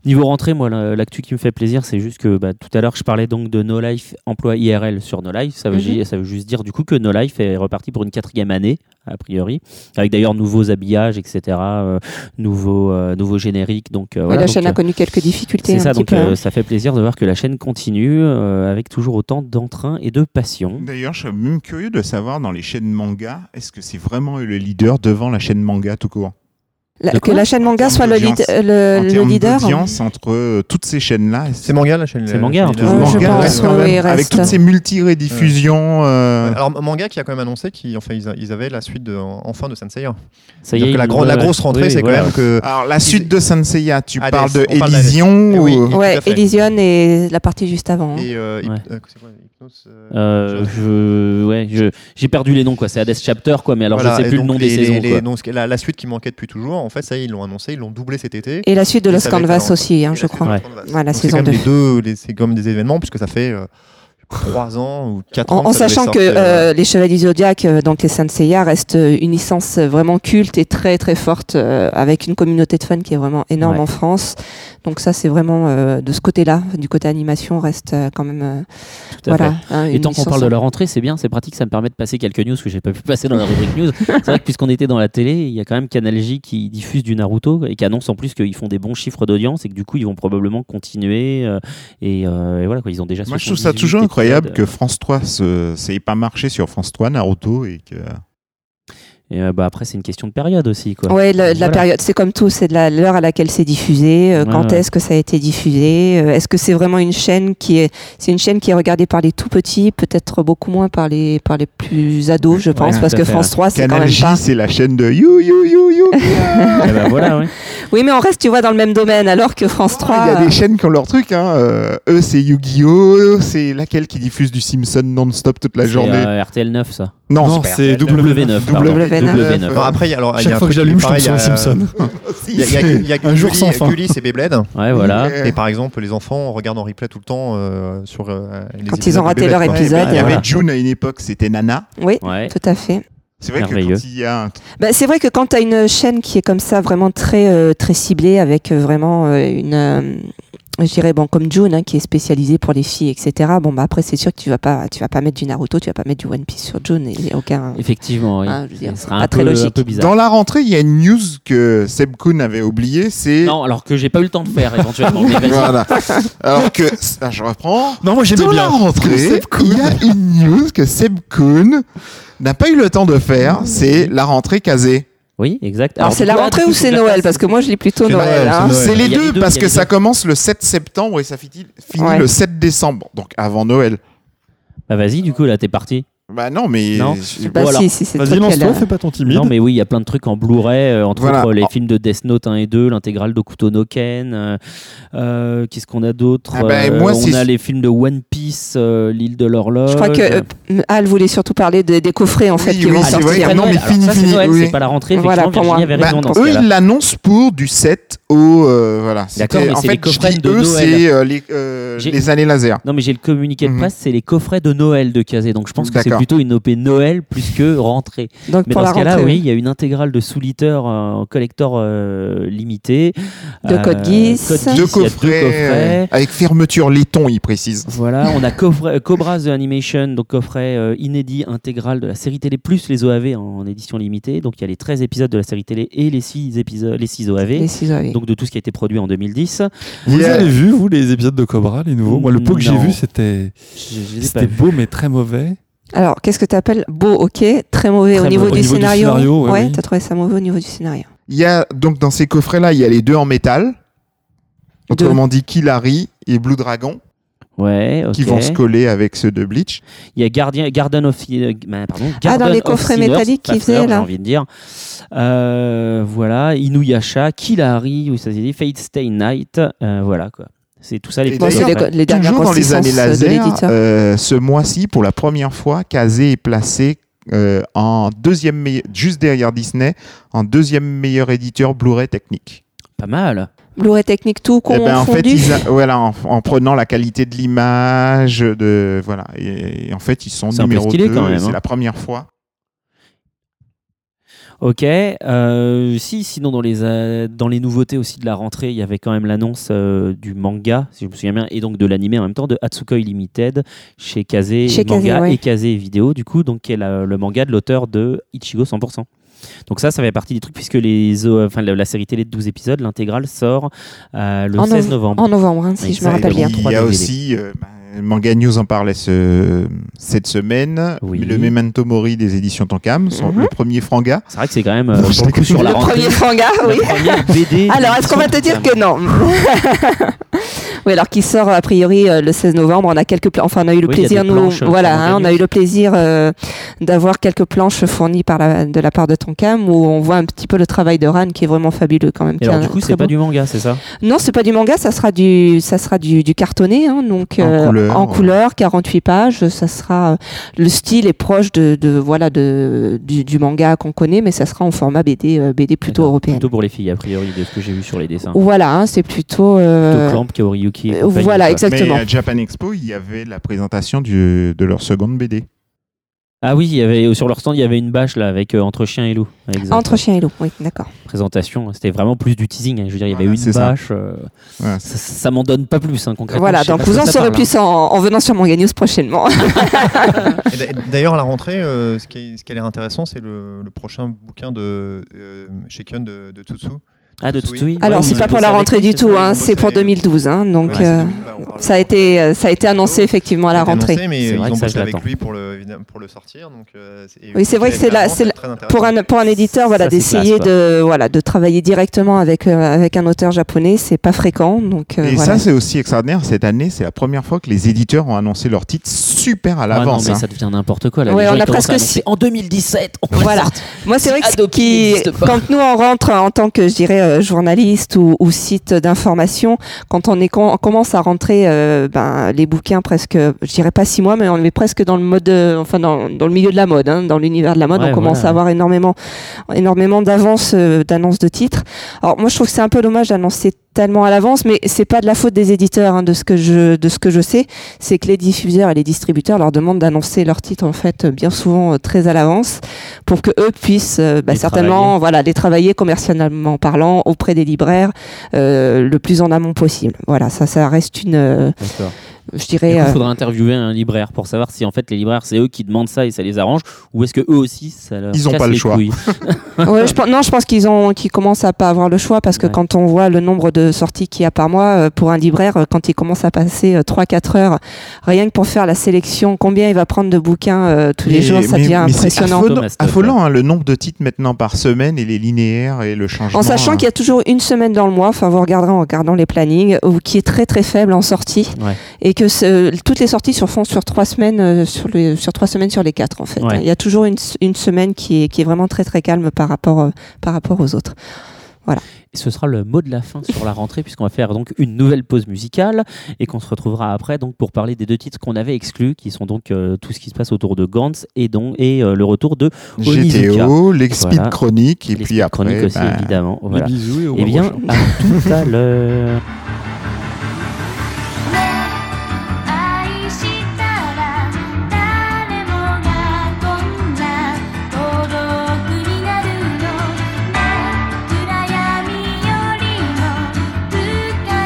A: Niveau rentrée, moi, la- l'actu qui me fait plaisir, c'est juste que bah, tout à l'heure, je parlais donc de No Life emploi IRL sur No Life. Ça veut,
D: Mhm.
A: gi- ça veut juste dire du coup que No Life est reparti pour une quatrième année, a priori, avec d'ailleurs nouveaux habillages, etc., euh, nouveaux, euh, nouveaux génériques. Donc, euh,
D: Ouais,
A: voilà,
D: la
A: donc,
D: chaîne
A: euh,
D: a connu quelques
A: c'est
D: difficultés un
A: ça,
D: petit
A: donc
D: peu.
A: euh,
D: hein.
A: ça fait plaisir de voir que la chaîne continue euh, avec toujours autant d'entrain et de passion.
B: euh, D'ailleurs, je suis même curieux de savoir dans les chaînes manga, est-ce que c'est vraiment le leader devant la chaîne manga tout court
D: La-
A: de
D: que
A: quoi
D: la chaîne manga
B: En
D: soit le,
B: termes
D: lead-
B: d'audience.
D: Euh, le,
B: En
D: le
B: termes
D: leader.
B: d'audience entre euh, toutes ces chaînes-là, est-ce
E: C'est manga la chaîne.
A: C'est
E: la-
A: manga,
E: la-
A: en tout
E: la-
A: cas.
E: la-
D: Euh, je
E: manga,
D: pense,
E: reste quand
D: oui,
E: même.
D: il
B: avec
D: reste.
B: toutes ces multi-rédiffusions. euh,
E: Alors manga qui a quand même annoncé qu'ils enfin, ils a- ils avaient la suite de, en en fin de Senseiya.
A: Ça
E: C'est-à-dire que la,
A: ils-
E: grande- la
A: ouais,
E: grosse
A: ouais.
E: rentrée
A: Oui,
E: c'est
A: voilà.
E: quand même que
B: Alors, la suite de Senseiya, tu
E: Hades,
B: parles de
E: on parle d'Hades.
B: Élision
E: Eh oui.
B: ou... euh,
D: Ouais,
E: Tout à fait.
D: Elysion et la partie juste avant. hein.
E: et euh, Hyp-
A: Ouais.
E: euh, c'est quoi, Hypnos, euh,
A: Euh,
E: je-
A: je- ouais, je- j'ai perdu les noms quoi. C'est Hades Chapter quoi, mais alors
E: Voilà,
A: je
E: et
A: sais plus le
E: donc
A: nom
E: les-
A: des
E: les-
A: saisons.
E: les-
A: quoi.
E: non, ce- la, la suite qui manquait depuis toujours, en fait, ça y est, ils l'ont annoncé, ils l'ont doublé cet été.
D: Et la suite de
E: Et
D: Lost
E: ça va être
D: Canvas
E: en-
D: aussi, hein,
E: Et
D: je
E: la
D: crois.
E: suite
A: Ouais.
E: de Canvas.
D: Ouais, la
E: Donc, c'est
D: saison
E: quand même
D: deux.
E: les deux, les- c'est comme des événements puisque ça fait 3 ans ou 4 ans.
D: En, en
E: que ça devait
D: sachant que
E: sortir, euh,
D: euh, les Chevaliers Zodiac, euh, donc les Senseiya, restent euh, une licence euh, vraiment culte et très très forte, euh, avec une communauté de fans qui est vraiment énorme
A: Ouais.
D: en France. Donc ça, c'est vraiment euh, de ce côté-là, du côté animation, reste euh, quand même euh,
A: Tout à fait.
D: voilà. hein,
A: Et
D: une
A: tant qu'on
D: licence.
A: parle de la rentrée, c'est bien, c'est pratique, ça me permet de passer quelques news que j'ai pas pu passer dans la rubrique news. C'est vrai que puisqu'on était dans la télé, il y a quand même Canal J qui diffuse du Naruto et qui annonce en plus qu'ils font des bons chiffres d'audience et que du coup ils vont probablement continuer. euh, et, euh, et voilà quoi, ils ont déjà.
B: Moi, je trouve ça
A: 78
B: toujours
A: épisodes.
E: euh.
B: incroyable que France 3 se... c'est pas marché sur France 3, Naruto, et que...
A: Et euh, bah, après, c'est une question de période aussi. Quoi.
D: Ouais, la, la
A: Voilà.
D: période, c'est comme tout, c'est de la- l'heure à laquelle c'est diffusé, euh,
A: Ouais,
D: quand
A: ouais.
D: est-ce que ça a été diffusé, euh, est-ce que c'est vraiment une chaîne qui est, c'est une chaîne qui est regardée par les tout petits, peut-être beaucoup moins par les par les plus ados, je pense,
A: tout
D: parce
A: à
D: que
A: fait,
D: France 3 c'est quand
B: Canal
D: même
B: J,
D: pas.
B: c'est la chaîne de you, you, you, you.
A: Eh ben, voilà, ouais.
D: Oui, mais on reste, tu vois, dans le même domaine, alors que France 3.
B: Il y a
D: euh,
B: des chaînes qui ont leur truc. Hein. Euh, eux, c'est Yu-Gi-Oh! C'est laquelle qui diffuse du Simpson non-stop toute la
A: C'est,
B: journée
A: euh, RTL 9, ça.
B: Non,
C: Non,
B: c'est
C: c'est W9.
A: W9. pardon.
D: W9.
A: W9.
E: Alors après, il y a-
C: Ah,
E: alors, il y a
G: Chaque
E: un
G: fois
E: truc,
G: que j'allume, je tombe
E: pareil,
G: sur les
E: il y a-
G: Simpsons.
E: Il y a- il y a- il y a
G: Un jour
E: Gulli-
G: sans fin.
E: Gulli, c'est Beyblade.
D: Ah,
A: Ouais, voilà.
B: Euh,
E: Et par exemple, les enfants regardent en replay tout le temps euh, sur. euh, les
D: Quand ils
E: épisodes
D: ont
E: de
D: raté
E: Beyblade,
D: leur
E: quoi.
B: ouais,
D: épisode,
B: bah, Il y
A: voilà.
B: avait June à une époque, c'était Nana.
D: Oui,
A: Ouais.
D: tout à fait.
B: C'est vrai que
A: Merveilleux.
B: quand il y a un
D: Bah, c'est vrai que quand tu as une chaîne qui est comme ça, vraiment très, euh, très ciblée, avec euh, vraiment euh, une. euh, je dirais, bon, comme June, hein, qui est spécialisée pour les filles, etc. Bon, bah après, c'est sûr que tu vas pas, tu vas pas mettre du Naruto, tu vas pas mettre du One Piece sur June. Il n'y a aucun.
A: Effectivement, oui.
D: Ah, je veux dire,
A: Ce
D: pas
A: sera un
D: très
A: peu,
D: logique.
A: un peu bizarre.
B: Dans la rentrée, il y a une news que Seb Kuhn avait oubliée, c'est...
A: Non, alors que j'ai pas eu le temps de faire éventuellement. mais vas-y.
B: Voilà. Alors que... Ah, je reprends.
G: Non, moi j'aimais
B: Dans
G: bien.
B: la rentrée,
G: Seb Kuhn.
B: il y a une news que Seb Kuhn n'a pas eu le temps de faire, c'est la rentrée casée.
A: Oui, exact.
D: Alors, c'est la
A: toi,
D: rentrée
A: du
D: ou
A: coup,
D: c'est
A: tu l'as
D: Noël
A: pas-
D: Parce que moi, je lis plutôt
G: C'est
D: Noël.
G: Noël,
D: hein.
G: c'est Noël.
B: C'est les
A: Il y a les
B: deux,
A: deux, il
B: parce
A: y a
B: que
A: les
B: ça
A: deux.
B: commence le 7 septembre et ça finit, finit
D: Ouais.
B: le 7 décembre, donc avant Noël.
A: Bah vas-y, du coup, là, t'es parti.
B: Bah non, mais...
A: Non.
B: je-
D: Bah,
A: Bon, alors,
D: si, si, c'est
G: Vas-y,
D: toi qui as
G: lance-toi,
D: la-
G: fais pas ton timide.
A: Non, mais oui, il y a plein de trucs en Blu-ray, euh, entre
B: Voilà.
A: autres euh, les
B: Oh.
A: films de Death Note 1 et 2, l'intégrale d'Okuto no Ken. euh, euh, Qu'est-ce qu'on a d'autre
B: Ah bah,
A: Euh,
B: moi,
A: On
B: c'est-
A: a les films de One Piece, euh, L'île de l'horloge.
D: Je crois que euh, Al voulait surtout parler de- des coffrets, en fait,
B: Oui,
D: qui
B: oui,
D: vont
B: c'est
D: sortir.
B: vrai,
A: Après
B: non,
A: Noël.
B: mais
A: Alors,
B: fini,
A: ça, c'est
B: fini,
A: Noël,
B: oui.
A: c'est pas la rentrée.
D: Voilà,
A: Effectivement,
D: pour
A: Virginie
D: moi.
A: avait
B: Bah,
A: raison dans ce
B: eux,
A: cas-là.
B: ils l'annoncent pour du 7 au. euh, voilà.
A: D'accord,
B: C'était-
A: mais
B: en
A: c'est
B: fait,
A: les coffrets
B: je dis
A: de
B: eux,
A: Noël.
B: c'est euh, les, euh,
A: J'ai-
B: les années laser.
A: Non, mais j'ai le communiqué de
B: Mhm.
A: presse, c'est les coffrets de Noël de Kazé. Donc je pense que c'est
B: D'accord.
A: plutôt une OP Noël plus que rentrée.
D: Donc,
A: Mais
D: pour
A: dans
D: la
A: ce cas-là,
D: rentrée.
A: oui, il y a une intégrale de Soul Eater euh, en collector euh, limité.
D: De Code Geass.
A: Code
D: Deux
A: il y a
B: Deux coffrets, euh,
A: coffrets.
B: avec fermeture laiton, ils précisent.
A: Voilà, on a coffret, euh, Cobras The Animation, donc coffret euh, inédit intégral de la série télé plus les OAV en, en édition limitée. Donc il y a les 13 épisodes de la série télé et les 6 épisodes, les 6 OAV.
D: Les ciseaux, oui.
A: Donc de tout ce qui a été produit en 2010.
C: Vous
B: Yeah.
C: avez vu, vous, les épisodes de Cobra, les nouveaux Moi, le peu que j'ai
A: Non.
C: vu, c'était
A: Je- je les ai pas
C: c'était
A: vus.
C: beau, mais très mauvais.
D: Alors, qu'est-ce que tu appelles beau, ok, très mauvais
A: Très
D: au niveau,
A: mauvais.
D: Du,
C: Au niveau du
D: scénario.
C: scénario, ouais,
D: ouais,
C: oui.
D: t'as trouvé ça mauvais au niveau du scénario.
B: Il y a, donc, dans ces coffrets-là, il y a les deux en métal.
D: Deux.
B: Autrement dit, Killary et Blue Dragon,
A: Ouais, ok.
B: qui vont se coller avec ceux de Bleach.
A: Il y a Guardian, Garden of euh, ben, pardon,
D: Ah, dans
A: Garden
D: les
A: of
D: coffrets
A: Sinners,
D: métalliques qu'ils
A: pas
D: faisaient,
A: Sinners,
D: là.
A: J'ai envie de dire. Euh, voilà, Inuyasha, Killari, ou ça s'est dit, Fate Stay Night. euh, voilà quoi. C'est tout ça les
B: Et
D: Bon,
A: petits
D: c'est
B: d'ailleurs,
D: les,
A: coffrets.
D: les dernières
B: Toujours dans les
D: consistances
B: années
D: de
B: laser,
D: l'éditeur.
B: euh, ce mois-ci, pour la première fois, Kazé est placé euh, en deuxième, meille- juste derrière Disney, en deuxième meilleur éditeur Blu-ray technique.
A: Pas mal.
D: Blu-ray technique tout
B: Eh ben, en fait,
D: confondu.
B: ils a- voilà, en, en prenant la qualité de l'image, de voilà, et, et en fait, ils sont
A: C'est un peu
B: numéro
A: stylé
B: 2,
A: quand même, hein.
B: C'est la première fois.
A: Ok. euh, si, sinon dans les euh, dans les nouveautés aussi de la rentrée, il y avait quand même l'annonce euh, du manga, si je me souviens bien, et donc de l'animé en même temps de Hatsukoi Limited chez Kazé
D: Chez Kazé,
A: manga
D: ouais.
A: et Kazé vidéo du coup, donc qui est la- le manga de l'auteur de Ichigo 100%. Donc ça, ça fait partie des trucs puisque les O- enfin la, la série télé de 12 épisodes, l'intégrale sort euh, le
D: En
A: 16
D: nov-
A: novembre.
D: En novembre, hein, si je me
A: Exactement.
D: rappelle bien.
B: Il
A: Trois
B: y a
A: DVD.
B: aussi euh, bah, Manga News en parlait ce- cette semaine.
A: Oui.
B: Le Memento Mori des éditions Tonkam, son-
D: Mhm.
B: le premier franga.
A: C'est vrai que c'est quand même euh,
B: Non, je
A: pour le coup,
B: déconne.
A: sur la
D: Le
A: rentrée.
D: premier franga, oui.
A: la première BD.
D: Alors, est-ce qu'on va te dire que non Oui, alors qui sort a priori euh, le 16 novembre. On a quelques, pla- enfin, on a eu le
A: Oui, il y a
D: plaisir,
A: des
D: nous,
A: planches, euh,
D: voilà,
A: sur
D: hein, on a
A: Organius.
D: eu le plaisir euh, d'avoir quelques planches fournies par la, de la part de Tonkam où on voit un petit peu le travail de Ran qui est vraiment fabuleux quand même.
A: Et
D: qui est
A: alors
D: un
A: du coup,
D: très
A: c'est pas
D: beau-
A: du manga, c'est ça
D: Non, c'est pas du manga, ça sera du, ça sera du, du cartonné, hein, donc
B: En couleur.
D: en couleur, 48 pages. Ça sera euh, le style est proche de, de voilà de du, du manga qu'on connaît, mais ça sera en format BD, euh, BD plutôt
A: D'accord.
D: européen.
A: Plutôt pour les filles a priori de ce que j'ai vu sur les dessins.
D: Voilà, hein, c'est plutôt.
A: Plutôt
D: euh,
A: Clamp, Kaoriyuki. et
D: euh,
A: compagnie,
D: voilà,
A: quoi.
D: exactement.
B: Mais à Japan Expo, il y avait la présentation du- de leur seconde BD.
A: Ah oui, il y avait, sur leur stand, il y avait une bâche là avec euh, entre chien et loup. Exact.
D: Entre chien et loup, oui, d'accord.
A: présentation, c'était vraiment plus du teasing. hein. Je veux dire, il y avait
B: Voilà,
A: une
B: c'est ça.
A: bâche. euh,
B: Voilà.
A: ça ça m'en donne pas plus hein, concrètement.
D: Voilà,
A: Je sais
D: donc
A: pas
D: vous
A: ce
D: en
A: que ça
D: saurez
A: parle, hein.
D: plus en, en venant sur Manga News prochainement.
E: bah, Et d'a- D'ailleurs, à la rentrée, euh, ce, qui est- ce qui a l'air intéressant, c'est le, le prochain bouquin de euh, Shiken de, de Tutsu.
A: Ah, de Tutsui
E: Ouais,
D: Alors,
A: Ouais,
D: c'est
A: on
D: pas
A: a
D: pour
A: bossé
D: la
A: avec
D: rentrée du
A: Tutsui.
D: tout, hein, c'est pour 2012. hein, donc,
E: c'est
D: euh,
E: 2000, bah, on parle-
D: ça, a été, euh, ça a été annoncé effectivement à la
E: Ça a été
D: rentrée.
E: annoncé, mais
A: C'est
E: ils
A: vrai
E: ont
A: que ça, je
E: bossé avec
A: l'attends.
E: lui pour le, évidemment, pour le sortir. Donc, euh, et-
D: Oui, c'est vrai que c'est la-
E: vraiment,
D: c'est la-
E: très intéressant.
D: Pour un, pour un éditeur,
A: Ça,
D: voilà,
A: c'est
D: d'essayer
A: classe,
D: de, voilà, de travailler directement avec, euh, avec un auteur japonais, c'est pas fréquent. Donc, euh,
B: Et
D: voilà.
B: ça, c'est aussi extraordinaire. Cette année, c'est la première fois que les éditeurs ont annoncé leurs titres super à
A: Ah non,
B: l'avance.
A: mais
B: hein.
A: ça devient n'importe quoi. Là,
D: Ouais,
A: les gens,
D: on a
A: ils commencent à
D: presque
A: annoncer,
D: six-
A: En 2017, on va
D: Voilà.
A: sortir.
D: Moi, c'est vrai que ce
A: Adobe qui
D: qui-
A: n'existe pas.
D: quand nous on rentre en tant que, je dirais, euh, journaliste ou, ou site d'information, quand on, est, con- on commence à rentrer euh, ben, les bouquins presque, je dirais pas six mois, mais on est presque dans le mode, euh, enfin dans, dans le milieu de la mode, hein, dans l'univers de la mode,
A: Ouais,
D: on commence
A: voilà,
D: à avoir énormément, énormément d'avances, euh, d'annonces de titres. Alors moi, je trouve que c'est un peu dommage d'annoncer tellement à l'avance, mais c'est pas de la faute des éditeurs, hein, de ce que je, de ce que je sais, c'est que les diffuseurs et les distributeurs leur demandent d'annoncer leurs titres en fait euh, bien souvent euh, très à l'avance pour que eux puissent euh, bah,
A: Les
D: certainement
A: travailler.
D: voilà les travailler commercialement parlant auprès des libraires euh, le plus en amont possible. Voilà, ça ça reste une euh,
A: D'accord.
D: je
A: Il
D: dirais euh,
A: faudra interviewer un libraire pour savoir si en fait les libraires c'est eux qui demandent ça et ça les arrange ou est-ce que eux aussi ça leur
B: Ils ont
A: casse
B: pas le
A: les
B: choix.
A: couilles.
D: ouais, je pense- non, je pense qu'ils ont qu'ils commencent à pas avoir le choix parce que
A: Ouais.
D: quand on voit le nombre de sorties qu'il y a par mois euh, pour un libraire euh, quand il commence à passer 3 4 heures rien que pour faire la sélection, combien il va prendre de bouquins euh, tous les
B: Mais-
D: jours, ça
B: mais-
D: devient
B: mais c'est
D: impressionnant.
B: affolant-
A: Thomas Todd.
B: Affolant, hein, le nombre de titres maintenant par semaine et les linéaires et le changement.
D: En sachant
B: hein.
D: qu'il y a toujours une semaine dans le mois, enfin vous regarderez en regardant les plannings, euh, ou qui est très très faible en sortie,
A: Ouais.
D: et que ce- toutes les sorties se font sur trois semaines, euh, sur, les- sur trois semaines sur les quatre en fait.
A: Ouais.
D: Il y a toujours une, s- une semaine qui est, qui est vraiment très très calme par rapport, euh, par rapport aux autres.
A: Et ce sera le mot de la fin sur la rentrée puisqu'on va faire donc une nouvelle pause musicale et qu'on se retrouvera après donc pour parler des deux titres qu'on avait exclus qui sont donc euh, tout ce qui se passe autour de Gantz et donc et euh, le retour de
B: GTO, l'Expid
A: Voilà.
B: Chronique, et
A: les
B: puis après.
A: chroniques aussi
B: ben,
A: évidemment.
C: Des
A: Voilà.
C: bisous et au
A: Eh
C: revoir.
A: bien, à tout à l'heure.
F: 愛したら誰もがこんな孤独になるのね暗闇よりも深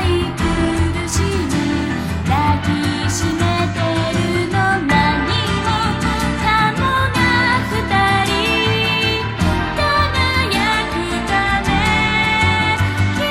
F: い苦しみ抱きしめてるの何もかもが二人輝くためきっと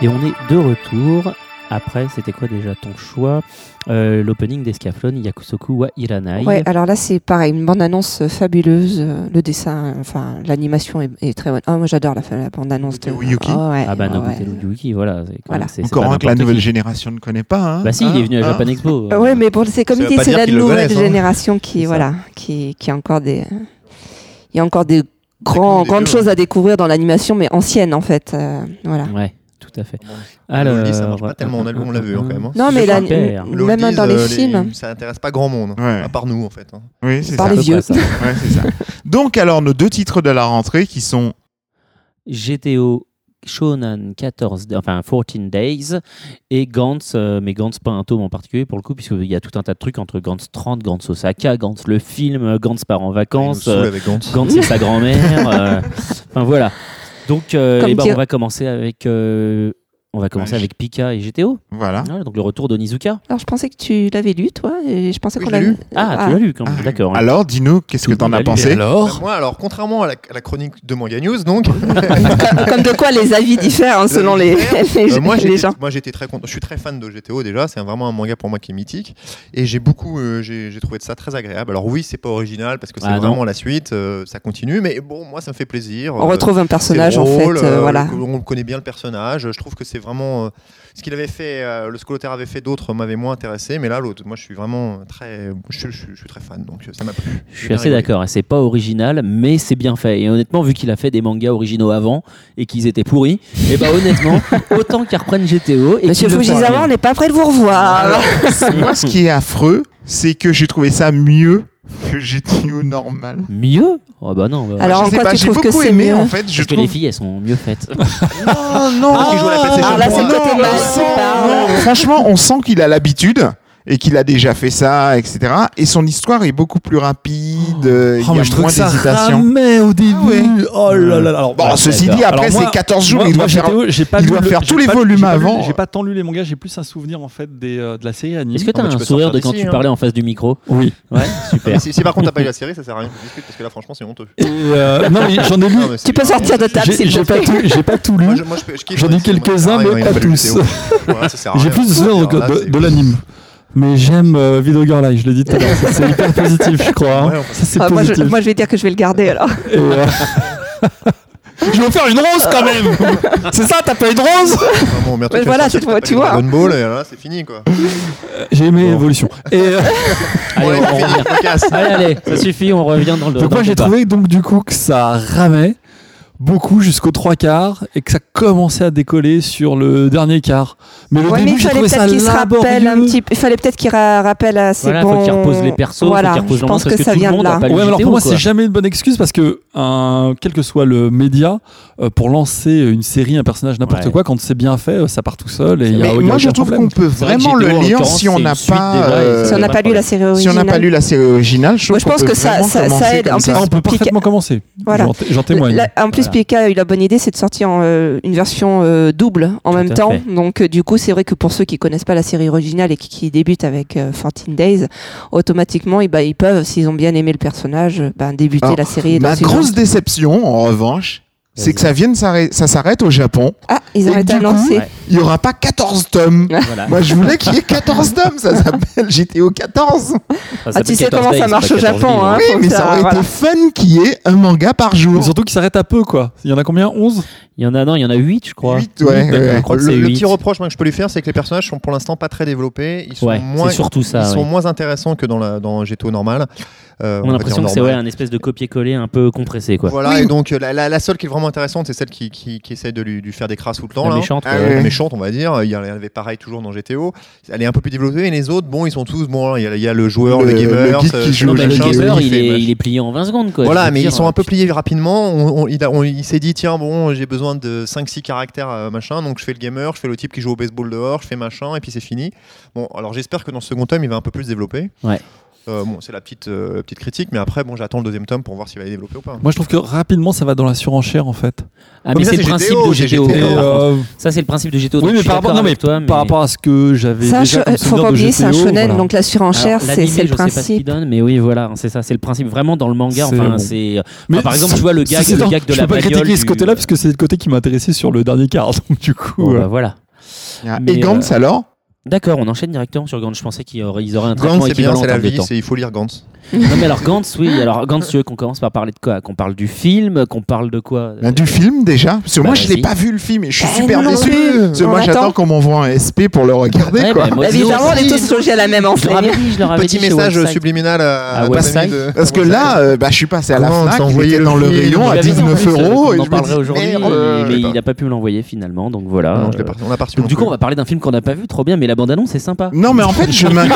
A: Et on est de retour. Après, c'était quoi déjà ton choix Euh, L'opening d'Escaflon, Yakusoku wa Iranai.
D: Ouais, alors là c'est pareil, une bande-annonce fabuleuse, euh, le dessin, euh, enfin l'animation est, est très bonne. Ah, moi j'adore la, la bande-annonce de
B: Nobuteru Yuki.
D: Ah ouais,
A: ah bah
D: ouais.
A: Nobuteru Yuki, voilà. c'est-
D: Voilà.
A: c'est- c'est
B: Encore
A: pas
B: un que la
A: n'importe
B: nouvelle
A: qui.
B: génération ne connaît pas. Hein
A: Bah si, il est venu à
B: Hein
A: Japan Expo.
D: Euh, Ouais, mais bon, c'est comme
E: Ça
D: il
E: veut
D: dit,
E: pas
D: c'est
E: dire
D: la
E: qu'ils le
D: nouvelle
E: connaissent, hein.
D: génération qui,
A: C'est ça.
D: voilà, qui, qui a encore des, il y a encore des grands,
B: des
D: grandes
B: vieux,
D: choses à découvrir dans l'animation, mais ancienne en fait, euh, voilà.
A: Ouais, tout à fait.
E: Bon,
A: Alors,
E: l'oldies, ça marche pas tellement, on a- on l'a vu, hein, quand même, hein.
D: Non, mais
A: Super.
D: là, même
E: L'oldies,
D: dans les
E: euh,
D: films.
E: Ça intéresse pas grand monde,
B: Ouais.
E: à part nous en fait. hein.
B: Oui, c'est
D: Par
B: ça.
D: les
A: C'est
D: vieux.
A: pas ça.
B: Ouais, c'est ça. Donc, alors, nos deux titres de la rentrée qui sont
A: GTO Shonen 14, enfin 14 Days et Gantz, euh, mais Gantz pas un tome en particulier pour le coup, puisqu'il y a tout un tas de trucs entre Gantz 30, Gantz Osaka, Gantz le film, euh, Gantz part en
E: Il nous
A: vacances,
E: saoule
A: euh,
E: avec Gantz.
A: Gantz et sa grand-mère, euh, enfin voilà. Donc euh,
D: Comme
A: eh ben,
D: dire-
A: on va commencer avec euh, on va commencer
E: Bah,
B: Ouais,
A: avec Pika et GTO,
E: Ah.
B: voilà.
A: Voilà, Ah, donc le retour d'Onizuka.
D: Alors je pensais que tu l'avais lu toi, et je pensais
E: Oui,
D: qu'on
E: je l'ai
D: l'avait.
E: lu.
A: Ah,
D: Ah.
A: tu l'as lu quand même,
B: Ah.
A: d'accord.
B: Alors, dis-nous, qu'est-ce que t'en as
A: Tout
B: pensé
E: Bah, moi, alors, contrairement à la, à la chronique de Manga News, donc,
D: Ah, Comme de quoi les avis diffèrent hein, selon les, les,
E: euh, moi,
D: les
E: j'étais-
D: gens.
E: moi, j'étais très content. Je suis très fan de GTO déjà. C'est un- vraiment un manga pour moi qui est mythique. Et j'ai beaucoup, euh, j'ai j'ai trouvé de ça très agréable. Alors oui, c'est pas original parce que c'est
A: Ah, non.
E: vraiment la suite. euh, ça continue, mais bon, moi, ça me fait plaisir.
D: On
E: Euh,
D: retrouve un
E: c'est
D: personnage
E: drôle,
D: en fait, euh,
E: euh,
D: voilà.
E: le- on connaît bien le personnage. Je trouve que c'est vraiment euh, ce qu'il avait fait, euh, le Scolotaire avait fait d'autres m'avait moins intéressé, mais là l'autre, moi je suis vraiment très, je, suis- je suis- je suis très fan, donc euh, ça m'a plu.
A: Je suis assez d'accord, et c'est pas original, mais c'est bien fait. Et honnêtement, vu qu'il a fait des mangas originaux avant et qu'ils étaient pourris, et bah honnêtement, autant qu'ils reprennent GTO et
D: Monsieur
A: qu'ils le fassent
D: Fujisawa, on n'est pas près de vous revoir.
B: Moi, ce qui est affreux, c'est que j'ai trouvé ça mieux que GTO normal.
A: bien. mieux. Oh bah non. bah.
D: Alors,
B: je
D: en
B: sais
D: quoi
B: pas,
D: tu
B: j'ai
D: trouves que
B: beaucoup
D: c'est
B: aimé
D: mieux
B: en fait. Je
A: parce que les
B: trouve.
A: filles, elles sont mieux faites.
B: Non, non.
E: Ah, qui joue à la PlayStation
D: Alors là, bah, c'est
E: Non,
D: le côté hein.
B: non,
D: mal,
B: on
D: c'est
B: sent-
D: pas-
B: non, Franchement, on sent qu'il a l'habitude et qu'il a déjà fait ça, etc. Et son histoire est beaucoup plus rapide. euh, Il
C: Oh,
B: y
C: mais
B: a
C: je trouve
B: moins
C: que ça
B: d'hésitation.
C: ramait au début.
B: ouais.
C: Oh là là là. Alors,
B: Bon,
C: voilà,
B: ceci
C: d'accord.
B: dit, après,
C: Alors, moi-
B: c'est 14 jours,
C: moi-
B: il doit
C: moi,
B: faire-
C: GTO, j'ai pas
B: il
C: lu
B: doit
C: le-
B: faire
C: j'ai
B: tous les
C: pas lu-
B: volumes
C: j'ai pas lu-
B: avant.
C: J'ai pas tant lu les mangas, j'ai plus un souvenir en fait des, euh, de la série anime.
A: Est-ce que t'as
E: bah, tu
A: un
E: peux
A: sourire
E: sortir
A: de quand
E: d'ici,
A: tu
E: hein.
A: parlais en face du micro Oui. Ouais, super.
E: Mais Si, si par contre t'as pas eu la série, ça sert à rien que tu discutes parce que là franchement c'est honteux.
C: Et, euh, non mais j'en ai lu.
E: Non, mais c'est-
D: Tu peux sortir de table
C: J'ai
D: s'il te
C: j'ai pas
D: plaît.
C: tout, j'ai pas tout lu.
E: Moi, je- moi, je peux- je kiffe,
C: J'en ai
E: ouais, c'est- moi,
C: quelques-uns,
E: ça
C: mais
E: arrive,
C: pas
E: ouais,
C: tous.
E: c'est ouf. Voilà, ça sert à
C: J'ai
E: rien.
C: plus de souvenirs
E: Alors là,
C: de,
E: c'est-
C: de l'anime. Mais j'aime euh, Video Girl Live, je l'ai dit tout à l'heure. C'est- C'est hyper positif, je crois. hein.
E: Ouais, enfin,
C: Ça, c'est
D: Ah, moi,
C: positif.
D: je, moi, je vais dire que je vais le garder alors.
C: Et, euh, je vais vous faire une rose quand même C'est ça, t'as pas une rose
E: Ah bon, mais toi,
D: Ouais,
E: tu
D: voilà,
E: vas sortir
D: tu vois-
E: ta
D: tu
E: pelle
D: vois.
E: Dragon Ball, et là, c'est fini quoi.
C: J'ai aimé
A: Bon.
C: Evolution. Et euh,
A: allez,
E: Ouais,
A: on, on
E: fini,
A: revient.
E: on casse.
A: allez, allez, ça suffit, on revient dans le.
C: donc
A: dans
C: moi
A: le
C: j'ai
A: débat.
C: trouvé donc du coup que ça ramait beaucoup jusqu'aux trois quarts et que ça commençait à décoller sur le dernier quart. Mais le
D: Ouais, mais
C: début
D: il
C: j'ai
D: fallait
C: trouvé ça
D: peut-être qu'il se rappelle un
C: laborieux.
D: petit Il fallait peut-être qu'il ra- rappelle à ses
A: Voilà,
D: bons...
A: faut qu'il repose les persos,
D: Voilà,
A: faut qu'il repose
D: je
A: le monde,
D: pense que
A: parce que
D: ça
A: tout le
D: vient de
A: monde
D: là.
A: a pas lu
C: Ouais, mais alors
A: GTO,
C: pour moi,
A: quoi.
C: c'est jamais une bonne excuse parce que, un, quel que soit le média, euh, pour lancer une série, un personnage, n'importe
A: Ouais.
C: quoi, quand c'est bien fait, euh, ça part tout seul. Et il y a-
A: Ah
B: Mais
C: il y a
B: moi, je
C: aucun
B: trouve
C: problème. Ah,
B: qu'on peut
A: C'est vrai que
B: vraiment le
A: GTO, en
B: lire
A: l'occurrence,
B: si on
A: c'est
B: n'a
A: une suite
B: pas.
A: déjà, et
B: euh,
D: Si on n'a
A: pas
D: pas lu
A: de
D: la série
B: si on
D: originale.
B: n'a pas lu la série originale, je,
D: Moi, je
B: trouve
D: pense
B: qu'on
D: que
B: peut
D: ça-
B: vraiment
D: ça- ça
B: commencer
D: aide.
B: comme
D: En
B: ça.
D: plus,
C: Ah, on peut
D: Pika-
C: parfaitement commencer.
D: Voilà.
C: J'en t- J'en témoigne.
D: La- en plus,
A: Voilà.
D: Pika a eu la bonne idée, c'est de sortir en, euh, une version euh, double en
A: Tout
D: même
A: à
D: temps.
A: fait.
D: Donc, euh, du coup, c'est vrai que pour ceux qui connaissent pas la série originale et qui, qui débutent avec euh, 14 Days, automatiquement, eh ben, ils peuvent, s'ils ont bien aimé le personnage, euh, ben, débuter
B: Alors,
D: la série. dans
B: Ma
D: une
B: grosse déception, en revanche, c'est que ça vienne s'arrêt- ça s'arrête au Japon.
D: Ah, ils ont
B: Et
D: été
B: du coup,
D: annoncés.
A: ouais.
B: Il n'y aura pas 14 tomes.
A: Voilà.
B: Moi, je voulais qu'il y ait 14 tomes. Ça s'appelle GTO 14.
A: Ça
D: Ah, tu
A: s'appelle
D: sais
A: 14
D: comment
A: days,
D: ça
A: c'est
D: marche
A: pas
D: au
A: 14
D: Japon,
A: livres,
D: hein.
A: hein.
B: Oui, mais
D: ça,
B: ça aurait
D: voilà.
B: été fun qu'il y ait un manga par
C: Mais
B: jour.
C: surtout qu'il s'arrête à peu, quoi. Il y en a combien 11
A: Il y en a, non, il y en a 8, je crois.
B: Huit, ouais,
A: Huit,
B: ouais.
A: Je crois que c'est
E: le, le
A: 8.
E: petit reproche moi, que je peux lui faire, c'est que les personnages sont pour l'instant pas très développés. Ils sont
A: Ouais,
E: moins,
A: c'est surtout ça.
E: ils
A: ouais.
E: sont moins intéressants que dans, la, dans GTO normal. Euh,
A: On a
E: va
A: l'impression
E: dire
A: que c'est ouais,
E: normal.
A: un espèce de copier-coller un peu compressé, quoi.
E: Voilà,
B: Oui.
E: et donc euh, la, la- la seule qui est vraiment intéressante, c'est celle qui, qui, qui essaie de lui, lui faire des crasses tout le temps.
A: La
E: là.
A: méchante,
B: Ah
A: quoi.
B: ouais.
E: La méchante, on va dire. Il y en avait pareil toujours dans GTO. Elle est un peu plus développée, et les autres, bon, ils sont tous. Bon, il y a, il y a le joueur, le,
B: Le-
E: gamer.
B: le geek
E: ce-
B: qui joue
A: Non,
B: au
A: mais le
B: machin,
E: machin,
A: gamer,
E: celui
A: il
E: qui fait,
A: est,
E: machin.
A: il est plié en 20 secondes, quoi. Je
E: Voilà,
A: veux
E: mais
A: dire,
E: ils sont
A: euh,
E: un peu pliés rapidement. On- on- il a- on- il s'est dit, tiens, bon, j'ai besoin de 5-6 caractères, euh, machin. Donc je fais le gamer, je fais le type qui joue au baseball dehors, je fais machin, et puis c'est fini. Bon, alors j'espère que dans le second tome, il va un peu plus se développer.
A: Ouais.
E: Euh, bon, c'est la petite, euh, petite critique, mais après, bon, j'attends le deuxième tome pour voir s'il va les développer ou pas.
C: Moi, je trouve que rapidement, ça va dans la surenchère, en fait.
A: Ah,
E: mais
A: mais
E: ça,
A: c'est le
E: c'est
A: principe
E: GTO,
A: de GTO.
E: GTO,
C: Et,
A: par contre.
C: euh,
A: Ça, c'est le principe de GTO. donc
C: oui,
A: je
C: mais
A: suis
C: par rapport,
A: d'accord
C: non, Ah, mais
A: avec toi, mais
C: par rapport à ce que j'avais
D: Ça,
C: déjà comme
D: je- euh, faut
C: souvenir
D: pas
C: de
D: oublier, c'est un
C: GTO,
D: shonen,
C: voilà.
D: donc la surenchère,
A: Alors,
D: c'est
A: l'animé,
D: c'est le
A: je sais pas ce qu'il
D: principe.
A: donne, mais oui, voilà, c'est ça, c'est le principe. Vraiment dans le manga,
C: C'est
A: enfin,
C: bon.
A: c'est. euh, enfin,
C: Mais
A: par exemple,
C: c'est-
A: tu vois le gag,
C: c'est-
A: le
C: non,
A: gag de
C: je
A: la
C: peux pas
A: bagnole
C: critiquer ce
A: du-
C: côté-là parce que c'est le côté qui m'intéressait sur le dernier quart. Donc, du coup,
A: Bon, bah,
C: euh,
A: voilà.
B: Il y a
A: Mais,
B: Et Gantz,
A: euh,
B: alors
A: D'accord, on enchaîne directement sur Gantz. Je pensais qu'ils auraient ils auraient un
E: Gantz,
A: traitement
E: c'est bien,
A: équivalent en
E: c'est la
A: termes de
E: vie,
A: temps.
E: c'est- il faut lire Gantz.
A: Non, mais alors Gantz, oui. Alors Gantz, tu veux qu'on commence par parler de quoi Qu'on parle du film Qu'on parle de quoi
B: Ben, Du film déjà Parce que
A: euh, bah,
B: moi je l'ai
A: vas-y.
B: pas vu le film et je suis
D: Ben
B: super
D: non
B: déçu
D: plus.
B: Parce que
D: On
B: moi j'attends
D: attend.
B: qu'on m'envoie un SP pour le regarder
A: Ouais,
B: quoi.
A: bah, moi aussi,
D: Évidemment,
A: aussi,
D: on est tous logés à la même
A: Je leur avais
D: enseigne.
A: dit, je leur avais
E: Petit
A: dit Ah, chez
E: message
A: Website.
E: subliminal à,
A: À
E: à
A: Ah, Website.
E: Mamie de-
B: Parce que
E: à
B: là, euh, bah, je suis passé à la
E: Comment
B: Fnac,
E: t'as
B: il
E: envoyé
B: était dans le
E: le film
B: rayon
A: Il
B: à
A: avait dit,
B: 19
A: on
B: euros et
A: en
B: je me
A: parlerait
B: dis
A: aujourd'hui,
B: merde,
A: mais,
B: euh,
A: mais
E: pas.
A: il n'a pas pu me l'envoyer finalement, donc voilà.
E: Non, je l'ai pas- on l'a pas reçu
A: Ah, Donc
E: non
A: du coup,
E: plus.
A: on va parler d'un film qu'on n'a pas vu, trop bien, mais la bande-annonce est sympa.
B: Non mais en fait je m'in-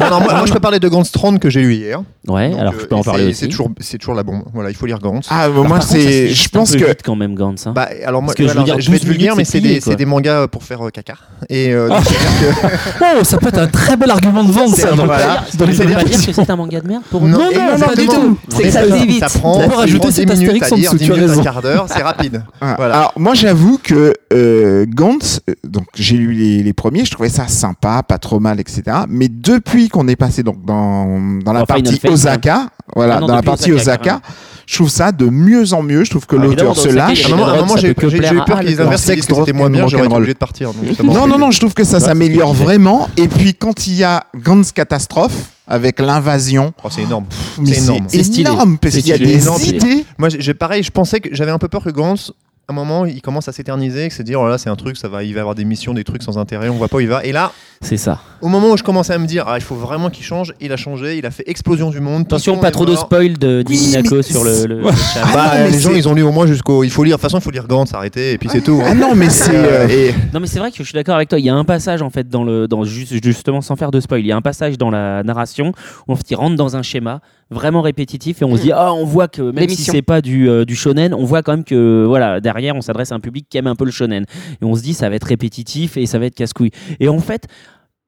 E: Ah non, moi, moi, je peux parler de Gantz 30 que j'ai lu hier.
A: Ouais,
E: Donc,
A: Eh, alors
E: euh,
A: je peux en
E: et
A: parler
E: c'est-
A: aussi.
E: C'est toujours, c'est toujours la bombe. Voilà, il faut lire Gantz.
B: Ah bah,
A: Alors,
B: moi
A: par contre, ça se
B: c'est
A: lit
B: je
A: juste un
B: pense
A: peu
B: que
A: vite quand même Gantz. hein.
E: Bah, alors moi,
A: Parce que je veux
E: alors,
A: dire,
E: je vais
A: 12
E: être vulgaire,
A: minutes,
E: mais
A: c'est
E: c'est
A: plié,
E: des,
A: quoi.
E: c'est des mangas pour faire euh, caca. Et euh, donc, c'est-à-dire que-
C: oh, ça peut être un très bel argument de vente,
E: C'est
C: ça.
E: un
C: dans-
E: voilà.
C: dans les
A: Ça veut pas dire
C: adaptations.
A: que c'est un manga de merde pour
E: Non,
C: non,
E: et-
C: non, non, du
E: exactement.
C: tout.
D: C'est que ça se lit vite.
E: Ça
D: Ça
E: prend,
D: se
E: ça
C: peut
D: prend
E: prend
C: rajouter
E: 10
C: cet
E: minutes
C: astérix
E: à
C: en
E: lire,
C: dessous,
E: 10
C: tu as
E: minutes,
C: raison.
E: un quart d'heure, c'est rapide.
B: Ah,
E: Voilà.
B: Alors moi j'avoue que euh, Gantz, euh, donc j'ai lu les, les premiers, je trouvais ça sympa, pas trop mal, etc. Mais depuis qu'on est passé donc dans, dans la
A: Dans Final
B: partie
A: Fate,
B: Osaka, voilà,
A: Ah non,
B: dans la
A: depuis
B: partie
A: Osaka,
B: Osaka, je trouve ça de mieux en mieux. Je trouve que
A: Ah, évidemment,
B: l'auteur
A: dans
B: se
A: Osaka,
B: lâche.
E: À
A: Et les
E: un moment, à un
A: drogues,
E: moment,
A: ça
E: j'ai
A: peut que
E: j'ai
A: plaire
E: eu
A: à
E: peur
A: Al,
E: qu'ils
A: quoi.
E: inversent et
B: Sexe,
E: que c'était
B: drogue,
E: moins bien, j'aurais été
B: rock'n'roll.
E: obligé de partir. donc, justement.
B: Non, non, non, je trouve que ça
A: Ça,
B: s'améliore vraiment. Et puis quand il y a Gantz catastrophe avec l'invasion,
E: Oh, c'est énorme.
B: pff, mais
E: C'est énorme.
B: c'est
A: C'est stylé.
B: énorme parce
A: C'est
B: qu'il y a
A: stylé.
B: des
A: Énorme.
B: idées.
E: Moi, j'ai- j'ai- pareil, je pensais que j'avais un peu peur que Gantz, à un moment, il commence à s'éterniser, que c'est dire, oh là, là, c'est un truc, ça va, il va avoir des missions, des trucs sans intérêt, on voit pas où il va. Et là,
A: C'est ça.
E: au moment où je commençais à me dire, ah, il faut vraiment qu'il change, il a changé, il a fait explosion du monde.
A: Attention,
E: Tonton
A: pas
E: est
A: trop de
E: mort.
A: spoil de
B: Oui,
A: Diminaco
B: mais
A: sur le, le- le chat.
B: Ah,
E: Bah,
B: non, mais
E: les gens,
B: c'est-
E: ils ont lu au moins jusqu'au. Il faut lire. De toute façon, il faut lire Gantz, arrêter, et puis c'est tout. hein.
B: Ah non, mais c'est euh,
E: et
A: Non mais c'est vrai que je suis d'accord avec toi. Il y a un passage en fait dans le dans juste justement sans faire de spoil, il y a un passage dans la narration où en fait il rentre dans un schéma vraiment répétitif et on se dit ah on voit que même si
D: L'émission.
A: c'est pas du, euh, du shonen, on voit quand même que voilà derrière on s'adresse à un public qui aime un peu le shonen et on se dit ça va être répétitif et ça va être casse couille. Et en fait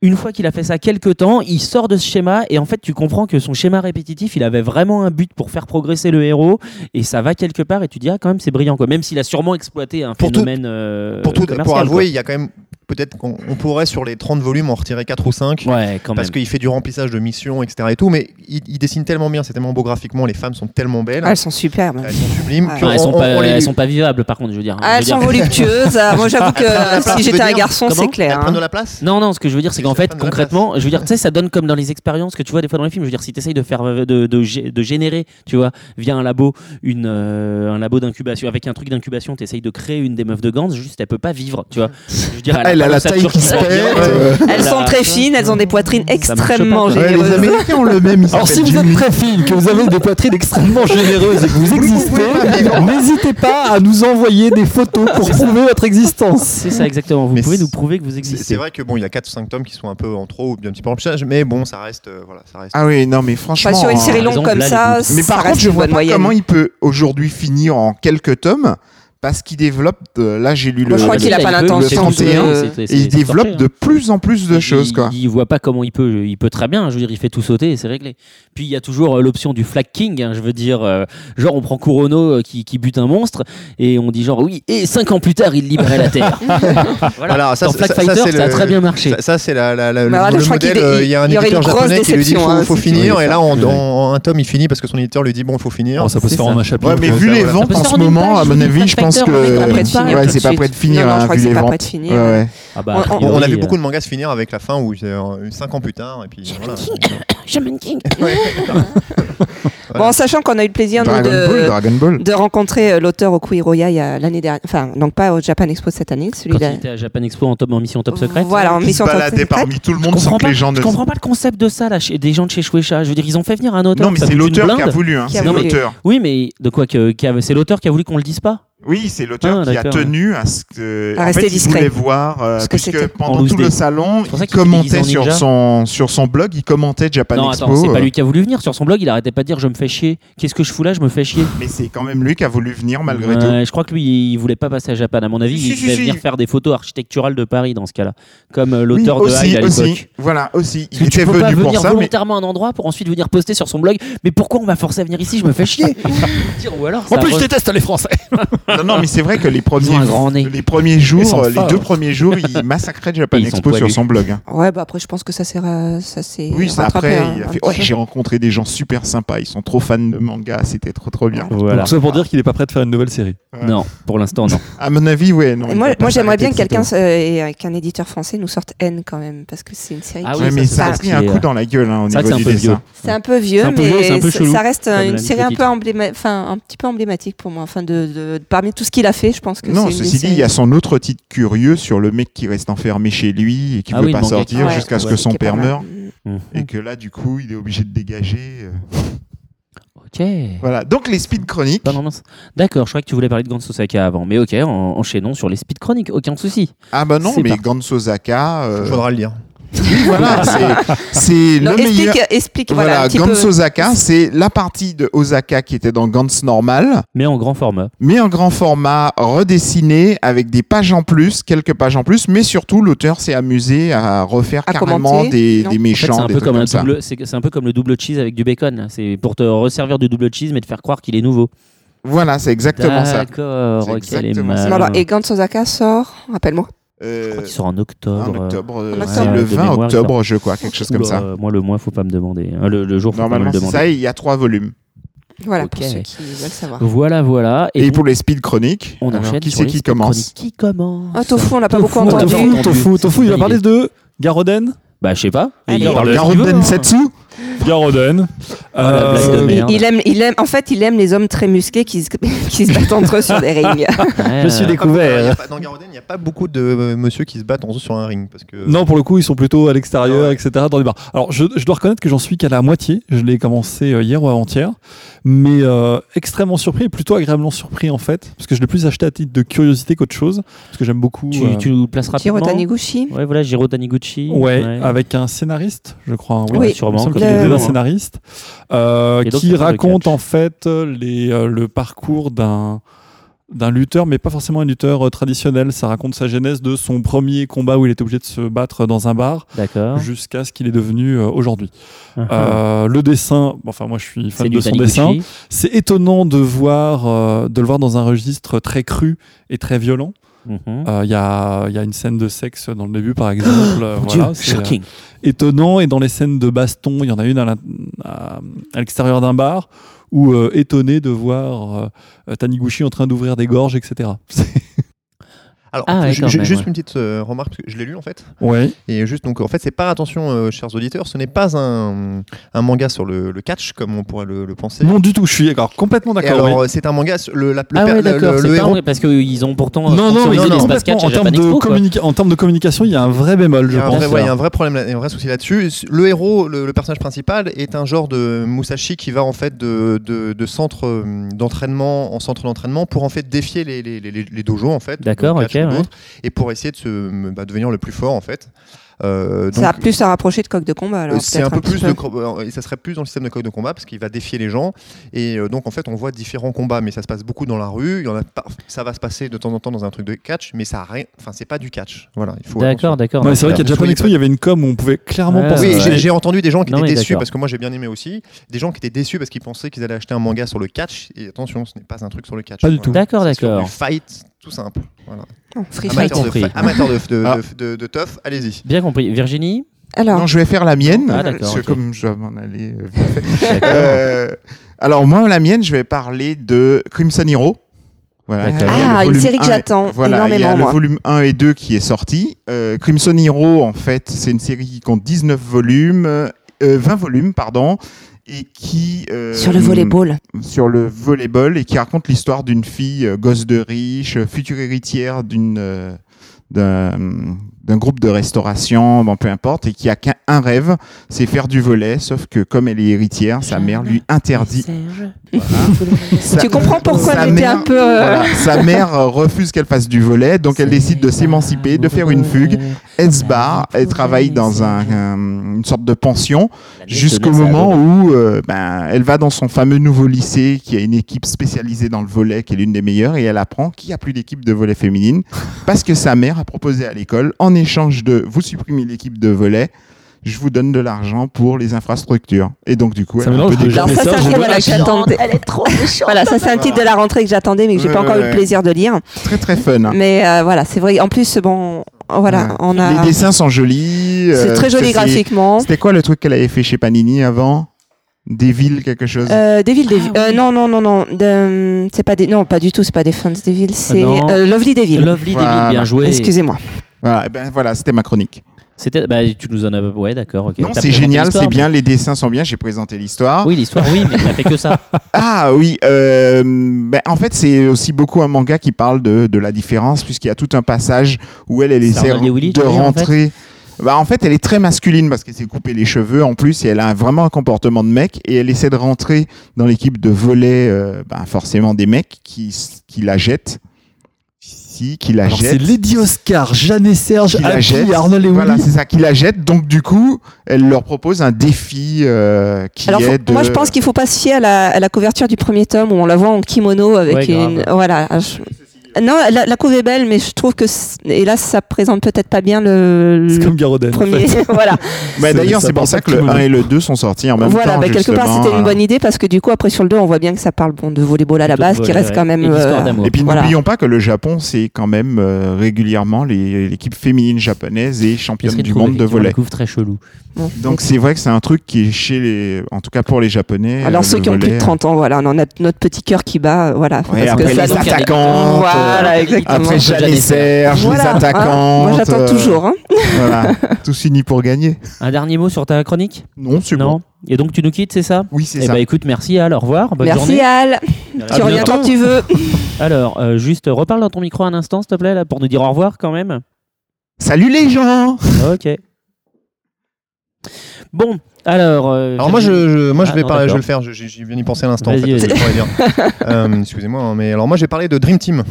A: une fois qu'il a fait ça quelques temps, il sort de ce schéma et en fait tu comprends que son schéma répétitif, il avait vraiment un but pour faire progresser le héros et ça va quelque part et tu te dis ah quand même c'est brillant quoi. Même s'il a sûrement exploité un
E: Pour tout-
A: phénomène euh,
E: pour tout, pour
A: commercial, quoi.
E: avouer, il y a quand même peut-être qu'on on pourrait sur les 30 volumes en retirer 4 ou 5
A: Ouais, quand
E: parce
A: même.
E: qu'il fait du remplissage de missions, etc. Et tout, mais il, il dessine tellement bien, c'est tellement beau graphiquement, les femmes sont tellement belles,
D: Ah, elles sont superbes.
E: elles sont sublimes.
D: Ah,
E: que
A: Non, elles,
E: on-
A: sont
E: on-
A: pas,
E: on les
A: elles
E: lit.
A: sont pas vivables, par contre, je veux dire. hein.
D: Ah, elles
A: Je veux
D: sont
A: dire-
D: voluptueuses. Ah, Moi, j'avoue que
E: prennent de la place,
D: si
E: tu
D: j'étais
E: veux
D: un
E: dire
D: garçon,
E: Comment
D: c'est clair.
E: Elles prennent de
D: hein.
E: la place.
A: Non, non, ce que je veux dire, c'est qu'en
E: Elles
A: fait,
E: prennent de la
A: concrètement, je veux dire, tu sais, ça donne comme dans les expériences que tu vois des fois dans les films. Je veux dire, si tu essayes de faire, euh, de, de, gé- de générer, tu vois, via un labo, une, euh, un labo d'incubation, avec un truc d'incubation, tu essayes de créer une des meufs de Gantz, juste, elle peut pas vivre, tu vois. Je veux dire,
B: Elle a
A: pas
B: la
A: de
B: taille
A: stature
B: qui se
A: très
B: pète,
A: bien.
B: euh.
D: Elles
A: Elle
D: sont
A: a-
D: très fines, elles ont des poitrines
A: Ça marche
D: extrêmement
A: pas, quoi.
B: ouais, les
D: généreuses.
B: Américains ont le même. ils
C: Alors, si
B: s'appellent
C: vous êtes
B: Jimmy.
C: très fine, que vous avez des poitrines extrêmement généreuses et que vous existez, n'hésitez pas à nous envoyer des photos pour prouver votre existence.
A: C'est ça, exactement. Vous
E: Mais
A: pouvez
E: c'est-
A: nous prouver que vous
E: C'est c'est
A: existez.
E: vrai que bon, il y a 4 ou 5 tomes qui sont un peu en trop ou bien un petit peu en pichage, mais bon, ça reste. euh, voilà, ça reste.
B: Ah oui, non, mais franchement.
D: Pas sur une
B: hein.
D: série
A: Par
D: longue
A: exemple,
D: comme
A: là,
D: ça,
A: les-
B: Mais
D: ça
B: par
D: reste
B: contre, je
D: une
B: vois
D: bonne
B: pas
D: moyenne.
B: comment il peut aujourd'hui finir en quelques tomes parce qu'il développe. euh, là, j'ai lu
D: Moi,
B: le.
D: je crois qu'il a
A: là,
D: pas
A: il peut-
D: l'intention euh,
A: c'est-
B: de-
A: c'est- c'est-
B: et il
A: c'est
B: développe
A: torché, hein.
B: de plus en plus de choses,
A: il,
B: quoi.
A: Il voit pas comment il peut. Il peut très bien. Je veux dire, il fait tout sauter et c'est réglé. Puis il y a toujours euh, l'option du flag king. hein, je veux dire, euh, genre on prend Kurono euh, qui, qui bute un monstre et on dit genre oui. Et cinq ans plus tard, il libérait la terre. voilà.
E: Alors, ça,
A: Dans
E: ça-
A: Flag
E: ça,
A: Fighter, ça,
E: c'est
A: a
E: le-
A: très bien marché.
E: Ça, ça, c'est la, la- la- le,
D: Mais alors là,
E: le
D: Bah, je crois qu'il
E: modèle.
D: est-
E: euh, Il y a un
D: il y aurait
E: éditeur
D: une grosse
E: japonais qui lui dit
D: déception,
E: faut,
D: hein,
E: faut
D: si-
E: finir,
B: oui,
E: et là, en,
B: oui.
E: en- en un tome, il finit parce que son éditeur lui dit bon, il faut finir.
C: Oh, ça peut se faire en un chapitre. euh.
B: Ouais, mais
E: Donc,
B: vu
E: ça,
B: les
E: voilà.
A: Ça
B: ventes en
A: peut se
B: ce
A: faire en une
B: moment, à
A: page,
B: mon
A: une
B: avis,
A: page
B: je pense
A: facteur, on est pas près de
B: que.
A: finir
B: Ouais,
A: tout de
B: c'est pas
A: suite.
B: près de
D: Non,
B: finir,
D: non, je
B: hein,
D: crois
B: vu
D: que
B: les
D: c'est pas près
B: ventes.
D: de finir.
B: Ouais, ouais.
A: Ah bah, a
D: on-
E: On, on a vu
A: priori,
E: beaucoup
A: euh,
E: de mangas se finir avec la fin où 5 ans plus tard et puis voilà.
F: Shaman King
D: Bon, en sachant qu'on a eu le plaisir nous,
B: Dragon Ball,
D: de,
B: Dragon Ball.
D: de rencontrer euh, l'auteur Oku Hiroya il y a l'année dernière, enfin, donc pas au Japan Expo cette année, celui
A: euh, Quand il
D: là
A: était à Japan Expo en, top, en mission top secrète.
D: Voilà, en mission
B: baladait
D: secrète.
B: parmi tout le monde
A: comprends
B: sans que
A: pas,
B: les gens
A: je
B: ne.
A: comprends pas le concept de ça là, chez- des gens de chez Shueisha. Je veux dire, ils ont fait venir un auteur.
B: Non, mais
A: ça
B: c'est
A: coûte une
B: l'auteur qui a
A: blinde.
B: voulu, hein.
D: Qui a
B: C'est
D: voulu.
B: l'auteur.
A: Oui, mais de quoi que, qui a- c'est l'auteur qui a voulu qu'on le dise pas.
B: Oui, c'est l'auteur
A: Ah,
B: qui a
A: d'accord,
B: tenu à ce que.
D: À
B: en
D: rester
B: fait,
D: discret.
B: Il voulait voir, euh,
D: Ce que
B: puisque
D: c'était.
A: En
B: pendant
A: loose
B: tout le
A: day.
B: salon,
A: C'est pour ça
B: il
A: qu'il s'est déguisé en
B: commentait sur
A: ninja.
B: son, sur son blog, il commentait Japan
A: non,
B: Expo.
A: attends, c'est pas
B: euh,
A: lui qui a voulu venir. Sur son blog, il arrêtait pas de dire je me fais chier. Qu'est-ce que je fous là Je me fais chier.
B: Mais c'est quand même lui qui a voulu venir malgré tout.
A: Ouais, Je crois que lui, il voulait pas passer à Japan. À mon avis,
B: Si,
A: il
B: si,
A: devait
B: si,
A: venir
B: si.
A: faire des photos architecturales de Paris dans ce cas-là, comme euh,
B: Oui,
A: l'auteur de
B: aussi,
A: Hyde à l'époque.
B: aussi. Voilà, aussi.
A: Parce que
B: Il
A: tu
B: était
A: peux pas
B: venu
A: venir
B: pour ça, mais
A: volontairement à un endroit pour ensuite venir poster sur son blog. Mais pourquoi on m'a forcé à venir ici Je me fais chier. Dire, ou alors,
C: En
A: ça
C: plus, je
A: re-
C: déteste les Français.
B: non, non, mais c'est vrai que les premiers,
A: ont un grand nez.
B: les premiers
C: Ils sont
B: jours, euh, les
C: forts.
B: deux premiers jours, il massacrait Japan
A: Et ils sont
B: Expo sur
A: poilus.
B: son blog. hein.
D: Ouais, bah après, je pense que ça s'est ra- ça s'est
B: Oui, ça,
D: rattrapé
B: après,
D: un-
B: il a
D: un
B: fait
D: petit
B: Ouais,
D: peu.
B: j'ai rencontré des gens super sympas, ils sont trop fans de manga, c'était trop trop bien.
A: Voilà.
C: Donc, ça pour dire qu'il est pas prêt de faire une nouvelle série.
A: Non, pour l'instant, non.
B: À mon avis, ouais, non.
D: Et
B: il
D: moi,
B: va pas
D: moi, j'aimerais
B: s'arrêter
D: bien que
B: de
D: quelqu'un
B: photos.
D: se- et, euh, qu'un éditeur français nous sorte N quand même parce que c'est une série.
A: Ah
D: qui-
A: oui,
B: Ouais, mais
A: ça,
B: ça a
D: c'est
B: pris
A: vrai
B: un
A: que
B: coup
A: c'est,
B: dans la gueule hein, au
A: ça,
B: niveau
A: c'est un
B: du
A: peu
B: dessin.
A: vieux.
D: C'est un peu
A: C'est
D: vieux,
A: un peu
D: mais
A: vieux, c'est un peu
D: ça-
A: chelou,
D: ça reste
A: comme
D: euh,
A: le
D: une série un peu
A: titre.
D: emblématique, enfin un petit peu emblématique pour moi. Enfin, de, de- parmi tout ce qu'il a fait, je pense que
B: Non,
D: c'est une des
B: ceci dit, il y a son autre titre curieux sur le mec qui reste enfermé chez lui et qui
A: Ah
B: veut
A: oui,
B: pas
A: le manga.
B: sortir
A: Ouais,
B: jusqu'à ce
A: ouais,
B: que
D: séries
B: son
D: qui est pas
B: père
D: mal.
B: meure
D: Mm.
A: Mhm.
B: et que là, du coup, il est obligé de dégager. euh,
A: Ok.
B: Voilà. Donc les speed chroniques.
A: Pas dans l'ense- D'accord, je croyais que tu voulais parler de Grand Sosaka avant. Mais ok, en- enchaînons sur les speed chroniques, aucun souci.
B: Ah bah non,
A: C'est
B: mais
A: parti.
B: Gan Sosaka, euh,
E: Il faudra le lire.
B: oui, voilà, c'est- c'est
D: Non,
B: le
D: explique,
B: meilleur.
D: explique, voilà,
B: Voilà,
D: un petit
B: Gans
D: peu.
B: Osaka, c'est la partie de Osaka qui était dans Gans normal,
A: Mais en grand format.
B: mais en grand format redessiné avec des pages en plus, quelques pages en plus, mais surtout l'auteur s'est amusé à refaire
D: À
B: carrément
D: commenter,
B: des,
D: non
B: des
A: En fait,
B: méchants,
A: c'est un
B: des
A: peu
B: trucs
A: comme, un
B: ça.
A: double, c'est, c'est un peu comme le double cheese avec du bacon. là. C'est pour te resservir du double cheese, mais te faire croire qu'il est nouveau.
B: Voilà, c'est exactement
A: D'accord,
B: ça. C'est
A: ok, elle est
B: exactement ça.
D: Non,
A: malin.
D: alors, et Gantz Osaka sort, rappelle-moi.
A: Je
B: Euh,
A: crois qu'il sort en octobre.
B: en octobre, euh,
D: octobre.
B: c'est
A: Ouais,
B: le
A: de
B: 20
A: mémoire, il
B: octobre, je crois, quelque chose comme
A: Oula,
B: ça.
A: euh, Moi, le mois, faut pas me demander. Euh, Le, le jour, faut pas me
B: Normalement,
A: le
B: c'est
A: demander.
B: ça, et il y a trois volumes.
D: Voilà,
A: Ok.
D: pour ceux qui veulent savoir.
A: Voilà, voilà.
B: Et,
A: Et, donc,
B: pour les speed chroniques,
A: on
B: alors,
A: enchaîne
B: qui
A: sur
B: c'est
A: les
B: qui
A: speed chroniques.
B: commence
A: Qui commence
D: Ah, Tofu, on l'a pas beaucoup
A: Tofu,
D: entendu.
A: Tofu,
C: Tofu, Tofu, Tofu, il va
A: Validé.
C: parler de Garoden.
A: Bah, je sais pas.
D: Allez.
A: Il parle de-
C: Garoden.
B: Garoden
C: hein.
B: Setsu
C: Garoden.
A: Ah, la blague
C: Euh,
A: de merde.
D: Il aime, il aime, en fait, il aime les hommes très musclés qui se, qui se battent entre eux sur des rings.
A: Ouais,
C: je suis
A: euh,
C: des- Découvert.
E: Il y a pas- Dans Garoden, il n'y a pas beaucoup de euh, monsieur qui se battent en sur un ring. Parce que
C: Non, pour le coup, ils sont plutôt à l'extérieur, etc., dans les bars. Alors, je, je dois reconnaître que j'en suis qu'à la moitié. Je l'ai commencé euh, hier ou avant-hier, mais euh, extrêmement surpris et plutôt agréablement surpris, en fait, parce que je l'ai plus acheté à titre de curiosité qu'autre chose, parce que j'aime beaucoup. euh,
A: Tu, tu nous places
D: Jiro
A: rapidement.
D: Taniguchi.
A: Ouais, voilà, Jiro Taniguchi.
C: Ouais, avec un scénariste, je crois. hein,
A: Ouais,
C: oui,
A: sûrement,
C: Il me semble
A: comme
C: qu'il y avait
D: tout le
C: un
D: monde.
C: scénariste euh,
A: Et donc,
C: qui
A: c'est pas de
C: raconte
A: catch.
C: en fait euh, les, euh, le parcours d'un d'un lutteur, mais pas forcément un lutteur euh, traditionnel. Ça raconte sa genèse de son premier combat où il était obligé de se battre dans un bar
A: D'accord.
C: jusqu'à ce qu'il est devenu euh, aujourd'hui.
A: Ah,
C: Euh, le dessin, bon, enfin moi je suis fan
A: c'est
C: de
A: du
C: son
A: Taniguchi.
C: dessin. C'est étonnant de voir euh, de le voir dans un registre très cru et très violent.
A: Mhm.
C: Euh, Il y, a, il y a une scène de sexe dans le début par exemple. euh,
A: Mon
C: voilà,
A: Dieu,
C: c'est, euh,
A: shocking.
C: étonnant. Et dans les scènes de baston, il y en a une à la- à à l'extérieur d'un bar où euh, étonné de voir euh, Taniguchi en train d'ouvrir des gorges, etc.
E: Alors,
A: Ah,
E: ju-
A: d'accord,
E: ju-
A: mais
E: juste
A: ouais.
E: une petite euh, remarque, parce que je l'ai lu en fait.
C: Ouais.
E: Et juste, donc en fait, c'est pas attention, euh, chers auditeurs, ce n'est pas un, un manga sur le, le catch comme on pourrait le, le penser.
C: Non du tout, je suis d'accord, complètement
E: Et
C: d'accord.
E: alors,
C: oui.
E: euh, c'est un manga sur le, la, le
A: Ah
E: per-
A: ouais,
E: le-
A: d'accord.
E: le-
A: C'est
E: le
A: pas
E: héros.
A: vrai, parce qu'ils ont pourtant euh,
C: Non, non, mais
A: sponsorisé Ah,
E: non, non,
A: l'espace
C: complètement,
A: catch à
C: en, termes
A: Japan
C: de
A: Expo, quoi.
C: communica- en termes de communication, il y a un vrai bémol,
E: Il y,
C: je
E: a un
C: pense.
E: vrai, ouais, il y
A: hein.
E: a un vrai problème, là- un vrai souci là-dessus. Le héros, le, le personnage principal, est un genre de Musashi qui va en fait de, de, de centre euh, d'entraînement en centre d'entraînement pour en fait défier les, les, les, les- les dojos en fait.
A: D'accord,
E: donc,
A: ok,
E: catch ou
A: ouais.
E: d'autres, Et pour essayer de se, bah, devenir le plus fort en fait. Euh,
D: Ça a plus à rapprocher de coq de combat.
E: Euh,
D: alors,
E: C'est
D: peut-être
E: un peu
D: petit
E: plus de co- euh, et ça serait plus dans le système de code de combat parce qu'il va défier les gens et euh, donc en fait on voit différents combats mais ça se passe beaucoup dans la rue il y en a pas- ça va se passer de temps en temps dans un truc de catch mais ça a rien enfin c'est pas du catch voilà il faut
A: D'accord, d'accord.
C: Non, mais c'est vrai
E: Ouais,
C: qu'à
E: je
C: Japan
E: voulais
C: Expo,
E: pas-
C: il y avait une com où on pouvait clairement
A: Ouais,
C: penser.
E: oui,
A: ouais,
E: j'ai- j'ai entendu des gens qui
A: Non, mais
E: étaient déçus
A: d'accord.
E: parce que moi j'ai bien aimé aussi, des gens qui étaient déçus parce qu'ils pensaient qu'ils allaient acheter un manga sur le catch et attention, ce n'est pas un truc sur le catch.
C: Pas du
E: Voilà.
C: tout.
A: D'accord,
E: C'est sur
A: d'accord.
E: du fight tout simple. Voilà.
D: peu. Oh, Free fight.
E: Amateur de,
A: compris.
E: fi- amateur de, de,
B: Ah.
E: de- de- de teuf, allez-y.
A: Bien compris. Virginie
D: Alors,
B: bah, Non, je vais faire la mienne.
A: Ah, d'accord,
B: parce que
A: ok.
B: comme je dois m'en aller. euh,
A: D'accord.
B: Euh, alors moi, la mienne, je vais parler de Crimson Hero. Voilà,
A: D'accord.
B: Il y a le
D: ah, une
B: volume
D: série que
B: 1 et-
D: j'attends
B: Voilà, il y a
D: énormément,
B: le
D: moi.
B: volume 1 et 2 qui est sorti. Euh, Crimson Hero, en fait, c'est une série qui compte 19 volumes, euh, 20 volumes, pardon, et qui... euh, mm,
D: Sur le volleyball.
B: Sur le volleyball, et qui raconte l'histoire d'une fille euh, gosse de riche, euh, future héritière d'une... euh, d'un d'un groupe de restauration, bon, peu importe, et qui a qu'un un rêve, c'est faire du volet, sauf que comme elle est héritière, sa mère lui interdit. Sa-
D: Tu comprends pourquoi
B: sa
D: j'étais
B: mère-
D: un peu. euh,
B: voilà, sa mère euh, refuse qu'elle fasse du volet, donc elle décide de s'émanciper, de faire une fugue. Elle se barre, elle travaille dans un- un- une sorte de pension jusqu'au moment où euh, ben, elle va dans son fameux nouveau lycée qui a une équipe spécialisée dans le volet qui est l'une des meilleures et elle apprend qu'il n'y a plus d'équipe de volet féminine parce que sa mère a proposé à l'école en échange de vous supprimez l'équipe de volet, je vous donne de l'argent pour les infrastructures. Et donc du coup,
C: Ça
B: elle a un
C: mélange
B: peu
C: de
B: des-
D: Alors ça,
C: J'ai
D: c'est
C: fait
D: un
C: ça,
D: titre,
C: j'ai-
D: voilà, que j'attendais.
G: Elle est trop méchante.
D: Voilà, ça c'est un titre de la rentrée que j'attendais mais que j'ai
B: Ouais,
D: pas encore eu
B: ouais.
D: le plaisir de lire.
B: très très fun. hein.
D: Mais euh, voilà, c'est vrai. En plus, bon, voilà,
B: Ouais.
D: on a.
B: Ah. Les dessins sont jolis.
D: Ah. C'est
B: euh,
D: très joli
B: c'est-
D: graphiquement.
B: C'était quoi le truc qu'elle avait fait chez Panini avant Des villes, quelque chose
D: Euh, Devil, Devil.
G: Ah,
D: euh,
G: oui.
D: Non, non, non, non. de- c'est pas des. Non, pas du tout. C'est pas des Fans
B: Ah
D: Devil. C'est
A: non.
D: euh, Lovely Devil.
A: Lovely David,
B: Voilà.
A: bien joué.
D: Excusez-moi.
B: Voilà, eh ben voilà, c'était ma chronique.
A: C'était, bah, tu nous en as. Ouais, d'accord. ok.
B: non,
A: T'as
B: c'est
A: présenté
B: génial,
A: l'histoire,
B: c'est bien, les dessins sont bien, j'ai présenté l'histoire.
A: mais- Oui, l'histoire, oui, mais t'as fait que ça.
B: Ah oui, euh, ben, en fait, c'est aussi beaucoup un manga qui parle de, de la différence, puisqu'il y a tout un passage où elle, elle
A: C'est
B: essaie
A: Arnold et Willy, tu
B: de
A: veux dire, en
B: rentrer. Bah, en fait, elle est très masculine parce qu'elle s'est coupée les cheveux en plus et elle a vraiment un comportement de mec et elle essaie de rentrer dans l'équipe de volet, euh, ben, forcément des mecs qui, s- qui la jettent. Si, qui la
C: Alors, c'est
B: jettent.
C: Lady Oscar, Jeanne et Serge,
B: Qui la jette.
C: Happy, Arnold et Willy.
B: Voilà, c'est ça qui la jette. Donc, du coup, elle leur propose un défi euh, qui
D: Alors,
B: est
D: faut-
B: de...
D: moi, je pense qu'il faut pas se fier à la, à la couverture du premier tome où on la voit en kimono avec
A: Ouais, grave.
D: une. Voilà. je- Non, la, la couve est belle, mais je trouve que, c- hélas, ça présente peut-être pas bien le,
C: C'est
D: le
C: comme Garodin. en
D: premier.
C: fait.
D: voilà.
B: Mais
C: C'est-
B: Bah, D'ailleurs,
C: ça
B: c'est pour
C: porte
B: ça
C: un
B: que le
C: petit
B: 1 et le 2 sont sortis en même
D: voilà,
B: temps.
D: bah, quelque part,
B: justement,
D: c'était une
B: hein.
D: bonne idée parce que du coup, après sur le 2, on voit bien que ça parle bon, de volleyball à la base, qui reste quand même.
A: Et d'histoire
D: euh,
A: d'amour.
B: Et puis,
D: Voilà.
B: n'oublions pas que le Japon, c'est quand même euh, régulièrement les- l'équipe féminine japonaise et
A: Il
B: championne
A: serait
B: du
A: trop,
B: monde de
A: effectivement,
B: volet.
A: la couve très chelou.
D: bon.
B: Donc, c'est vrai que c'est un truc qui est chez les. En tout cas, pour les Japonais.
D: Alors
B: euh,
D: ceux
B: le
D: qui ont plus de
B: volley,
D: 30 ans, voilà, on en a notre petit cœur qui bat, euh, voilà.
B: Ouais,
D: parce que
B: après,
D: ça,
B: les
D: donc,
A: donc,
B: attaquantes,
A: avec-
D: Voilà, exactement.
B: Après, Jeanne et Serge, les
D: voilà, hein.
B: attaquantes.
D: Moi j'attends
B: euh,
D: toujours. hein.
B: Voilà, tous unis pour gagner.
A: Un dernier mot sur ta chronique
B: Non, c'est bon.
A: Non. Et donc, tu nous quittes, c'est ça
B: Oui, c'est
A: Eh
B: ça.
A: bah, écoute, merci Al, au revoir. Bonne
D: Merci
A: journée.
D: Al,
A: À
D: tu reviens
A: bientôt.
D: quand tu veux.
A: Alors, euh, juste euh, reparle dans ton micro un instant, s'il te plaît, là, pour nous dire au revoir quand même.
B: Salut les gens
A: Ok. Bon, alors. euh,
E: Alors moi je, je- moi je
A: Ah,
E: vais
A: non,
E: parler, je
A: d'accord.
E: vais le faire, je- j'ai j'ai bien y penser à l'instant en
A: Vas-y,
E: fait,
A: vas-y. Ah.
E: je pourrais dire. Euh, excusez-moi hein, mais alors moi j'ai parlé de Dream Team.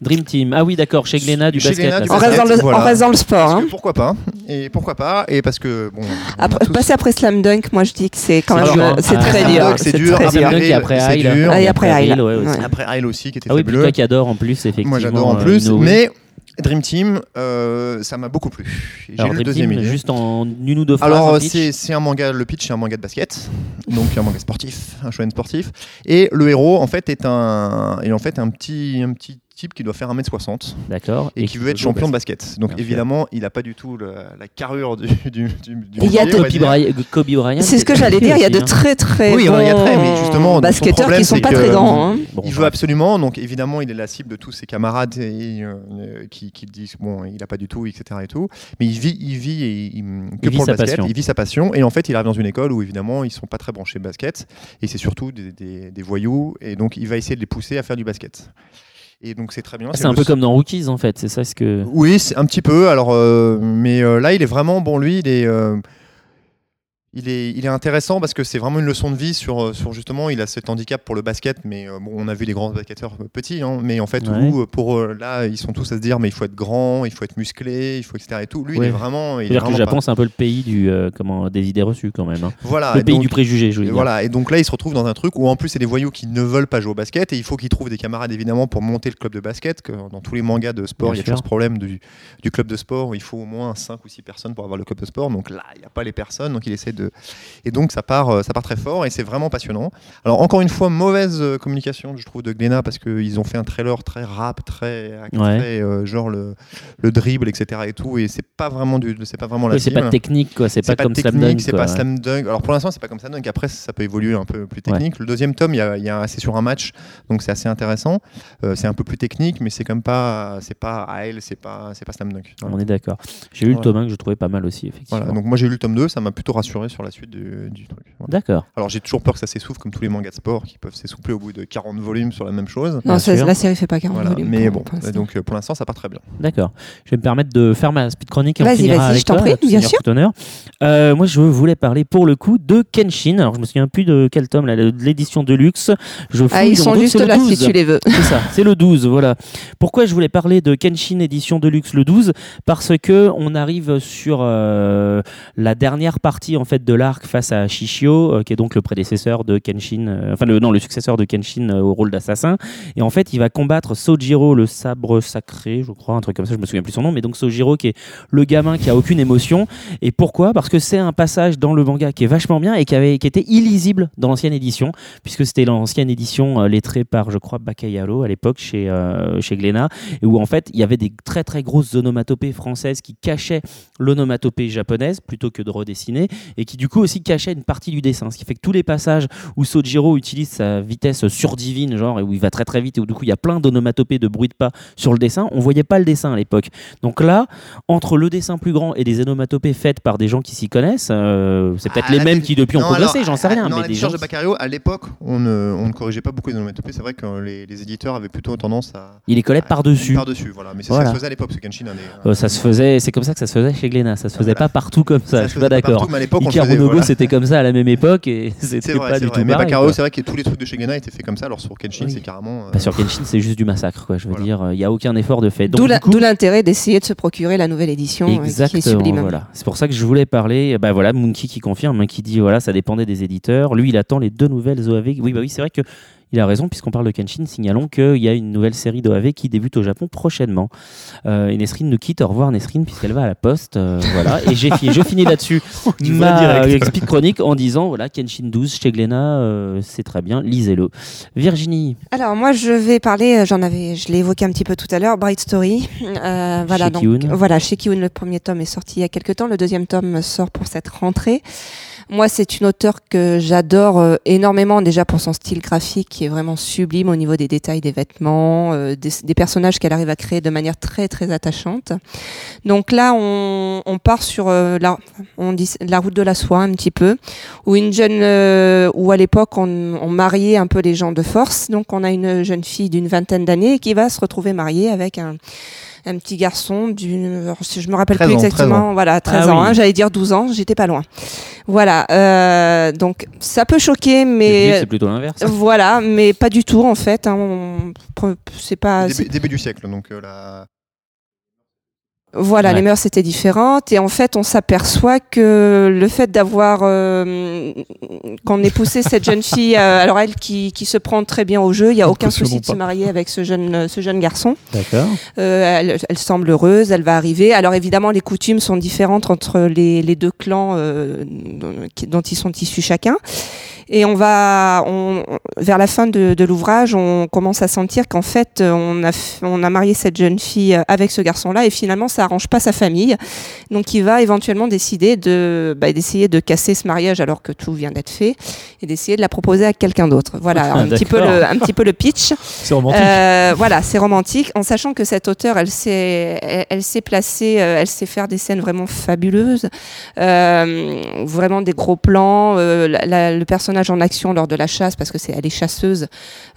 A: Dream Team. Ah oui, d'accord, chez Glénat du
E: Chez
A: basket.
E: Glénat
A: là,
E: du
A: c'est
D: On
A: ça.
D: reste dans le,
E: Voilà.
D: on reste dans le sport.
E: Parce que
D: hein.
E: pourquoi pas Et pourquoi pas Et parce que bon on a
D: Après,
E: tous-
D: passer après Slam Dunk, moi je dis que c'est quand
A: C'est
D: même
A: dur,
D: euh,
A: hein.
D: c'est
A: Ah,
D: très
A: Slam
D: dur.
E: Dunk, c'est dur. Ah,
D: très
E: Après,
D: dur.
E: Dunk,
A: Après, après
E: c'est
A: Hyde.
E: dur.
D: Ah, et après Hyde.
A: Hyde, ouais, aussi.
D: Ouais.
E: après Rail aussi qui était
A: Ah oui, puis
E: fabuleux.
A: toi qui adore en plus, effectivement.
E: Moi j'adore en
A: euh,
E: plus
A: Inoue.
E: mais Dream Team euh, ça m'a beaucoup plu. J'ai
A: Alors,
E: lu
A: Dream
E: le deuxième
A: Team,
E: idée.
A: juste en une ou deux phrases.
E: Alors
A: un
E: euh,
A: pitch.
E: c'est c'est un manga, le pitch c'est un manga de basket, donc un manga sportif, un shonen sportif, et le héros en fait est un, est en fait un petit, un petit type qui doit faire 1m60
A: D'accord.
E: et, qui veut être champion de basket. Donc
A: Bien sûr.
E: évidemment il n'a pas du tout le- la carrure du, du, du- du
D: Il y a
E: métier, on
A: Kobe
E: va dire.
A: Bryant. Kobe Bryant,
D: C'est ce que j'allais dire, il y a de très très
E: Oui, il y en a très, mais justement,
D: bons
E: donc, son
D: basketteurs
E: problème,
D: qui sont
E: c'est
D: pas
E: que-
D: très grands. hein.
A: Bon,
E: il
A: bah,
E: veut absolument, donc évidemment, il est la cible de tous ses camarades et, euh, euh, qui, qui disent bon, il n'a pas du tout, etc. Et tout. Mais il vit, il vit, et il, que
A: Il vit
E: pour
A: sa
E: le basket,
A: passion.
E: il vit sa passion. Et en fait, il arrive dans une école où évidemment, ils sont pas très branchés basket et c'est surtout des, des- des voyous. Et donc, il va essayer de les pousser à faire du basket. Et donc, c'est très bien.
A: Ah, C'est un
E: le-
A: peu comme dans Rookies, en fait. C'est ça ce que.
E: oui, c'est un petit peu. Alors, euh, mais euh, là, il est vraiment bon. Lui, il est, euh, il est, il est intéressant parce que c'est vraiment une leçon de vie sur, euh, sur justement, il a cet handicap pour le basket. Mais euh, bon, on a vu les grands basketteurs euh, petits, hein, mais en fait,
A: Ouais.
E: où, euh, pour euh, là, ils sont tous à se dire, mais il faut être grand, il faut être musclé, il faut etc. Et tout. Lui,
A: Ouais.
E: il est vraiment, il est
A: C'est-à-dire que le
E: vraiment
A: Japon, c'est un peu le pays du, euh, comment, des idées reçues, quand même. hein.
E: pas- Voilà.
A: Le
E: Ah, et
A: pays
E: donc-
A: du préjugé, je veux
E: et
A: dire.
E: voilà, et donc là, ils se retrouvent dans un truc où en plus, c'est des voyous qui ne veulent pas jouer au basket et il faut qu'ils trouvent des camarades évidemment pour monter le club de basket. Que dans tous les mangas de sport,
A: Bien
E: il y a
A: sûr.
E: toujours ce problème du, du club de sport où il faut au moins 5 ou 6 personnes pour avoir le club de sport. Donc là, il n'y a pas les personnes, donc il essaie de. Et donc, ça part, euh, ça part très fort et c'est vraiment passionnant. Alors, encore une fois, mauvaise euh, communication, je trouve, de Glénat parce qu'ils ont fait un trailer très rap, très,
A: Ouais.
E: très, euh, genre le, le dribble, etc. et tout. Et c'est pas vraiment, du, c'est pas vraiment la
A: Oui, c'est pas
E: cible.
A: technique, quoi. C'est
E: C'est
A: pas
E: pas,
A: comme Slam
E: technique,
A: Dunk.
E: c'est
A: quoi,
E: pas
A: ouais.
E: slam dunk. Alors pour l'instant, c'est pas comme slam dunk. Après, ça peut évoluer un peu plus technique. Le deuxième tome, il y a, il y a- c'est sur un match, donc c'est assez intéressant. Euh, c'est un peu plus technique, mais c'est comme pas, c'est pas à elle, c'est pas, c'est pas slam dunk. Voilà.
A: On est d'accord. J'ai lu le
E: Voilà.
A: tome 1 que je trouvais pas mal aussi, effectivement.
E: Voilà. Donc moi j'ai lu le tome 2, ça m'a plutôt rassuré sur la suite du, du truc. Voilà.
A: D'accord.
E: Alors j'ai toujours peur que ça s'essouffle comme tous les mangas de sport qui peuvent s'essouffler au bout de 40 volumes sur la même chose.
A: Bien
D: Non, ça-
A: sûr.
D: la série fait pas 40
E: Voilà.
D: volumes.
E: Mais
D: pour-
E: bon,
D: pour l'instant.
E: donc euh, pour l'instant ça part très bien.
A: D'accord. Je vais me permettre de faire ma speed chronique et on
D: Vas-y,
A: finira
D: vas-y,
A: avec
D: je t'en
A: toi,
D: prie,
A: tout
D: bien
A: seigneur,
D: sûr.
A: tout honneur. Euh, moi, je voulais parler pour le coup de Kenshin. Alors, je me souviens plus de quel tome, là, de l'édition de luxe. Je
D: Ah,
A: fouille
D: ils
A: dans
D: sont
A: d'autres,
D: juste
A: c'est le
D: là
A: 12.
D: si tu les veux.
A: C'est ça, c'est le 12, voilà. Pourquoi je voulais parler de Kenshin édition de luxe le 12 Parce que on arrive sur euh, la dernière partie en fait de l'arc face à Shishio, euh, qui est donc le prédécesseur de Kenshin, euh, enfin le, non le successeur de Kenshin euh, au rôle d'assassin. Et en fait, il va combattre Sojiro, le sabre sacré, je crois, un truc comme ça. Je me souviens plus son nom, mais donc Sojiro qui est le gamin qui a aucune émotion. Et pourquoi Parce que c'est un passage dans le manga qui est vachement bien et qui avait qui était illisible dans l'ancienne édition puisque c'était l'ancienne édition euh, lettrée par, je crois, Bacayalo à l'époque chez, euh, chez Glénat, et où en fait il y avait des très très grosses onomatopées françaises qui cachaient l'onomatopée japonaise plutôt que de redessiner, et qui du coup aussi cachaient une partie du dessin. Ce qui fait que tous les passages où Sojiro utilise sa vitesse surdivine, genre, et où il va très très vite, et où du coup il y a plein d'onomatopées de bruit de pas sur le dessin, on voyait pas le dessin à l'époque. Donc là, entre le dessin plus grand et des onomatopées faites par des gens qui s'y connaissent, euh, c'est peut-être
E: Ah,
A: les
E: la
A: mêmes
E: petite-
A: qui depuis ont
E: Non,
A: progressé,
E: alors,
A: j'en sais
E: ah,
A: rien,
E: non,
A: mais
E: la
A: des
E: décharge
A: gens.
E: de Baccario, à l'époque, on ne, on ne corrigeait pas beaucoup les onomatopées. C'est vrai que les, les éditeurs avaient plutôt tendance à.
A: Il les collait
E: à-
A: par-dessus.
E: Ah, Par-dessus, voilà. Mais c'est
A: Voilà.
E: ça se faisait à l'époque, ce Kenshin. un des-
A: Euh, ça se faisait, c'est comme ça que ça se faisait chez Glénat. Ça se
E: Ah,
A: faisait pas
E: voilà.
A: partout comme ça.
E: ça
A: je
E: se
A: suis pas
E: faisait
A: d'accord.
E: partout, mais à l'époque, on le
A: Ika
E: faisait,
A: Bonobo,
E: voilà.
A: c'était comme ça à la même époque et
E: C'est
A: c'était
E: vrai,
A: pas
E: c'est
A: du
E: vrai.
A: tout
E: Mais
A: pareil.
E: Baccario,
A: quoi.
E: c'est vrai que tous les trucs de chez Glénat étaient faits comme ça, alors sur Kenshin,
A: Oui.
E: c'est carrément. euh,
A: Bah, sur Kenshin, c'est juste du massacre, quoi. Je veux
E: Voilà.
A: dire, il n'y a aucun effort de fait. Donc,
D: D'où
A: du
D: la-
A: coup-
D: d'où l'intérêt d'essayer de se procurer la nouvelle édition euh, qui est
A: Exactement,
D: sublime.
A: voilà. C'est pour ça que je voulais parler. Bah voilà, Monkey qui confirme, hein, qui dit voilà, ça dépendait des éditeurs. Lui, il attend les deux nouvelles OAV. Oui, bah oui, c'est vrai que il a raison puisqu'on parle de Kenshin. Signalons qu'il y a une nouvelle série d'OAV qui débute au Japon prochainement. Euh, et Nesrine nous quitte. Au revoir Nesrine puisqu'elle va à la poste. euh, voilà. Et j'ai fini. Je finis là-dessus
C: Tu
A: ma
C: vas direct.
A: euh, speed chronique en disant voilà, Kenshin 12 chez Glénat, euh, c'est très bien. Lisez-le. Virginie.
D: Alors moi je vais parler, euh, j'en avais, je l'ai évoqué un petit peu tout à l'heure, Bright Story. Euh, voilà
A: Chez
D: donc
A: Kiun.
D: voilà chez Kiun le premier tome est sorti il y a quelques temps, le deuxième tome sort pour cette rentrée. Moi c'est une auteure que j'adore euh, énormément déjà pour son style graphique qui est vraiment sublime au niveau des détails des vêtements, euh, des, des personnages qu'elle arrive à créer de manière très très attachante. Donc là on, on part sur euh, la, on dit la route de la soie un petit peu où une jeune, euh, où à l'époque on, on mariait un peu les gens de force. Donc on a une jeune fille d'une vingtaine d'années qui va se retrouver mariée avec un, un petit garçon d'une, alors, si je me rappelle
E: 13
D: plus
E: ans, 13
D: exactement, voilà, 13
A: Ah
D: ans.
A: oui.
D: hein, J'allais dire 12 ans, j'étais pas loin. Voilà, euh, donc ça peut choquer, mais euh,
A: C'est plutôt l'inverse.
D: voilà, mais pas du tout en fait. hein, on- Ah, c'est pas,
E: Début, début du siècle, donc euh, la-
D: Voilà,
A: Ouais.
D: les mœurs étaient différentes et en fait, on s'aperçoit que le fait d'avoir euh, qu'on ait poussé cette jeune fille, euh, alors elle qui, qui se prend très bien au jeu, il y a aucun souci de se marier avec ce jeune euh, ce jeune garçon.
A: D'accord.
D: Euh, elle, elle semble heureuse, elle va arriver. Alors évidemment, les coutumes sont différentes entre les, les deux clans euh, dont- qui- dont ils sont issus chacun. Et on va, on, on- vers la fin de, de l'ouvrage, on commence à sentir qu'en fait, euh, on a, f- on a marié cette jeune fille euh, avec ce garçon-là, et finalement, ça arrange pas sa famille. Donc, il va éventuellement décider de, bah, d'essayer de casser ce mariage alors que tout vient d'être fait, et d'essayer de la proposer à quelqu'un d'autre. Voilà, un petit peu le, un petit peu le pitch.
C: C'est romantique.
D: Euh, voilà, c'est romantique. En sachant que cette auteure, elle sait, elle, elle sait placer, euh, elle sait faire des scènes vraiment fabuleuses, Euh, vraiment des gros plans, euh, la- la- le personnage en action lors de la chasse, parce que c'est, elle est chasseuse.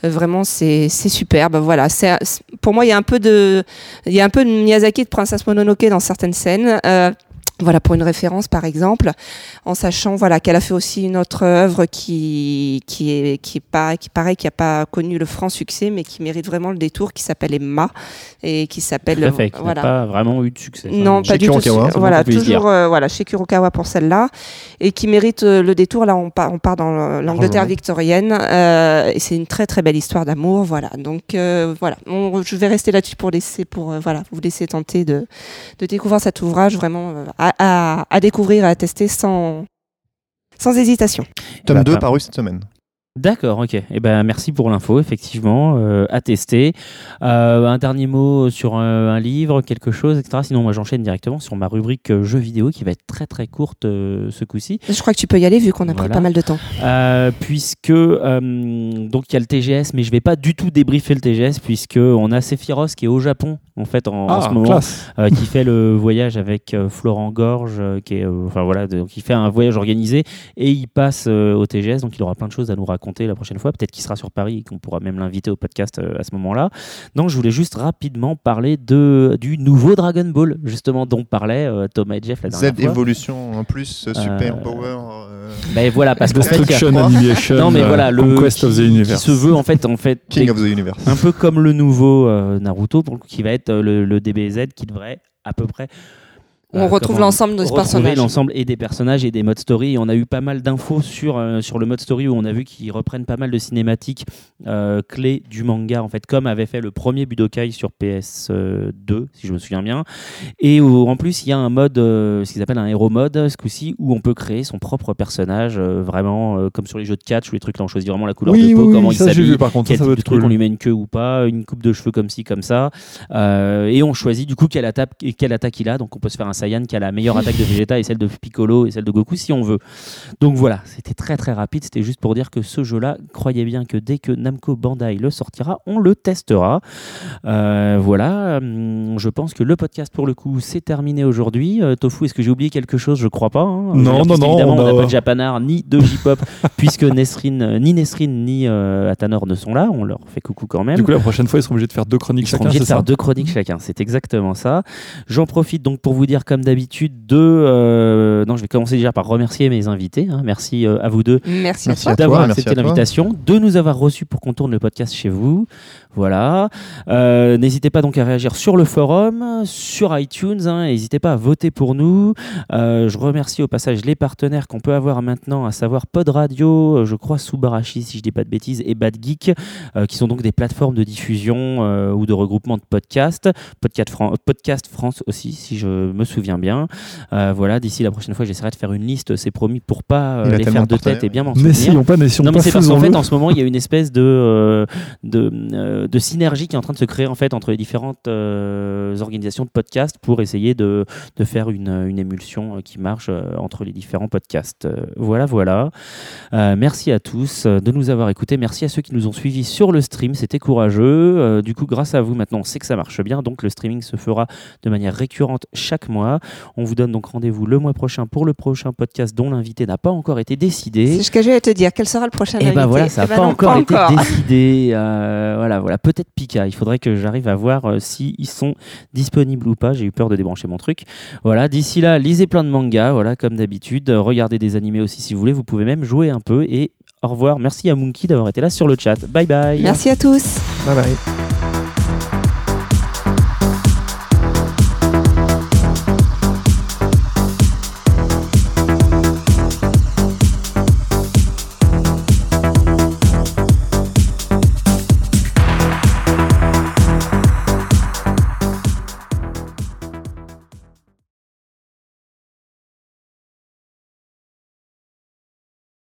D: Euh, vraiment, c'est, c'est superbe. Voilà, c'est, c'est- pour moi, il y a un peu de, il y a un peu de Miyazaki de Princesse Mononoke dans certaines scènes. Euh, voilà pour une référence par exemple, en sachant voilà qu'elle a fait aussi une autre œuvre qui qui est qui est pas qui paraît qui a pas connu le franc succès mais qui mérite vraiment le détour qui s'appelle Emma et qui s'appelle
A: Tout à fait. qui n'a
D: voilà.
A: pas vraiment eu de succès. Hein,
D: Non,
E: Chez
D: pas du tout.
E: Kurokawa,
D: Sur-
E: c'est
D: Voilà,
A: qu'on puisse dire.
D: toujours euh, voilà, chez Kurokawa pour celle-là. Et qui mérite euh, le détour. Là, on part, on part dans le- l'Angleterre
E: Largement.
D: victorienne. euh, et c'est une très, très belle histoire d'amour. Voilà. Donc, euh, voilà. On- je vais rester là-dessus pour laisser, pour, euh, voilà, vous laisser tenter de, de découvrir cet ouvrage vraiment euh, à, à- à découvrir, à tester sans, sans hésitation.
E: tome
A: Bah,
E: 2
A: pas-
E: paru cette semaine.
A: D'accord, ok. Eh ben, merci pour l'info, effectivement, euh, à tester. Euh, un dernier mot sur euh, un livre, quelque chose, etc. Sinon, moi, j'enchaîne directement sur ma rubrique euh, jeux vidéo qui va être très très courte euh, ce coup-ci.
D: Je crois que tu peux y aller vu qu'on a
A: Voilà.
D: pris pas mal de temps.
A: Euh, puisque euh, donc il y a le TGS, mais je vais pas du tout débriefer le TGS puisque on a Sephiroth qui est au Japon en fait en, en
C: Ah,
A: ce moment,
C: classe.
A: euh, qui fait le voyage avec euh, Florent Gorge, euh, qui est, euh, enfin voilà, de- qui fait un voyage organisé et il passe euh, au TGS, donc il aura plein de choses à nous raconter la prochaine fois. Peut-être qu'il sera sur Paris et qu'on pourra même l'inviter au podcast euh, à ce moment-là. Donc je voulais juste rapidement parler de du nouveau Dragon Ball justement dont parlait euh, Thomas et Jeff la dernière
E: Z
A: fois.
E: Evolution en plus, euh, Super
A: Euh,
E: Power. euh,
A: Ben voilà parce que
C: Destruction
E: Parce que-
C: Animation.
A: non mais
C: euh,
A: voilà le
C: Conquest of the
A: qui- qui
C: Universe.
A: se veut en fait en fait
E: King of the Universe.
A: un peu comme le nouveau euh, Naruto, pour le coup, qui va être euh, le, le DBZ, qui devrait à peu près. euh,
D: On retrouve
A: comment-
D: l'ensemble de ce
A: retrouver
D: personnage.
A: l'ensemble et des personnages et des modes story. Et on a eu pas mal d'infos sur, euh, sur le mode story où on a vu qu'ils reprennent pas mal de cinématiques euh, clés du manga, en fait, comme avait fait le premier Budokai sur PS2, si je me souviens bien. Et où, en plus, il y a un mode, euh, ce qu'ils appellent un héros mode, ce coup-ci, où on peut créer son propre personnage, euh, vraiment euh, comme sur les jeux de catch, où les trucs là, on choisit vraiment la couleur
C: oui,
A: de peau,
C: oui,
A: comment
C: oui,
A: il
C: ça j'ai
A: s'habille,
C: vu par contre.
A: quel
C: Ça
A: type
C: va
A: de
C: être
A: truc on
C: cool.
A: lui met une queue ou pas, une coupe de cheveux comme ci, comme ça. Euh, et on choisit du coup quelle attaque, et quelle attaque il a. Donc on peut se faire un Saiyan qui a la meilleure attaque de Vegeta et celle de Piccolo et celle de Goku si on veut. Donc voilà, c'était très très rapide. C'était juste pour dire que ce jeu-là, croyez bien que dès que Namco Bandai le sortira, on le testera. Euh, voilà, Hum, je pense que le podcast pour le coup, c'est terminé aujourd'hui. Euh, Tofu, est-ce que j'ai oublié quelque chose Je crois pas. hein.
C: Non,
A: Parce
C: non, non,
A: qu'évidemment,
C: on
A: on n'a
C: a-
A: pas de Japanard ni de J-pop puisque Nesrine, euh, ni Nesrine ni euh, Atanor ne sont là, on leur fait coucou quand même.
C: Du coup, la prochaine fois, ils seront obligés de faire deux chroniques
A: Ils seront
C: chacun.
A: obligés
C: c'est
A: de faire
C: ça
A: deux chroniques chacun, c'est exactement ça. J'en profite donc pour vous dire, comme d'habitude, de. euh, Non, je vais commencer déjà par remercier mes invités. hein. Merci euh, à vous deux
D: Merci,
E: Merci
D: à toi.
E: à toi,
A: d'avoir
E: merci
A: accepté
E: à toi.
A: l'invitation, de nous avoir reçus pour qu'on tourne le podcast chez vous. Voilà. Euh, N'hésitez pas donc à réagir sur le forum, sur iTunes. hein. N'hésitez pas à voter pour nous. Euh, je remercie au passage les partenaires qu'on peut avoir maintenant, à savoir Pod Radio, euh, je crois Subarashi, si je dis pas de bêtises, et Bad Geek, euh, qui sont donc des plateformes de diffusion euh, ou de regroupement de podcasts. Podcast, Fran- euh, podcast France aussi, si je me souviens bien. Euh, voilà, d'ici la prochaine fois, j'essaierai de faire une liste, c'est promis, pour pas euh,
E: Il a
A: les
E: tellement
A: faire de
E: de partenaires.
A: tête et bien m'en souvenir.
C: N'essayons pas, n'essayons
A: Non
C: pas.
A: mais c'est parce qu'en
C: faisons-le.
A: fait en ce moment il y a une espèce de, euh, de, euh, de synergie qui est en train de se créer en fait entre les différentes euh, organisations de podcasts pour essayer de, de faire une, une émulsion euh, qui marche euh, entre les différents podcasts. Euh, voilà voilà. Euh, merci à tous euh, de nous avoir écoutés. Merci à ceux qui nous ont suivis sur le stream. C'était courageux. Euh, du coup grâce à vous maintenant on sait que ça marche bien donc le streaming se fera de manière récurrente chaque mois. On vous donne donc rendez-vous le mois prochain pour le prochain podcast dont l'invité n'a pas encore été décidé.
D: C'est ce que j'allais te dire. Quel sera le prochain
A: Et ben
D: invité
A: voilà, ça n'a
D: Eh ben
A: pas
D: non,
A: encore été décidé. Euh, voilà, voilà. Peut-être Pika. Il faudrait que j'arrive à voir euh, si ils sont disponibles ou pas. J'ai eu peur de débrancher mon truc. Voilà. D'ici là, lisez plein de mangas. Voilà, comme d'habitude. Euh, Regardez des animés aussi si vous voulez. Vous pouvez même jouer un peu. Et au revoir. Merci à Monkey d'avoir été là sur le chat. Bye bye.
D: Merci à tous.
E: Bye bye.